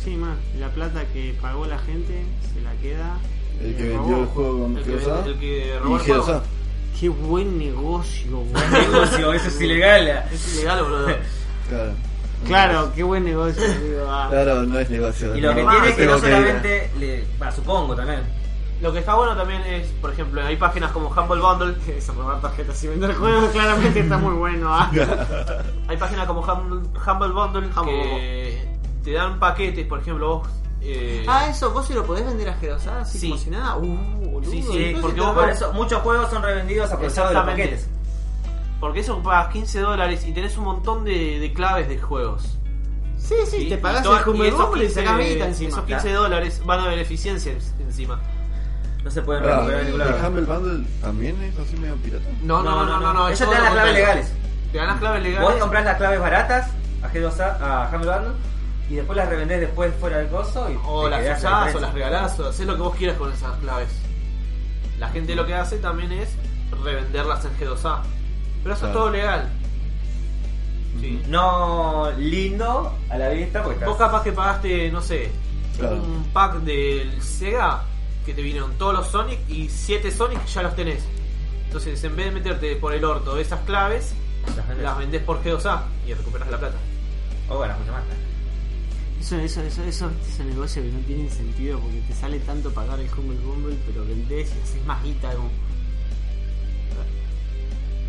F: Sí, man, y la plata que pagó la gente se la queda.
B: El que
F: eh,
B: vendió el
F: robó.
B: juego con
G: El que,
B: G2A.
G: el que
B: Y
G: robó el juego.
B: G2A.
F: Qué buen negocio, boludo. [LAUGHS]
A: Negocio, eso es ilegal.
G: Es ilegal, boludo.
B: Claro.
F: Claro, qué buen negocio, digo, ah.
B: Claro, no es negocio.
A: Y lo
G: Ah,
A: que
B: No,
A: tiene es que no
B: tengo ir a-
A: solamente. Le, bah, supongo también.
G: Lo que está bueno también es, por ejemplo, hay páginas como Humble Bundle. [LAUGHS]
F: Que es robar tarjetas y vender juegos, claramente está muy bueno. ah.
G: [LAUGHS] Hay páginas como Humble, Humble Bundle que te dan paquetes, por ejemplo, vos. eh,
F: Ah, eso, vos si lo podés vender a Gerosada así
G: Sí.
F: como si nada. Uh, boludo.
G: Sí, sí,
F: entonces
G: porque
F: está-
G: vos
A: Por eso, muchos juegos son revendidos a pesar de los
G: Exactamente.
A: paquetes.
G: porque eso pagas 15 dólares y tenés un montón de, de claves de juegos.
F: Sí, sí,
G: ¿sí?
F: te pagás
G: Y to-
F: el Humble
G: y esos
F: Bumble y
G: 15
F: sacás guita encima.
G: Esos 15 dólares van a haber eficiencias encima.
A: No se pueden
B: Ah,
A: recuperar en ningún
B: ¿el
A: lado.
B: Humble Bundle también es así medio pirata?
G: No, no, no, no, no. no, es
A: Ellos
G: todo
A: te dan
G: lo
A: las claves
G: contrario.
A: legales.
G: Te dan las claves
A: Vos
G: legales.
A: comprás las claves baratas a G2A, a Humble Bundle, y después las revendés después fuera del coso y
G: O
A: te
G: las
A: quedás la
G: usás o
A: diferencia.
G: las regalás o haces lo que vos quieras con esas claves. La gente lo que hace también es revenderlas en G2A. Pero eso es
B: Claro.
G: todo legal. Sí.
A: No lindo a la vista porque estás-
G: Vos capaz que pagaste, no sé,
B: Claro.
G: un pack del Sega que te vinieron todos los Sonic y 7 Sonic ya los tenés. Entonces, en vez de meterte por el orto esas claves,
A: las vendés.
G: las vendés por G2A y recuperás la plata.
A: O Oh, bueno, mucho más.
F: Eso, eso, eso, eso, esos negocios que no tienen sentido porque te sale tanto pagar el Humble Bumble, pero vendés y haces más guita.
G: [LAUGHS]
F: como-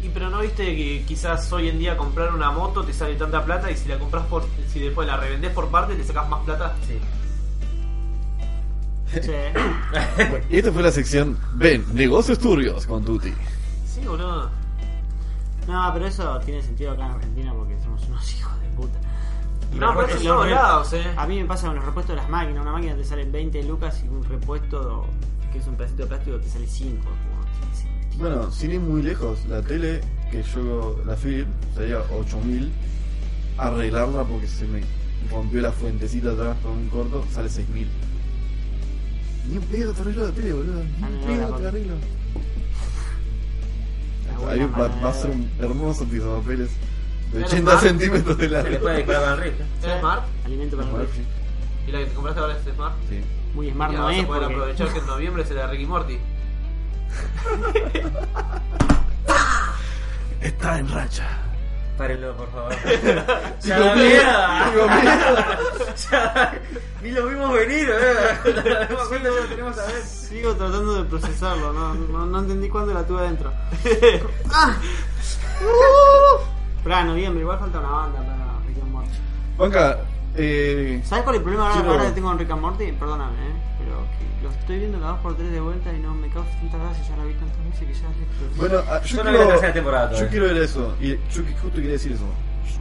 G: Y pero no viste que quizás hoy en día comprar una moto te sale tanta plata y si la compras por si después la revendés por parte te sacas más plata.
A: Sí.
F: Che.
B: Y esta fue la sección Ven, negocios turbios con Tuti.
G: Sí, boludo.
F: No, pero eso tiene sentido acá en Argentina porque somos unos hijos de puta.
G: No, pero eso
F: repuestos-
G: es en todos
F: los re-
G: lados, eh.
F: A mí me pasa con los repuestos de las máquinas. Una máquina te salen 20 lucas y un repuesto que es un pedacito de plástico te sale 5. como, tiene sentido.
B: Bueno, sin ir muy lejos, la tele que yo, la Philip, salía 8000. Arreglarla porque se me rompió la fuentecita atrás con un corto, sale 6000. Ni un pedo te arreglo la tele, boludo. Ni
F: Ah,
B: un
F: no,
B: pedo
F: la
B: te
F: pa-
B: arreglo.
F: La
B: Ahí
F: buena
B: va, va a
F: manera.
B: ser un hermoso pisapapeles de
G: Menos
B: 80
G: mal.
B: centímetros de
A: Se le
B: largo.
A: puede disparar con el rifle.
G: ¿Es Smart?
F: Alimento para el
B: Bueno,
F: rey.
B: sí,
G: ¿Y la que te compraste ahora es Smart?
B: sí.
F: Muy smart
G: Ya
F: no
G: vas
F: es
G: a poder
F: porque...
G: aprovechar que en noviembre será Ricky Morty.
B: Está en racha.
A: Párenlo, por [LAUGHS] favor. ¡Ya da miedo! Ya- Ni lo vimos [LAUGHS] venir, eh. La misma cuenta que lo tenemos a ver.
F: Sigo tratando de procesarlo, no, no, no entendí cuándo la tuve adentro. ah. Pero a noviembre, igual falta una banda para Rick and Morty.
B: Banca, eh,
F: ¿Sabes cuál es el problema ahora,
B: Quiero-
F: ahora que tengo con Rick and Morty? Perdóname, ¿eh? pero que lo estoy viendo cada dos por tres de vuelta y no me causa tanta gracia, ya la vi tantas veces que ya es
B: Bueno, ah, yo,
A: Yo no vi la
B: quiero,
A: tercera temporada
B: yo
A: todavía.
B: quiero ver eso. Y yo que- justo quería decir eso.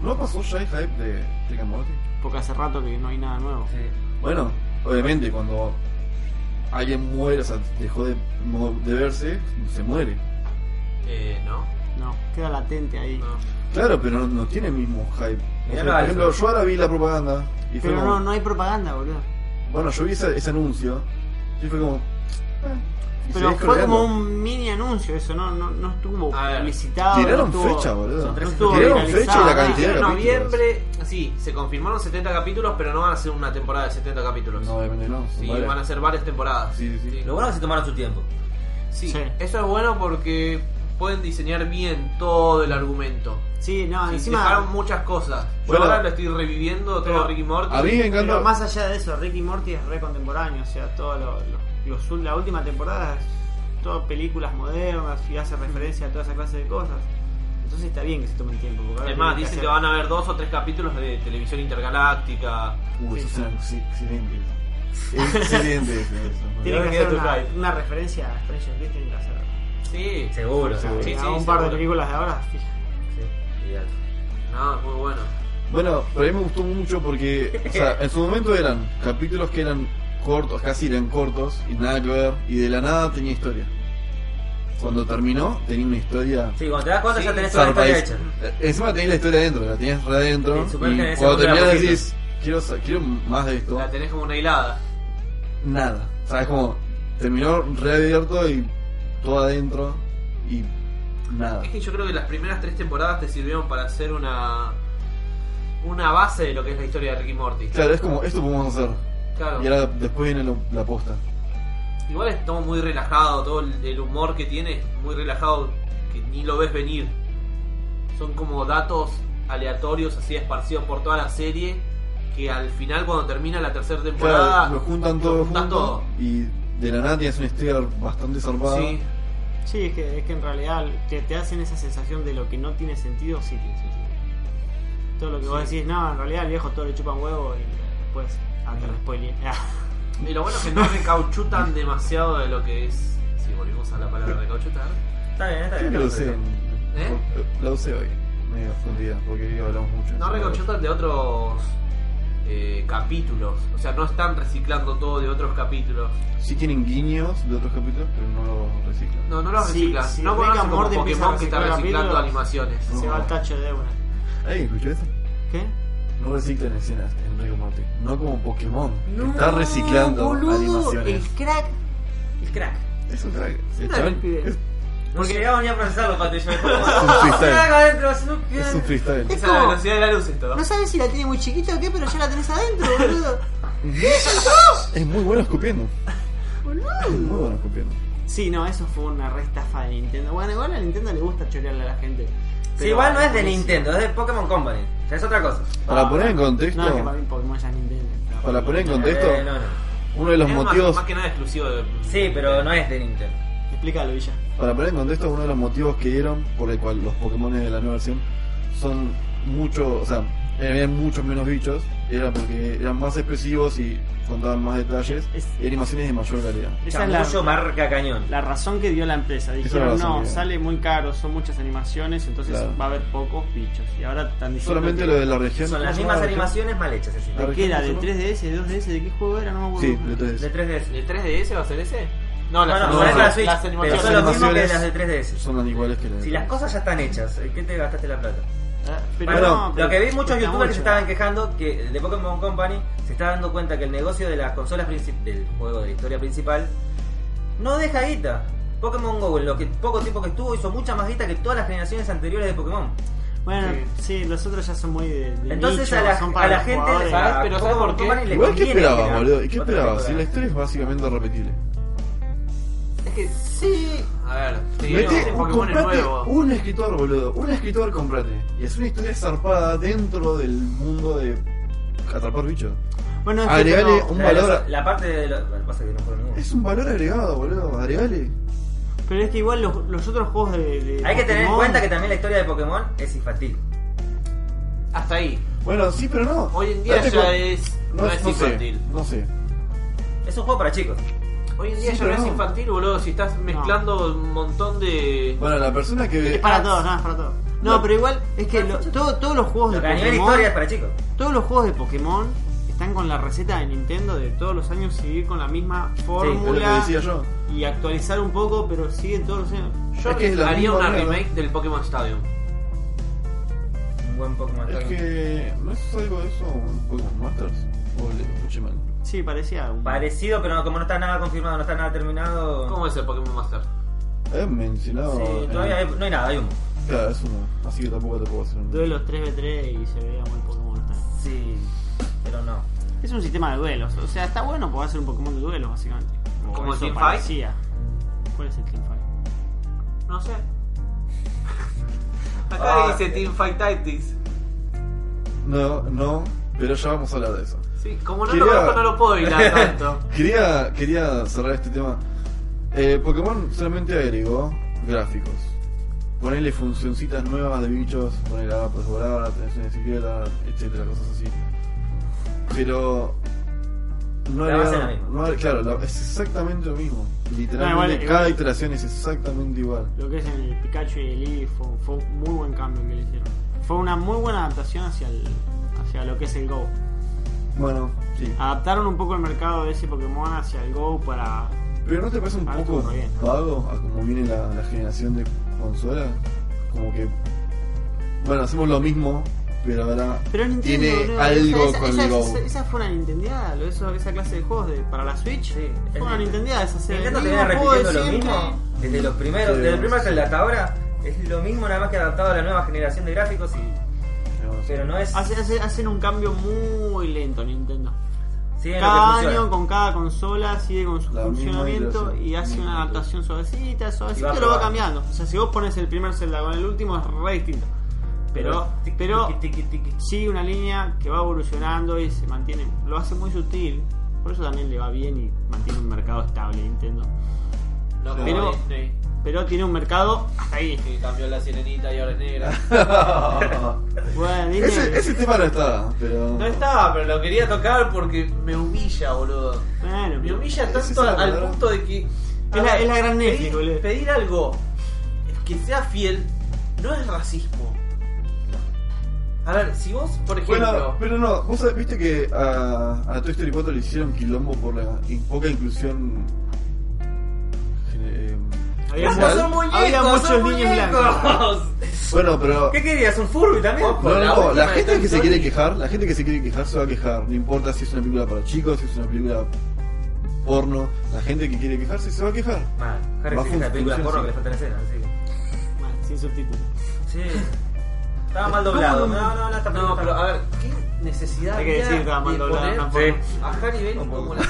B: ¿No pasó ya el hype de Rick and Morty?
F: porque hace rato que no hay nada nuevo.
B: Bueno, obviamente cuando alguien muere, o sea, dejó de, mo- de verse, se muere.
G: Eh, no.
F: No, queda latente ahí.
G: No.
B: Claro, pero no, no tiene el mismo hype. O
A: Mirá lo
B: sea, por
A: alto.
B: ejemplo, yo ahora vi la propaganda y fue
F: Pero
B: como,
F: no, no hay propaganda, boludo.
B: bueno, yo vi ese, ese anuncio y fue como... eh, y
F: Pero
B: seguí
F: fue como
B: scrolleando.
F: un mini anuncio eso, no, no, no estuvo
G: A ver,
F: publicitado.
B: Tiraron
F: no estuvo-
B: fecha, boludo.
F: no estuvo
B: Tiraron fecha
F: viralizado,
B: y la
F: nada.
B: cantidad de
G: en
B: capítulos.
G: noviembre, sí, se confirmaron 70 capítulos, pero no van a ser una temporada de 70 capítulos.
B: No, obviamente no.
G: Sí,
B: Vale.
G: van a ser varias temporadas.
B: Sí, sí, sí.
A: Lo bueno es que se tomaron su tiempo.
G: Sí,
F: Sí.
G: eso es bueno porque pueden diseñar bien todo el argumento.
F: Sí, no,
G: Sí,
F: Ah, encima.
G: dejaron muchas cosas. Yo
B: Bueno.
G: ahora lo estoy reviviendo todo
F: Pero-
G: Ricky Morty.
B: A mí me encanta...
F: Pero más allá de eso, Ricky Morty es re contemporáneo, o sea, todo lo, lo- los- la última temporada es todo películas modernas y hace referencia a toda esa clase de cosas. Entonces está bien que se tomen tiempo. Porque ahora
G: Es más, dicen
F: tienen hacer-
G: que van a haber dos o tres capítulos de televisión intergaláctica.
B: Uy, eso suena excelente.
F: [LAUGHS]
B: Excelente. eso, eso.
F: tienen
G: Yo me
F: que
G: quedé
F: hacer una,
G: hype.
F: una referencia a Stranger Things, tienen que hacer.
G: Sí,
A: Seguro, seguro.
G: Sí,
F: a
G: sí,
F: un par de
G: seguro.
F: películas de ahora, fija.
A: Sí, ideal.
G: no, es muy bueno.
B: Bueno, pero a mí me gustó mucho porque, o sea, en su momento eran capítulos que eran cortos, casi eran cortos y nada que ver, y de la nada tenía historia. Cuando terminó, tenía una historia.
A: Sí, cuando te das cuenta ya tenés toda la historia
B: zarpadísima.
A: hecha.
B: Eh, Encima tenés la historia adentro, la tenías re adentro.
A: Sí,
B: y
A: supongo que en ese
B: cuando
A: momento era
B: terminás
A: poquito.
B: decís, quiero, sa- quiero más de esto,
G: La tenés como una hilada.
B: nada. O sea, es como, terminó reabierto y todo adentro y nada.
G: Es que yo creo que las primeras tres temporadas te sirvieron para hacer una una base de lo que es la historia de Ricky Morty.
B: Claro, es como, esto podemos hacer.
G: Claro.
B: Y ahora después viene lo- la posta.
G: Igual es todo muy relajado, todo el, el humor que tiene es muy relajado que ni lo ves venir. Son como datos aleatorios así esparcidos por toda la serie que al final cuando termina la tercera temporada
B: Claro, lo juntan todo
G: juntan
B: junto
G: todo.
B: y de la nada tienes un sticker bastante zarpado.
G: Sí.
F: Sí, es que, es que en realidad te, te hacen esa sensación de lo que no tiene sentido, sí tiene sentido. Todo lo que vos decís, no, en realidad al viejo todo le chupan huevo y después, antes
G: Mm.
F: de spoiler. [LAUGHS]
G: Y lo bueno es que no recauchutan demasiado de lo que es. Si volvimos a la palabra recauchutar.
A: Está bien, está
B: Creo
A: bien.
B: que
A: no
B: lo
A: sé.
B: usé.
G: ¿Eh?
B: La usé hoy. Medio escondida, porque hablamos mucho.
G: No recauchutan de otros eh, capítulos. O sea, no están reciclando todo de otros capítulos.
B: Sí tienen guiños de otros capítulos, pero no los reciclan.
G: No, no los
F: Sí,
G: reciclan.
F: sí,
G: no
F: Rick
G: conocen
F: and
G: como
F: Morty empieza a
G: Pokémon que está
F: reciclar
G: reciclando
F: capítulos.
G: animaciones.
F: Se va al tacho de una.
B: Ey, ¿escuchó eso?
F: ¿Qué?
B: No reciclan escenas en Rick and Morty. No como Pokémon. que está reciclando animaciones.
F: crack.
A: El crack.
B: Es un crack. El
F: una
B: chabón
F: estupidez.
B: es,
A: Porque ya venía a procesarlo, Pato, y [LAUGHS] yo.
B: es un
A: Crack
G: [LAUGHS]
B: freestyle.
A: adentro, haciendo un-
B: Es un freestyle.
F: Es
G: Esa es la
F: como-
G: velocidad de la luz esto.
F: No sabes si la tiene muy chiquita o qué, pero ya la tenés [LAUGHS] adentro, boludo.
B: Es muy bueno escupiendo. Es muy bueno escupiendo.
F: Sí, no, eso fue una restafa de Nintendo. Bueno, igual a Nintendo le gusta chorearle a la gente.
A: Sí,
F: Pero-
A: igual no es de Nintendo, es de Pokémon Company. O sea, es otra cosa.
B: Para poner en contexto,
F: No, es que para mí Pokémon ya es Nintendo.
B: para poner en contexto,
A: Eh, no, no.
B: uno de los
G: es más-
B: motivos
G: Más, que nada exclusivo de.
A: Sí, pero no es de Nintendo.
F: Explícalo, Villa.
B: Para poner en contexto, uno de los motivos que dieron por el cual los Pokémon de la nueva versión son mucho, o sea, eran muchos menos bichos, era porque eran más expresivos y contaban más detalles
F: Es-
B: y animaciones de mayor calidad.
F: Esa es la,
A: Chamuyo marca cañón.
F: la razón que dio la empresa.
B: es la
F: Dijeron,
B: razón
F: no,
B: que dio".
F: sale muy caro, son muchas animaciones, entonces
B: Claro.
F: va a haber pocos bichos. Y ahora están diciendo.
B: Solamente
F: que-
B: lo de la región.
A: Son las
B: ¿cómo
A: mismas
B: se llama la región?
A: animaciones mal hechas, encima.
B: La
F: ¿De qué era? ¿De
B: región, ¿cómo se
F: 3DS? ¿De 2DS? ¿de qué juego era? No me acuerdo.
B: Sí, entonces
A: De 3DS.
G: ¿De 3DS va a ser ese? No,
A: No,
G: las,
A: no,
B: no,
A: por
G: animaciones-
A: eso la Switch,
G: las
A: pero
G: animaciones.
A: son lo mismo que
B: animaciones-
A: las de 3DS.
B: son iguales que la
A: Si las cosas ya están hechas, ¿en qué te gastaste la plata?
F: Ah, Pero
A: Bueno,
F: no, pero
A: lo que vi muchos
F: cuesta
A: youtubers que se
F: mucho.
A: estaban quejando que de Pokémon Company se está dando cuenta que el negocio de las consolas princip- del juego de la historia principal no deja guita. Pokémon Go, en lo que poco tiempo que estuvo, hizo mucha más guita que todas las generaciones anteriores de Pokémon.
F: Bueno, sí. los otros ya son muy de, de
A: Entonces a
F: nicho,
A: la,
F: son
A: a
F: para
A: la
F: los
A: gente,
F: jugadores.
G: ¿sabes?
A: a
G: Pero ¿sabes
A: Pokémon
G: por qué?
A: Company le
B: Igual, ¿qué
A: conviene
B: esperabas,
A: generar
B: boludo? ¿Y qué
A: otra
B: esperabas?
A: cosa.
B: Si la historia es básicamente repetible.
G: Es que sí. A ver, te digo,
B: Mete,
G: este Pokémon es
B: comprate
G: nuevo.
B: un escritor, boludo. Un escritor, comprate. Y es una historia zarpada dentro del mundo de atrapar bichos.
F: Bueno, es que
B: Agregale
F: no-
B: un
A: La- la-
B: valor.
A: La parte de. Lo, bueno, pasa que no fueron ninguno.
B: Es un valor agregado, boludo. Agregale.
F: Pero es que igual los, los otros juegos de, de
A: Hay que tener en
F: Pokémon-
A: cuenta que también la historia de Pokémon es infantil.
G: Hasta ahí.
B: Bueno, sí, pero no.
G: Hoy en día
B: Date
G: ya
B: cuen-
G: es. No, es
B: sé,
G: infantil.
B: no sé.
A: Es un juego para chicos.
G: Hoy en
B: Sí,
G: día ya no
B: pero
G: es
B: no.
G: infantil, boludo. Si estás mezclando un montón de.
B: Bueno, la persona que ah,
F: Es
B: ve.
F: para todos, no, es para todos. No,
B: No.
F: pero igual es que lo- todo- todos los juegos de
A: Porque a nivel
F: Pokémon,
A: historia es para chicos.
F: todos los juegos de Pokémon están con la receta de Nintendo de todos los años seguir con la misma
B: Es lo que
F: fórmula
B: decía yo.
F: y actualizar un poco, pero siguen todos los años.
G: Yo
B: Es que es la
G: haría
B: misma
G: una
B: mierda.
G: remake del Pokémon Stadium.
A: Un buen Pokémon.
B: Es que. ¿No es algo de eso? Pokémon Masters. O le escuché mal.
F: Sí, parecía un
A: Parecido, pero no- como no está nada confirmado, no está nada terminado.
G: ¿Cómo es el Pokémon Master?
B: Habían mencionado.
A: Sí,
B: en-
A: todavía hay- no hay nada, hay humo.
B: Claro, es uno. Así que tampoco te puedo hacer un.
F: duelos 3v3 y se veía muy Pokémon. también.
A: Sí, pero no.
F: Es un sistema de duelos, o sea, está bueno porque va a ser un Pokémon de duelos, básicamente. O
G: ¿Como
F: eso
G: Teamfight?
F: parecía. ¿Cuál es el Teamfight?
G: No sé. [LAUGHS] Acá
A: Ah,
G: dice
A: ok.
G: Team Fight Tactics.
B: No, no. Pero ya vamos a hablar de eso.
G: Sí, como no lo
B: Quería-
G: conozco, no lo puedo hilar tanto.
B: Quería, quería cerrar este tema. Eh, Pokémon solamente agregó gráficos. Ponerle funcioncitas nuevas de bichos, ponerle ahora puedes volar, ahora tenés una bicicleta, etcétera, cosas así. Pero. No
A: La base
B: agregaron-
A: es la misma.
B: no agre- claro, la- es exactamente lo mismo. Literalmente,
F: No, igual-
B: cada
F: igual-
B: iteración es exactamente igual.
F: Lo que es el Pikachu y el Eevee fue, fue un muy buen cambio que le hicieron. Fue una muy buena adaptación hacia, el, hacia lo que es el Go.
B: Bueno, sí.
F: Adaptaron un poco el mercado de ese Pokémon hacia el Go para...
B: Pero no te parece un
F: Ah,
B: poco
F: estuvo re bien.
B: vago a como viene la, la generación de consolas? Como que. Bueno, hacemos lo mismo, pero ahora
F: Pero Nintendo,
B: tiene
F: boludo,
B: algo
F: esa,
B: con
F: esa,
B: el Go.
F: esa- esa fue una Nintendeada, lo- eso- esa clase de juegos de- para la Switch.
A: Sí,
F: fue
A: es
F: una
A: Nintendo.
F: Nintendeada, esa serie.
A: Nintendo te viene repitiendo lo mismo desde los primeros,
B: Sí,
A: desde el
B: bueno,
A: primer
B: sí.
A: Zelda hasta ahora. Es lo mismo, nada más que adaptado a la nueva generación de gráficos. Y,
B: Digamos,
A: pero no es.
F: Hace- hace- hacen un cambio muy lento Nintendo.
A: Siguen lo que
F: cada
A: funciona.
F: año con cada consola sigue con su
B: La misma
F: funcionamiento
B: iteración.
F: y hace una adaptación suavecita, suavecita,
A: Y va
F: lo va
A: probando.
F: cambiando. O sea, si vos pones el primer Zelda con el último es re distinto. Pero,
A: Tiki,
F: pero
A: tiki, tiki, tiki.
F: sigue una línea que va evolucionando y se mantiene, lo hace muy sutil. Por eso también le va bien y mantiene un mercado estable Nintendo.
G: No,
F: Pero-
G: como Disney,
F: Pero tiene un mercado hasta ahí.
G: que cambió la sirenita y ahora es negra.
F: Bueno, Disney-
B: ese, ese tema no está, pero.
G: No estaba, pero lo quería tocar porque me humilla, boludo.
F: Bueno,
G: Me
F: pero-
G: humilla
B: Esa es
G: tanto
B: la
G: al, al
B: palabra.
G: punto de que. a
F: Es la-
G: ver,
F: es la gran
G: pedir-
F: Netflix, boludo.
G: Pedir algo que sea fiel no es racismo. A ver, si vos, por ejemplo.
B: Bueno, pero no, vos sabés, viste que a, a Toy Story 4 le hicieron quilombo por la in- poca inclusión. eh,
F: Había
B: racial.
F: muchos- había muchos niños blancos.
B: Bueno, pero.
A: ¿Qué querías? ¿Un Furby también?
G: Ojo,
B: No,
G: la
B: no, no,
G: última
B: la
G: de
B: gente
G: Toy
B: que se
G: Story.
B: quiere quejar, la gente que se quiere quejar se va a quejar, no importa si es una película para chicos, si es una película porno, la gente que quiere quejarse se va a quejar.
A: Mal, Harry
B: Bajo
A: Potter es
B: un
A: película porno
B: función, sí.
A: que le faltan escenas, así que-
F: Bueno, sin subtítulos.
A: Sí. Estaba mal doblado. No, no, no, está
G: No, pero a ver, ¿qué necesidad
F: Hay que
G: había
F: decir que estaba mal
G: de
F: doblado,
G: poner
F: tampoco.
A: Sí.
G: a Harry Benny como
B: [LAUGHS]
G: la.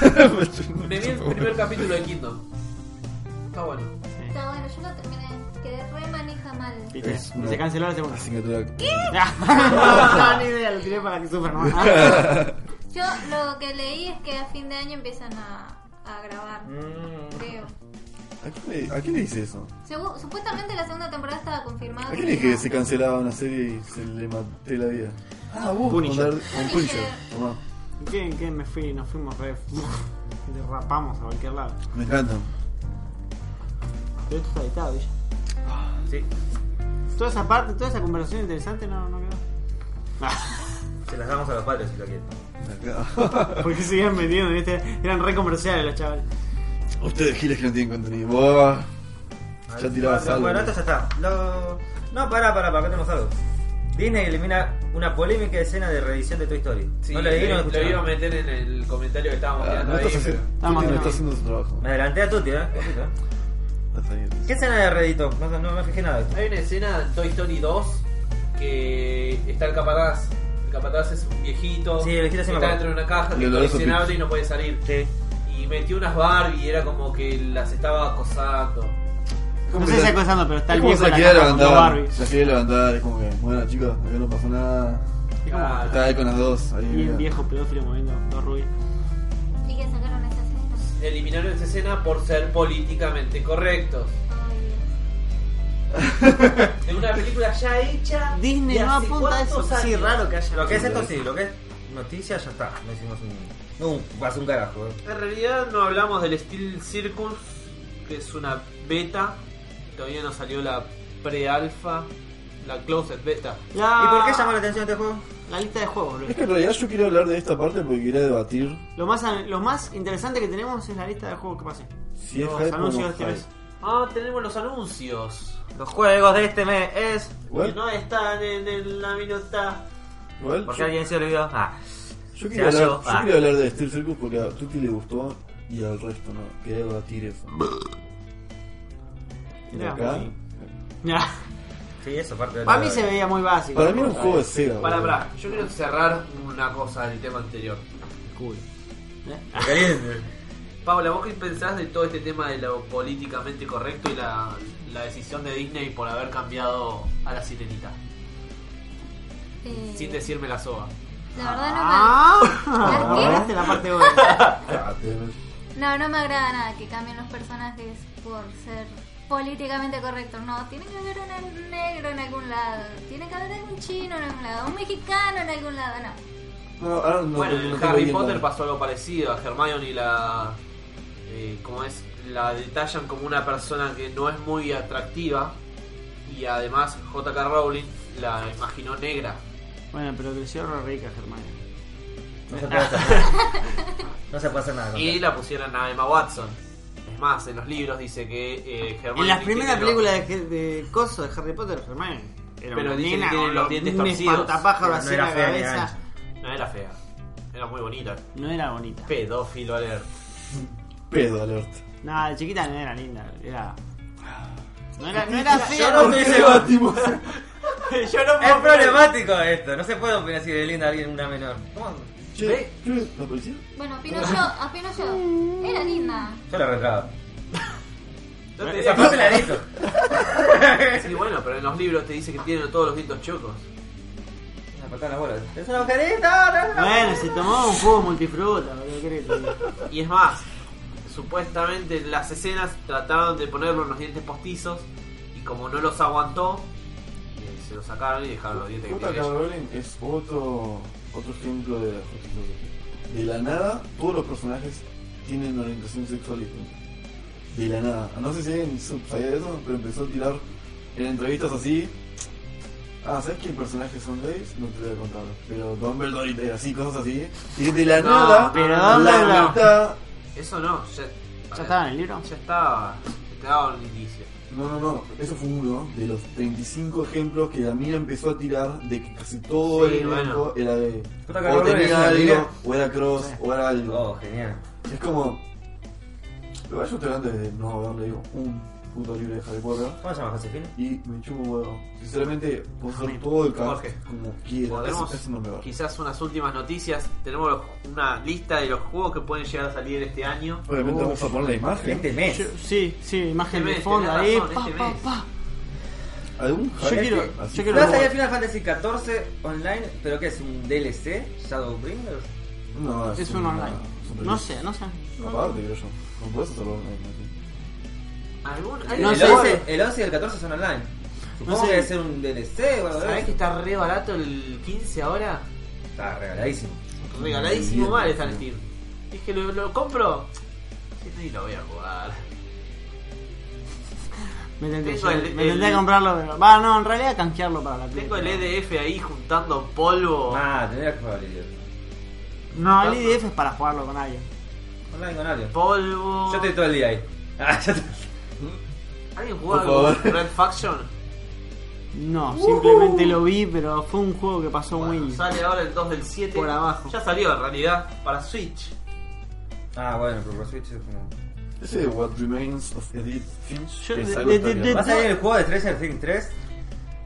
G: Me vi el primer capítulo de Kingdom. Está bueno.
E: Está bueno, yo lo terminé. Quedé re manija mal.
F: ¿Viste?
B: Es una-
F: Se canceló la [LAUGHS] segunda.
B: Asignatura-
F: no, ni idea, lo tiré para que sufra nomás.
E: Yo lo que leí es que a fin de año empiezan a, a grabar.
F: Mm.
A: Mm,
E: Creo.
B: ¿A quién le- ¿A quién le dice eso?
E: Segu- supuestamente la segunda temporada estaba confirmada.
B: ¿A quién le dije que se cancelaba una serie y se le maté la vida? Ah, vos.
F: Punisher.
B: Con, Dar- con Punisher. Tomá.
F: ¿Qué, ¿Qué? Me fui, nos fuimos re. Derrapamos a cualquier lado.
B: Me encanta.
F: Pero esto está editado, Villa.
A: Sí,
F: Toda esa parte, toda esa conversación interesante no, no quedó. Ah,
A: se las damos a los padres si lo quieren.
B: Acá.
F: ¿Por qué seguían metiendo en este? Eran re comerciales los chavales.
B: [LAUGHS] Ustedes giles que no tienen contenido. Buah. Ya tiraba
A: Bueno,
B: salvo.
A: Bueno, esto ya está. Lo- No, pará, pará, pará, acá tenemos algo. Disney elimina una polémica escena de reedición de Toy Story.
G: Sí,
A: no la leí, no la
G: lo
A: escuché.
G: iba a meter en el comentario que estábamos
B: Ah,
G: tirando
B: no
G: ahí.
B: estás
G: pero-
B: haciendo, Putin
F: Estamos
B: no
F: acá.
B: está haciendo su trabajo.
A: Me adelanté a Tuti, ¿eh? Ojito, ¿eh?
B: Está bien.
A: ¿Qué escena de reedito? No, no, no me fijé nada.
G: Hay una escena en Toy Story 2 que está el capataz. El capataz es un viejito.
A: Sí, el viejito sí me
G: Está
A: acuerdo.
G: dentro de una caja
B: El
G: que es
B: oloroso
G: coleccionable
B: pito.
G: y no puede salir.
A: Sí.
G: Y metió unas Barbie y era como que las estaba acosando.
F: No sé si acosando, pero está
B: Es
F: el
B: como se
F: viejo de
B: la
F: la
B: quiere
F: caja con dos
B: levantar.
F: Barbies.
B: Se la quiere levantar. Es como que, bueno, chicos, acá no pasó nada.
G: Ah,
B: Está ahí con las dos. Ahí,
F: Y
B: mira.
F: un viejo pedófilo moviendo dos rubias.
E: Y que sacaron esa escena.
G: Eliminaron esa escena por ser políticamente correctos.
E: Ay,
G: De una película ya hecha.
F: Disney
G: de
F: no
G: hace
F: apunta a eso.
G: cuántos
F: Sí,
G: años.
F: raro que haya.
A: Lo que es esto sí, lo que es noticia ya está. No hicimos un. No, vas un carajo. ¿eh?
G: En realidad no hablamos del Steel Circus, que es una beta. Todavía no salió la pre-alpha, la closet beta.
F: La...
A: ¿Y por qué llama la atención este juego?
F: La lista de juegos, boludo.
B: Es que en realidad yo quiero hablar de esta parte porque quería debatir
F: Lo más, lo más interesante que tenemos es la lista de juegos que pasé.
B: si es
F: Los
B: hype o no
F: anuncios que
B: hype.
F: ves.
G: Ah, tenemos los anuncios.
A: Los juegos de este mes es.
B: Igual-
G: Que no están en, el- la minuta.
B: igual,
A: Porque
B: yo-
A: alguien se olvidó. Ah.
B: Yo
A: Se
B: quería, hablar,
A: halló.
B: yo
A: Ah.
B: quería hablar de Steel Circus porque a Tuti le gustó y al resto no. Quería debatir eso. Y
F: Era
B: acá,
F: muy- Ya.
A: Sí, eso parte de la-
F: Para mí se veía muy básico.
B: para mí era un juego de Sega.
G: Para,
B: boludo.
G: para, yo quiero cerrar una cosa del tema anterior. ¿Eh?
F: Cool.
A: Caliente.
G: Paula, ¿vos qué pensás de todo este tema de lo políticamente correcto y la, la decisión de Disney por haber cambiado a la sirenita?
E: Eh,
G: Sin decirme la soga.
E: La verdad no me,
F: Ah,
E: ¿Por qué?
F: agarraste la parte buena.
B: Ah, te-
E: No, no me agrada nada que cambien los personajes por ser políticamente correctos. No, tiene que haber un negro en algún lado, tiene que haber algún chino en algún lado, un mexicano en algún lado, no.
B: No, ahora no,
G: bueno,
B: no
G: en
B: tengo
G: Harry
B: bien
G: Potter
B: la-
G: pasó algo parecido. A Hermione la. eh, como es. La detallan como una persona que no es muy atractiva. Y además J.K. Rowling la imaginó negra.
F: Bueno, pero creció re rica, Germán.
A: No se puede [LAUGHS] hacer nada. No se puede hacer nada. con
G: Y
A: eso.
G: la pusieron a Emma Watson. Es más, en los libros dice que eh, Hermione.
F: En las
G: tiene los-
F: primeras películas de, de Coso de Harry Potter, Germán. Era
G: Pero
F: una
G: dicen que
F: nena
G: tiene
F: con
G: los dientes
F: un
G: torcidos.
F: espantapájaro
A: No
F: así en
A: era
F: la
A: fea ni
F: cabeza.
A: ancha.
G: No era fea. Era muy bonita.
F: No era bonita.
G: Pedófilo alert.
B: Pedo alert.
F: Nada, de chiquita no era linda. Era. No era, no era fea.
A: Yo no
F: porque-
A: estoy seguro.
G: [LAUGHS] Yo no
A: Es problemático esto. No se puede opinar así de linda alguien una menor. ¿Cómo?
B: Che, ¿la policía?
E: Bueno,
B: [LAUGHS]
E: Pinocho, a Pinocho. Era linda.
A: Yo la arrastraba.
G: No te
A: Esa parte la edito. [LAUGHS]
G: Sí, bueno, pero en los libros te dice que tienen todos los dientes chocos.
A: Una patada en las bolas. ¡Es una mujerita! no, no!
F: Bueno, se tomó un jugo multifruta, boludo, ¿qué crees?
G: Y es más, supuestamente en las escenas trataron de ponerlo en los dientes postizos y como no los aguantó, eh, se los sacaron y dejaron los dientes que
B: J.K.
G: tiene ella.
B: Rowling es otro, otro ejemplo de la justicia social. De la nada, todos los personajes tienen orientación sexual distinta. De la nada. No sé si alguien sab- sabía de eso, pero empezó a tirar en entrevistas así. Ah, ¿sabes qué personajes son gays? No te lo voy a contar. Pero Dumbledore y así, cosas así. Y de la
G: No,
B: nada,
F: pero
B: la
F: Dumbledore.
B: mitad
G: Eso no, ya,
F: ¿Ya estaba en el libro?
G: ya estaba, te daba un inicio.
B: No, no, no, eso fue uno de los 35 ejemplos que la mina empezó a tirar de que casi todo
G: Sí,
B: el elenco
G: bueno.
B: era de.
A: Puta que
B: O
A: Rowling es una
B: tenía algo,
A: mina.
B: o era cross, o era algo.
A: Oh, genial.
B: Es como. Pero yo estoy antes de no haber leído un puto libro de Harry Potter
A: ¿Cómo se llama Josefina?
B: y me chupo un huevo. Sinceramente, puedo hacer todo el cast
G: Jorge.
B: como quiera. Eso,
G: Podemos,
B: eso no me va.
G: quizás unas últimas noticias. Tenemos los- una lista de los juegos que pueden llegar a salir este año.
B: Obviamente, vamos a poner la imagen.
A: Este mes.
F: Yo- sí, sí, imagen de
G: Tenés
F: fondo
G: razón,
F: ahí.
G: este
F: Pa, pa,
G: mes.
F: pa.
B: ¿Algún
F: Yo
B: hack
F: quiero-
B: así?
F: yo
A: Va
F: quiero-
A: a salir Final Fantasy XIV online, pero ¿qué es? ¿Un DLC? ¿Shadowbringers?
B: No,
F: Es un
B: una-
F: online.
B: es un
F: No
B: release.
F: sé, no sé.
B: Aparte, creo yo. No puedes hacerlo online. así.
G: ¿Algún,
F: No
A: el,
F: sé,
A: 11, el 11 y el 14 son online. Supongo
F: sé.
A: que debe ser un DLC o algo de
G: ¿Sabés
A: eso.
G: que está re barato el 15 ahora?
A: Está regaladísimo.
G: Regaladísimo
B: Bien,
G: mal está en
B: bien.
G: Steam. Dije, ¿lo, lo compro? Sí, sí, lo voy a jugar.
F: Me tenté,
G: Tengo el-
F: me
G: el-
F: tenté a comprarlo, pero. Va, no, en realidad canjearlo para la Play.
G: Tengo el E
F: pero-
G: EDF ahí juntando polvo.
A: Ah, tendría que jugar el
F: No, el IDF es para jugarlo con alguien.
A: Online con alguien.
G: Polvo.
A: Yo estoy todo el día ahí. [LAUGHS] Ah, yo te...
G: ¿Alguien jugó
B: Por
G: algo
B: favor.
G: Red Faction?
F: No, simplemente lo vi, pero fue un juego que pasó
G: Bueno,
F: muy.
G: sale ahora el 2 del 7.
F: Por abajo.
G: Ya salió en realidad para Switch.
A: Ah, bueno, pero por Switch es como.
B: Ese de What Remains of Edith Finch
F: Yo-
B: que
F: de-
B: es algo
F: de-
B: italiano.
F: de-
A: ¿Va a salir el juego de Treasure Thing 3?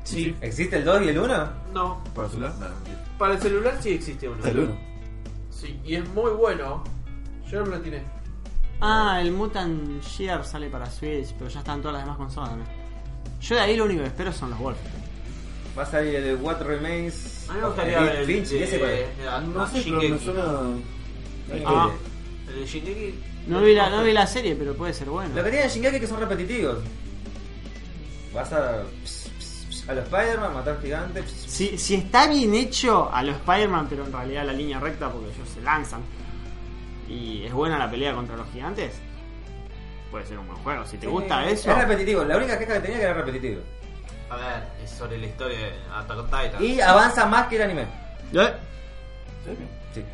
G: Sí.
A: ¿Existe el 2 y el 1?
G: No.
B: ¿Para celular? No, mentira.
G: Para el celular sí existe uno.
B: Está el uno.
G: Sí, y es muy bueno. Yo no lo tiene.
F: Ah, el Mutant Gear sale para Switch, pero ya están todas las demás consolas también. Yo de ahí lo único que espero son los Wolfenstein.
A: ¿Va a salir el de What Remains?
G: A mí me gustaría ver Ah, el
A: Edith Finch, ¿y
G: de-
A: ese cuál es?
G: de- a-
B: Ah, No
G: a
B: sé, pero me
G: Shingeki.
B: suena.
F: Ah,
G: El de Shingeki.
F: no vi la, no vi la serie, pero puede ser bueno.
A: Lo que tienen Shingeki es que son repetitivos. Vas a. ps, ps, ps, A los Spider-Man, matar gigantes. ps, ps.
F: Si, si está bien hecho a los Spider-Man, pero en realidad la línea recta porque ellos se lanzan. Y es buena la pelea contra los gigantes. Puede ser un buen juego. Si te gusta eso.
A: Es repetitivo, la única queja que tenía que era repetitivo.
G: A ver, es sobre la historia de Attack on Titan.
A: Y avanza más que el anime.
F: ¿Eh?
A: Sí.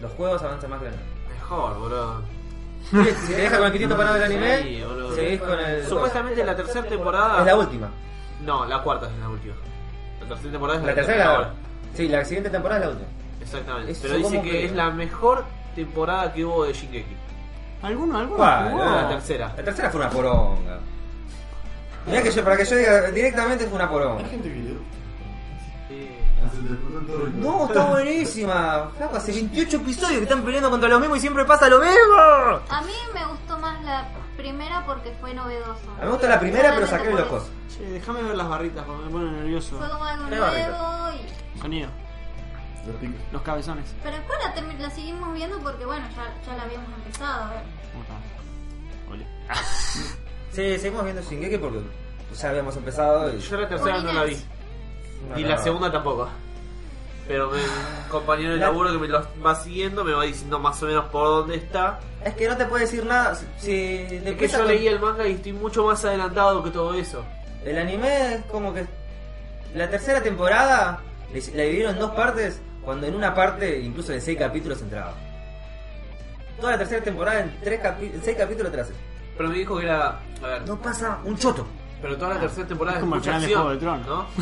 A: Los juegos avanzan más que el
G: [LAUGHS]
A: anime.
G: Mejor, boludo.
A: Si te deja con el quitito parado del anime,
G: Sí, boludo.
A: seguís con el.
G: Supuestamente la tercera temporada.
A: Es la última.
G: No, la cuarta es la última. La tercera temporada es la,
A: La tercera es la
G: ahora.
A: hora. Sí, la siguiente temporada es la última.
G: Exactamente.
A: Eso
G: Pero dice
A: como
G: que,
A: que-
G: es la mejor temporada que hubo de Shingeki.
F: ¿Alguno, alguno?
A: ¿Cuál? ¿Eh?
F: jugó?
G: La tercera.
A: La tercera fue una poronga. Mirá que yo, para que yo diga directamente fue una poronga.
B: gente que le gusta.
G: Sí.
B: Se le ponen todo el-
A: No, está buenísima. Flaco, hace 28 episodios que están peleando contra los mismos y siempre pasa lo mismo.
E: A mí me gustó más la primera porque fue novedoso.
A: A mí me gustó la primera, pero saqué
E: Solamente
A: los
E: por
A: cosas.
E: eso.
F: Che, déjame ver las barritas porque me pone nervioso.
E: Fue como algo
A: Tres barritas.
E: nuevo y...
F: Sonido,
B: Los picos.
F: los cabezones.
E: Pero después la, termi- la seguimos viendo porque bueno, ya, ya la habíamos empezado a ver.
F: ¿Cómo está?
J: [LAUGHS]
F: Ole.
A: Sí, seguimos viendo Shingeki porque ya habíamos empezado y...
G: Yo la tercera no la vi.
A: No,
G: Ni
A: no,
G: la
A: no.
G: segunda tampoco. Pero me- un compañero de
A: La-
G: laburo que me lo va siguiendo me va diciendo más o menos por dónde está.
A: Es que no te puede decir nada. Si- Si
G: Es que
A: después
G: yo leí el manga y estoy mucho más adelantado que todo eso.
A: El anime es como que. La tercera temporada le- la dividieron en dos partes, cuando en una parte, incluso de seis capítulos, entraba. Toda la tercera temporada en, tres capi- en seis capítulos te la hacen.
G: Pero me dijo que era. A ver,
A: No pasa un choto.
G: pero toda la tercera temporada es
F: Es como el
G: mucha
F: final de
G: acción,
F: Juego de Tronos.
G: ¿no?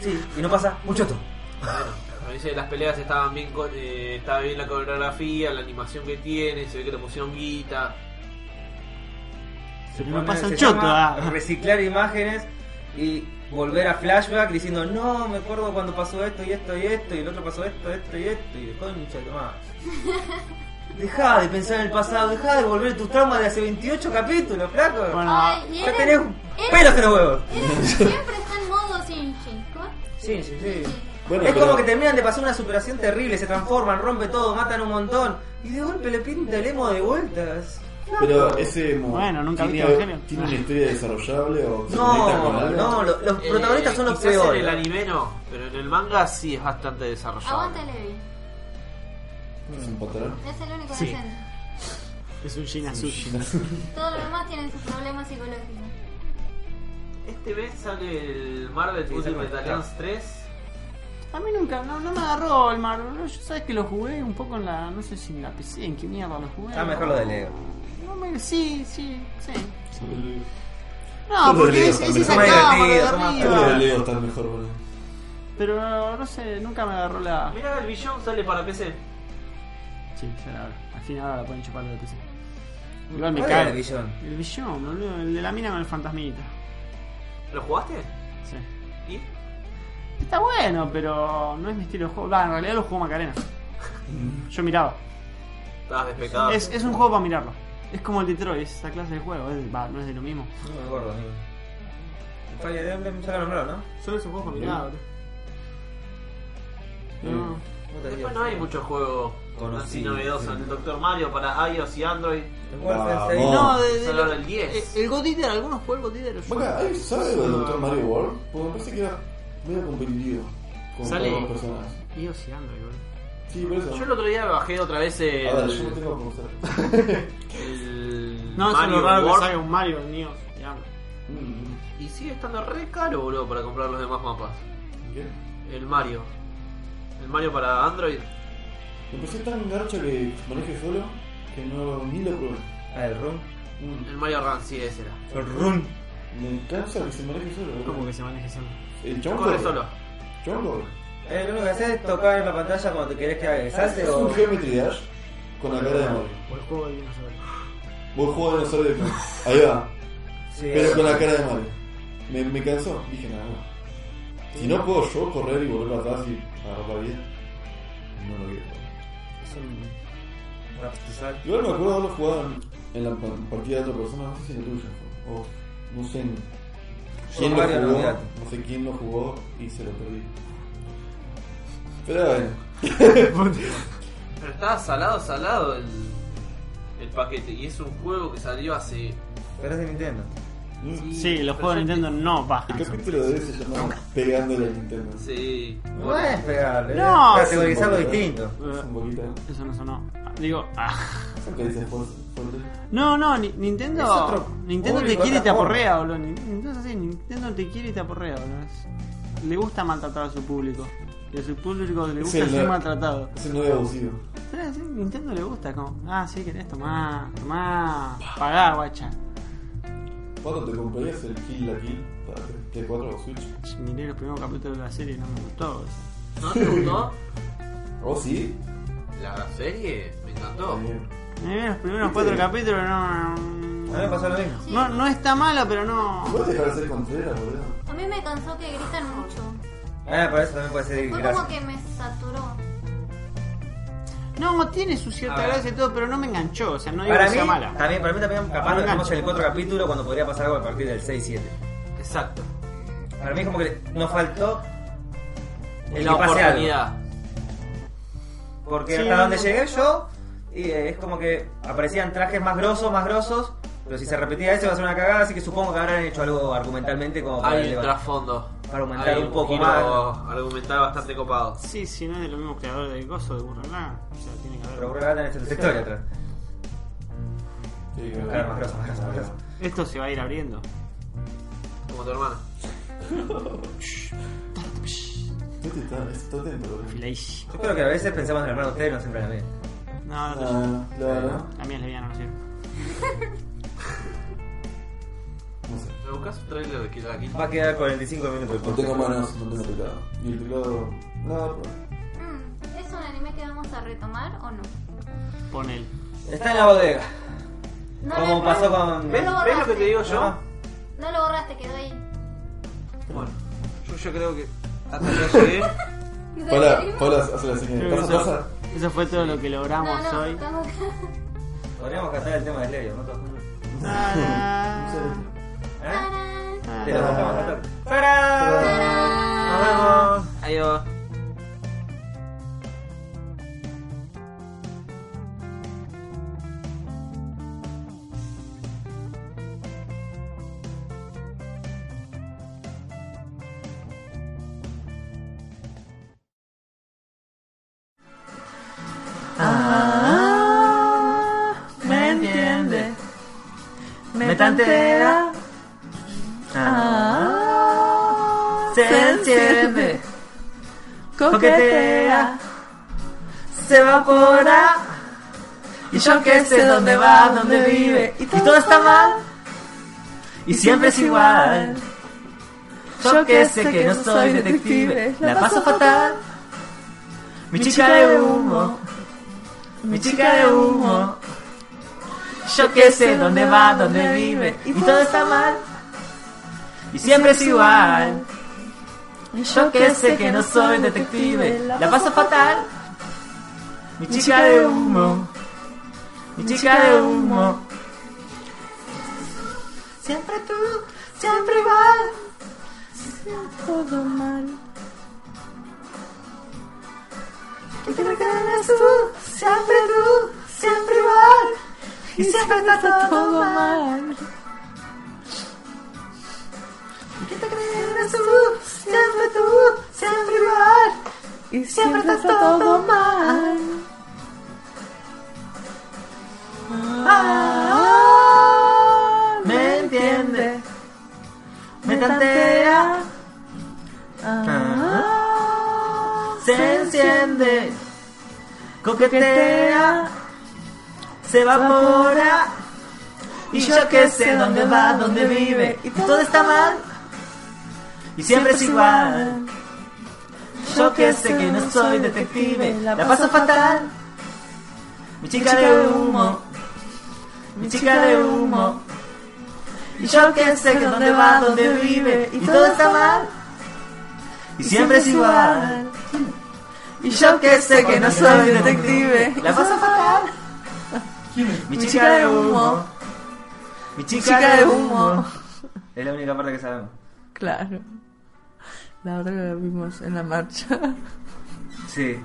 A: Sí, y no pasa un choto.
G: Bueno, me dice que las peleas estaban bien, co- eh, estaba bien la coreografía, la animación que tiene, se ve que le pusieron guita.
F: Pero no pasa
A: Se
F: el choto.
A: llama
F: ah.
A: Reciclar imágenes y volver a flashback diciendo, no, me acuerdo cuando pasó esto y esto y esto, y el otro pasó esto, esto y esto, y de concha de tu madre. Dejá de pensar en el pasado, dejá de volver tus traumas de hace 28 capítulos, flaco.
J: Bueno,
E: Ay, y
A: ya
E: Eren-
A: tenés
E: Eren-
A: pelos en los huevos.
E: Eren siempre está en modo Shinji. ¿Cómo?
A: Sí, sí, sí.
B: Bueno,
A: es
B: pero-
A: como que terminan de pasar una superación terrible, se transforman, rompe todo, matan un montón, y de golpe le pinta el emo de vueltas.
B: Pero ese mo-
F: Bueno, nunca
B: tiene,
F: viste Evangelio.
B: ¿Tiene una historia desarrollable o se conecta con
A: No,
B: algo?
A: no, lo- los
G: Eh,
A: protagonistas son los
G: quizás en
A: peores.
G: el anime no, pero en el manga sí es bastante desarrollado.
E: Aguanta Levi.
B: Es un patrón.
E: Es el único
F: Sí.
E: decente.
F: Es un Shinazushi.
E: Todos los demás tienen sus problemas psicológicos.
G: Este mes sale el Marvel
A: Sí,
G: Ultimate
A: sale.
G: Alliance 3.
J: A mí nunca, no, no me agarró el Marvel. Yo sabes que lo jugué un poco en la, no sé si en la PC, en qué mierda lo jugué.
A: Ah, mejor lo de Lego.
J: No me, sí, sí, sí.
B: Yo
J: No,
B: lo
J: porque
B: leo
J: es, es
B: también.
J: esa
A: Toma
J: cámara de
A: divertido, toma-
B: Yo creo que el
J: arriba.
B: Leo está mejor, boludo.
J: Pero no sé, nunca me agarró la.
G: Mirá, el Vision sale para PC.
F: Sí, ya la Al final ahora la pueden chupar de la PC. Igual me
A: ¿Cuál era
F: cae.
A: el villón?
F: El billón, boludo. El de la mina con el fantasmita.
G: ¿Lo jugaste?
F: Sí.
G: ¿Y?
F: Está bueno, pero no es mi estilo de juego. Va, en realidad lo jugó
J: [LAUGHS]
F: Macarena. Yo miraba.
G: Estabas despecado.
F: Es, es un juego para mirarlo. Es como el Detroit, es esa clase de juego. Es- va, no es de lo mismo.
A: No me acuerdo, amigo. El Fire Emblem ya lo nombraron, ¿no?
J: Solo esos juegos combinados.
B: Eh,
F: No.
A: No te
G: Después
A: digas.
G: no hay muchos juegos así
A: Conocido.
G: novedosos. El Dr. Mario para iOS y Android.
A: El Warfare
B: Ah,
A: seis.
B: vos.
J: No, de, de-
G: Solo del
F: eh,
G: eh. 10.
J: el, el God Eater, algunos juegos God Eater. yo-
B: Venga, ¿hay- ¿sabes de Dr. Mario World? Porque me parece que era medio competitivo con
J: Sale-
B: todas las personas.
J: Dios y Android, boludo.
B: Sí, por eso.
G: Yo el otro día bajé otra vez el,
B: A ver, yo no tengo como usar.
G: el
F: No, eso es
G: Mario
F: lo raro que
G: World.
F: salga un Mario en Neo. ya.
B: Mm,
G: Y sigue estando re caro, boludo, para comprar los demás mapas.
B: ¿Qué?
G: El Mario. El Mario para Android.
B: Me parece tan garcha que maneje solo que no ni lo probé.
A: Ah, el Run.
G: El Mario Run, sí, ese era.
A: El Run.
B: Me cansa que se maneje solo. boludo.
F: Como que se maneje solo.
B: El chabón
G: Corre solo.
B: Chabón corre.
A: Eh, lo único que haces es tocar en la pantalla cuando te querés que haga el salte
B: Ah, Es
A: o.
B: un Geometry Dash con la cara de Mario.
F: O el juego de dinosaurios.
B: Vos juego de dinosaurio de Play. Ahí va.
A: Sí,
B: Pero con la cara de Mario. Me, me cansó. Dije nada más. Si no puedo yo correr y volver atrás y agarrar la vida, no lo quiero.
A: es un raptizal.
B: Igual me acuerdo de haberlo jugado en, en la pa- partida de otra persona, no sé si en la tuya fue, o no sé en- quién lo
A: varios,
B: jugó,
A: no, mirate.
B: no sé quién lo jugó y se lo perdí. Pero bueno,
G: Pero estaba salado, salado el, el paquete. Y es un juego que salió hace.
A: Pero es de Nintendo.
F: Sí, los juegos de Nintendo no bajan.
B: el capítulo de hoy se llama Pegándole a Nintendo.
G: Sí.
A: No es pegar, eh.
F: No,
A: Categorizarlo
B: sí.
A: distinto.
B: Es un poquito.
F: Eh, Eso no sonó. Ah, Digo, ah. [LAUGHS]
B: Eso que dice Forza- Forza.
F: No, no, Ni-
A: Es
F: Nintendo.
A: otro
F: Nintendo te
A: público,
F: quiere y te
A: otra forma.
F: aporrea, boludo. Ni- Nintendo es así, Nintendo te quiere y te aporrea, boludo. Es- Le gusta maltratar a su público. Y a su público le gusta
B: el
F: ser
B: no-
F: maltratado.
B: Es un nuevo abusivo.
F: Pero sí, Nintendo le gusta, como, ah, sí, querés tomar, tomar, pagá, guacha.
B: ¿Cuándo te comprarías el Kill la Kill para T4 o Switch?
F: Miré los primeros capítulos de la serie y no me gustó.
G: ¿No [LAUGHS] te gustó?
B: ¿O ¿Oh, sí?
G: La serie me encantó.
B: También.
F: Miré los primeros cuatro capítulos, no.
A: A mí me pasó lo mismo.
F: No, no está mala, pero no.
B: ¿Puedes dejar de ser contrera, boludo?
E: A mí me cansó que gritan mucho.
A: Ah, por eso también puede ser
E: Fue
A: gracia.
E: como que me saturó.
F: No, tiene su cierta gracia y todo, pero no me enganchó, o sea, no digo
A: Para
F: que
A: mí,
F: sea mala.
A: también, para mí también capaz
F: Para
A: lo
F: un
A: tenemos
F: gancho.
A: en el 4 capítulo cuando podría pasar algo a partir del 6-7.
G: Exacto.
A: Para mí como que nos faltó el
G: la
A: que pase algo.
G: oportunidad.
A: Porque
F: Sí,
A: hasta donde
F: no.
A: llegué yo, y, eh, es como que aparecían trajes más grosos, más grosos, pero si se repetía eso iba a ser una cagada, así que supongo que habrán hecho algo argumentalmente como para,
G: Hay un
A: elevar-
G: trasfondo.
A: para aumentar
G: Hay
A: un poco
G: giro
A: más.
G: argumental bastante copado.
F: Sí, sí, no es de los mismos creadores del coso de Burren Lagan, o sea, tiene que
A: Pero
F: haber.
A: por acá en el sector atrás.
B: Sí,
A: Claro, más grosso, más grosso, más grosso.
F: Esto se va a ir abriendo.
G: Como tu hermana.
B: Este está, este está atento, boludo.
F: Leish.
A: Yo creo que a veces pensamos en el hermano de ustedes, no siempre en la mía.
F: No, no, no.
B: Ah, claro.
F: La mía es leviana, no sirve.
B: No sé.
G: ¿Me buscas un trailer de Kill la Kill?
A: Va a quedar 45 minutos. el
B: No
A: podcast.
B: tengo manos, no tengo teclado. Y el teclado. Nada, pues.
E: Mm, ¿Es un anime que vamos a retomar o no?
F: Pon él.
A: Está en la bodega.
E: No
A: Como
E: lo-
A: pasó con-
E: no
G: ¿Ves, ves
E: lo
G: lo que te
E: borraste.
G: digo yo?
A: Ah.
E: [LAUGHS] No lo borraste, quedó ahí.
G: Bueno, yo, yo creo que hasta acá llegué.
B: Paula, Paula hace la señal.
D: Creo que
B: Pasa,
D: no se
B: pasa.
D: Eso fue todo lo que
E: No,
D: logramos
E: no,
D: hoy.
E: estamos acá. [LAUGHS]
A: Podríamos cantar el tema de Slayer, ¿no?
F: [LAUGHS]
A: ¿Eh?
E: Tarán,
A: Te lo vamos a cantar.
E: tarán.
A: Nos vemos.
G: Adiós.
K: Me entiende. Me tantea. Ah, se enciende. Coquetea. Se evapora. Y yo que sé dónde va, dónde vive. Y todo está mal. Y siempre es igual. Yo que sé que no soy detective. La paso fatal. Mi chica de humo. Mi chica de humo. Yo que sé dónde va, dónde vive. Y todo está mal. Y siempre es igual. Yo que sé que no soy detective. La paso fatal. Mi chica de humo. Mi chica de humo. Siempre tú, siempre igual. Todo mal. Que te ganas tú, siempre tú, siempre igual. Y siempre está todo mal. Que te crees tú, siempre tú, siempre igual. Y siempre está todo mal. Ah, me entiende, me tantea. Ah, se enciende, coquetea, se evapora. Y yo que sé dónde va, dónde vive, y todo está mal. Y siempre es igual. Yo que sé que no soy detective, la paso fatal. Mi chica de humo, mi chica de humo. Y yo que sé que dónde va, dónde vive, y todo está mal. Y siempre es igual. Y yo que sé que no soy detective, la paso fatal. Mi chica de humo, mi chica de humo.
A: Es la única parte que sabemos.
K: Claro. La otra la vimos en la marcha.
A: Sí.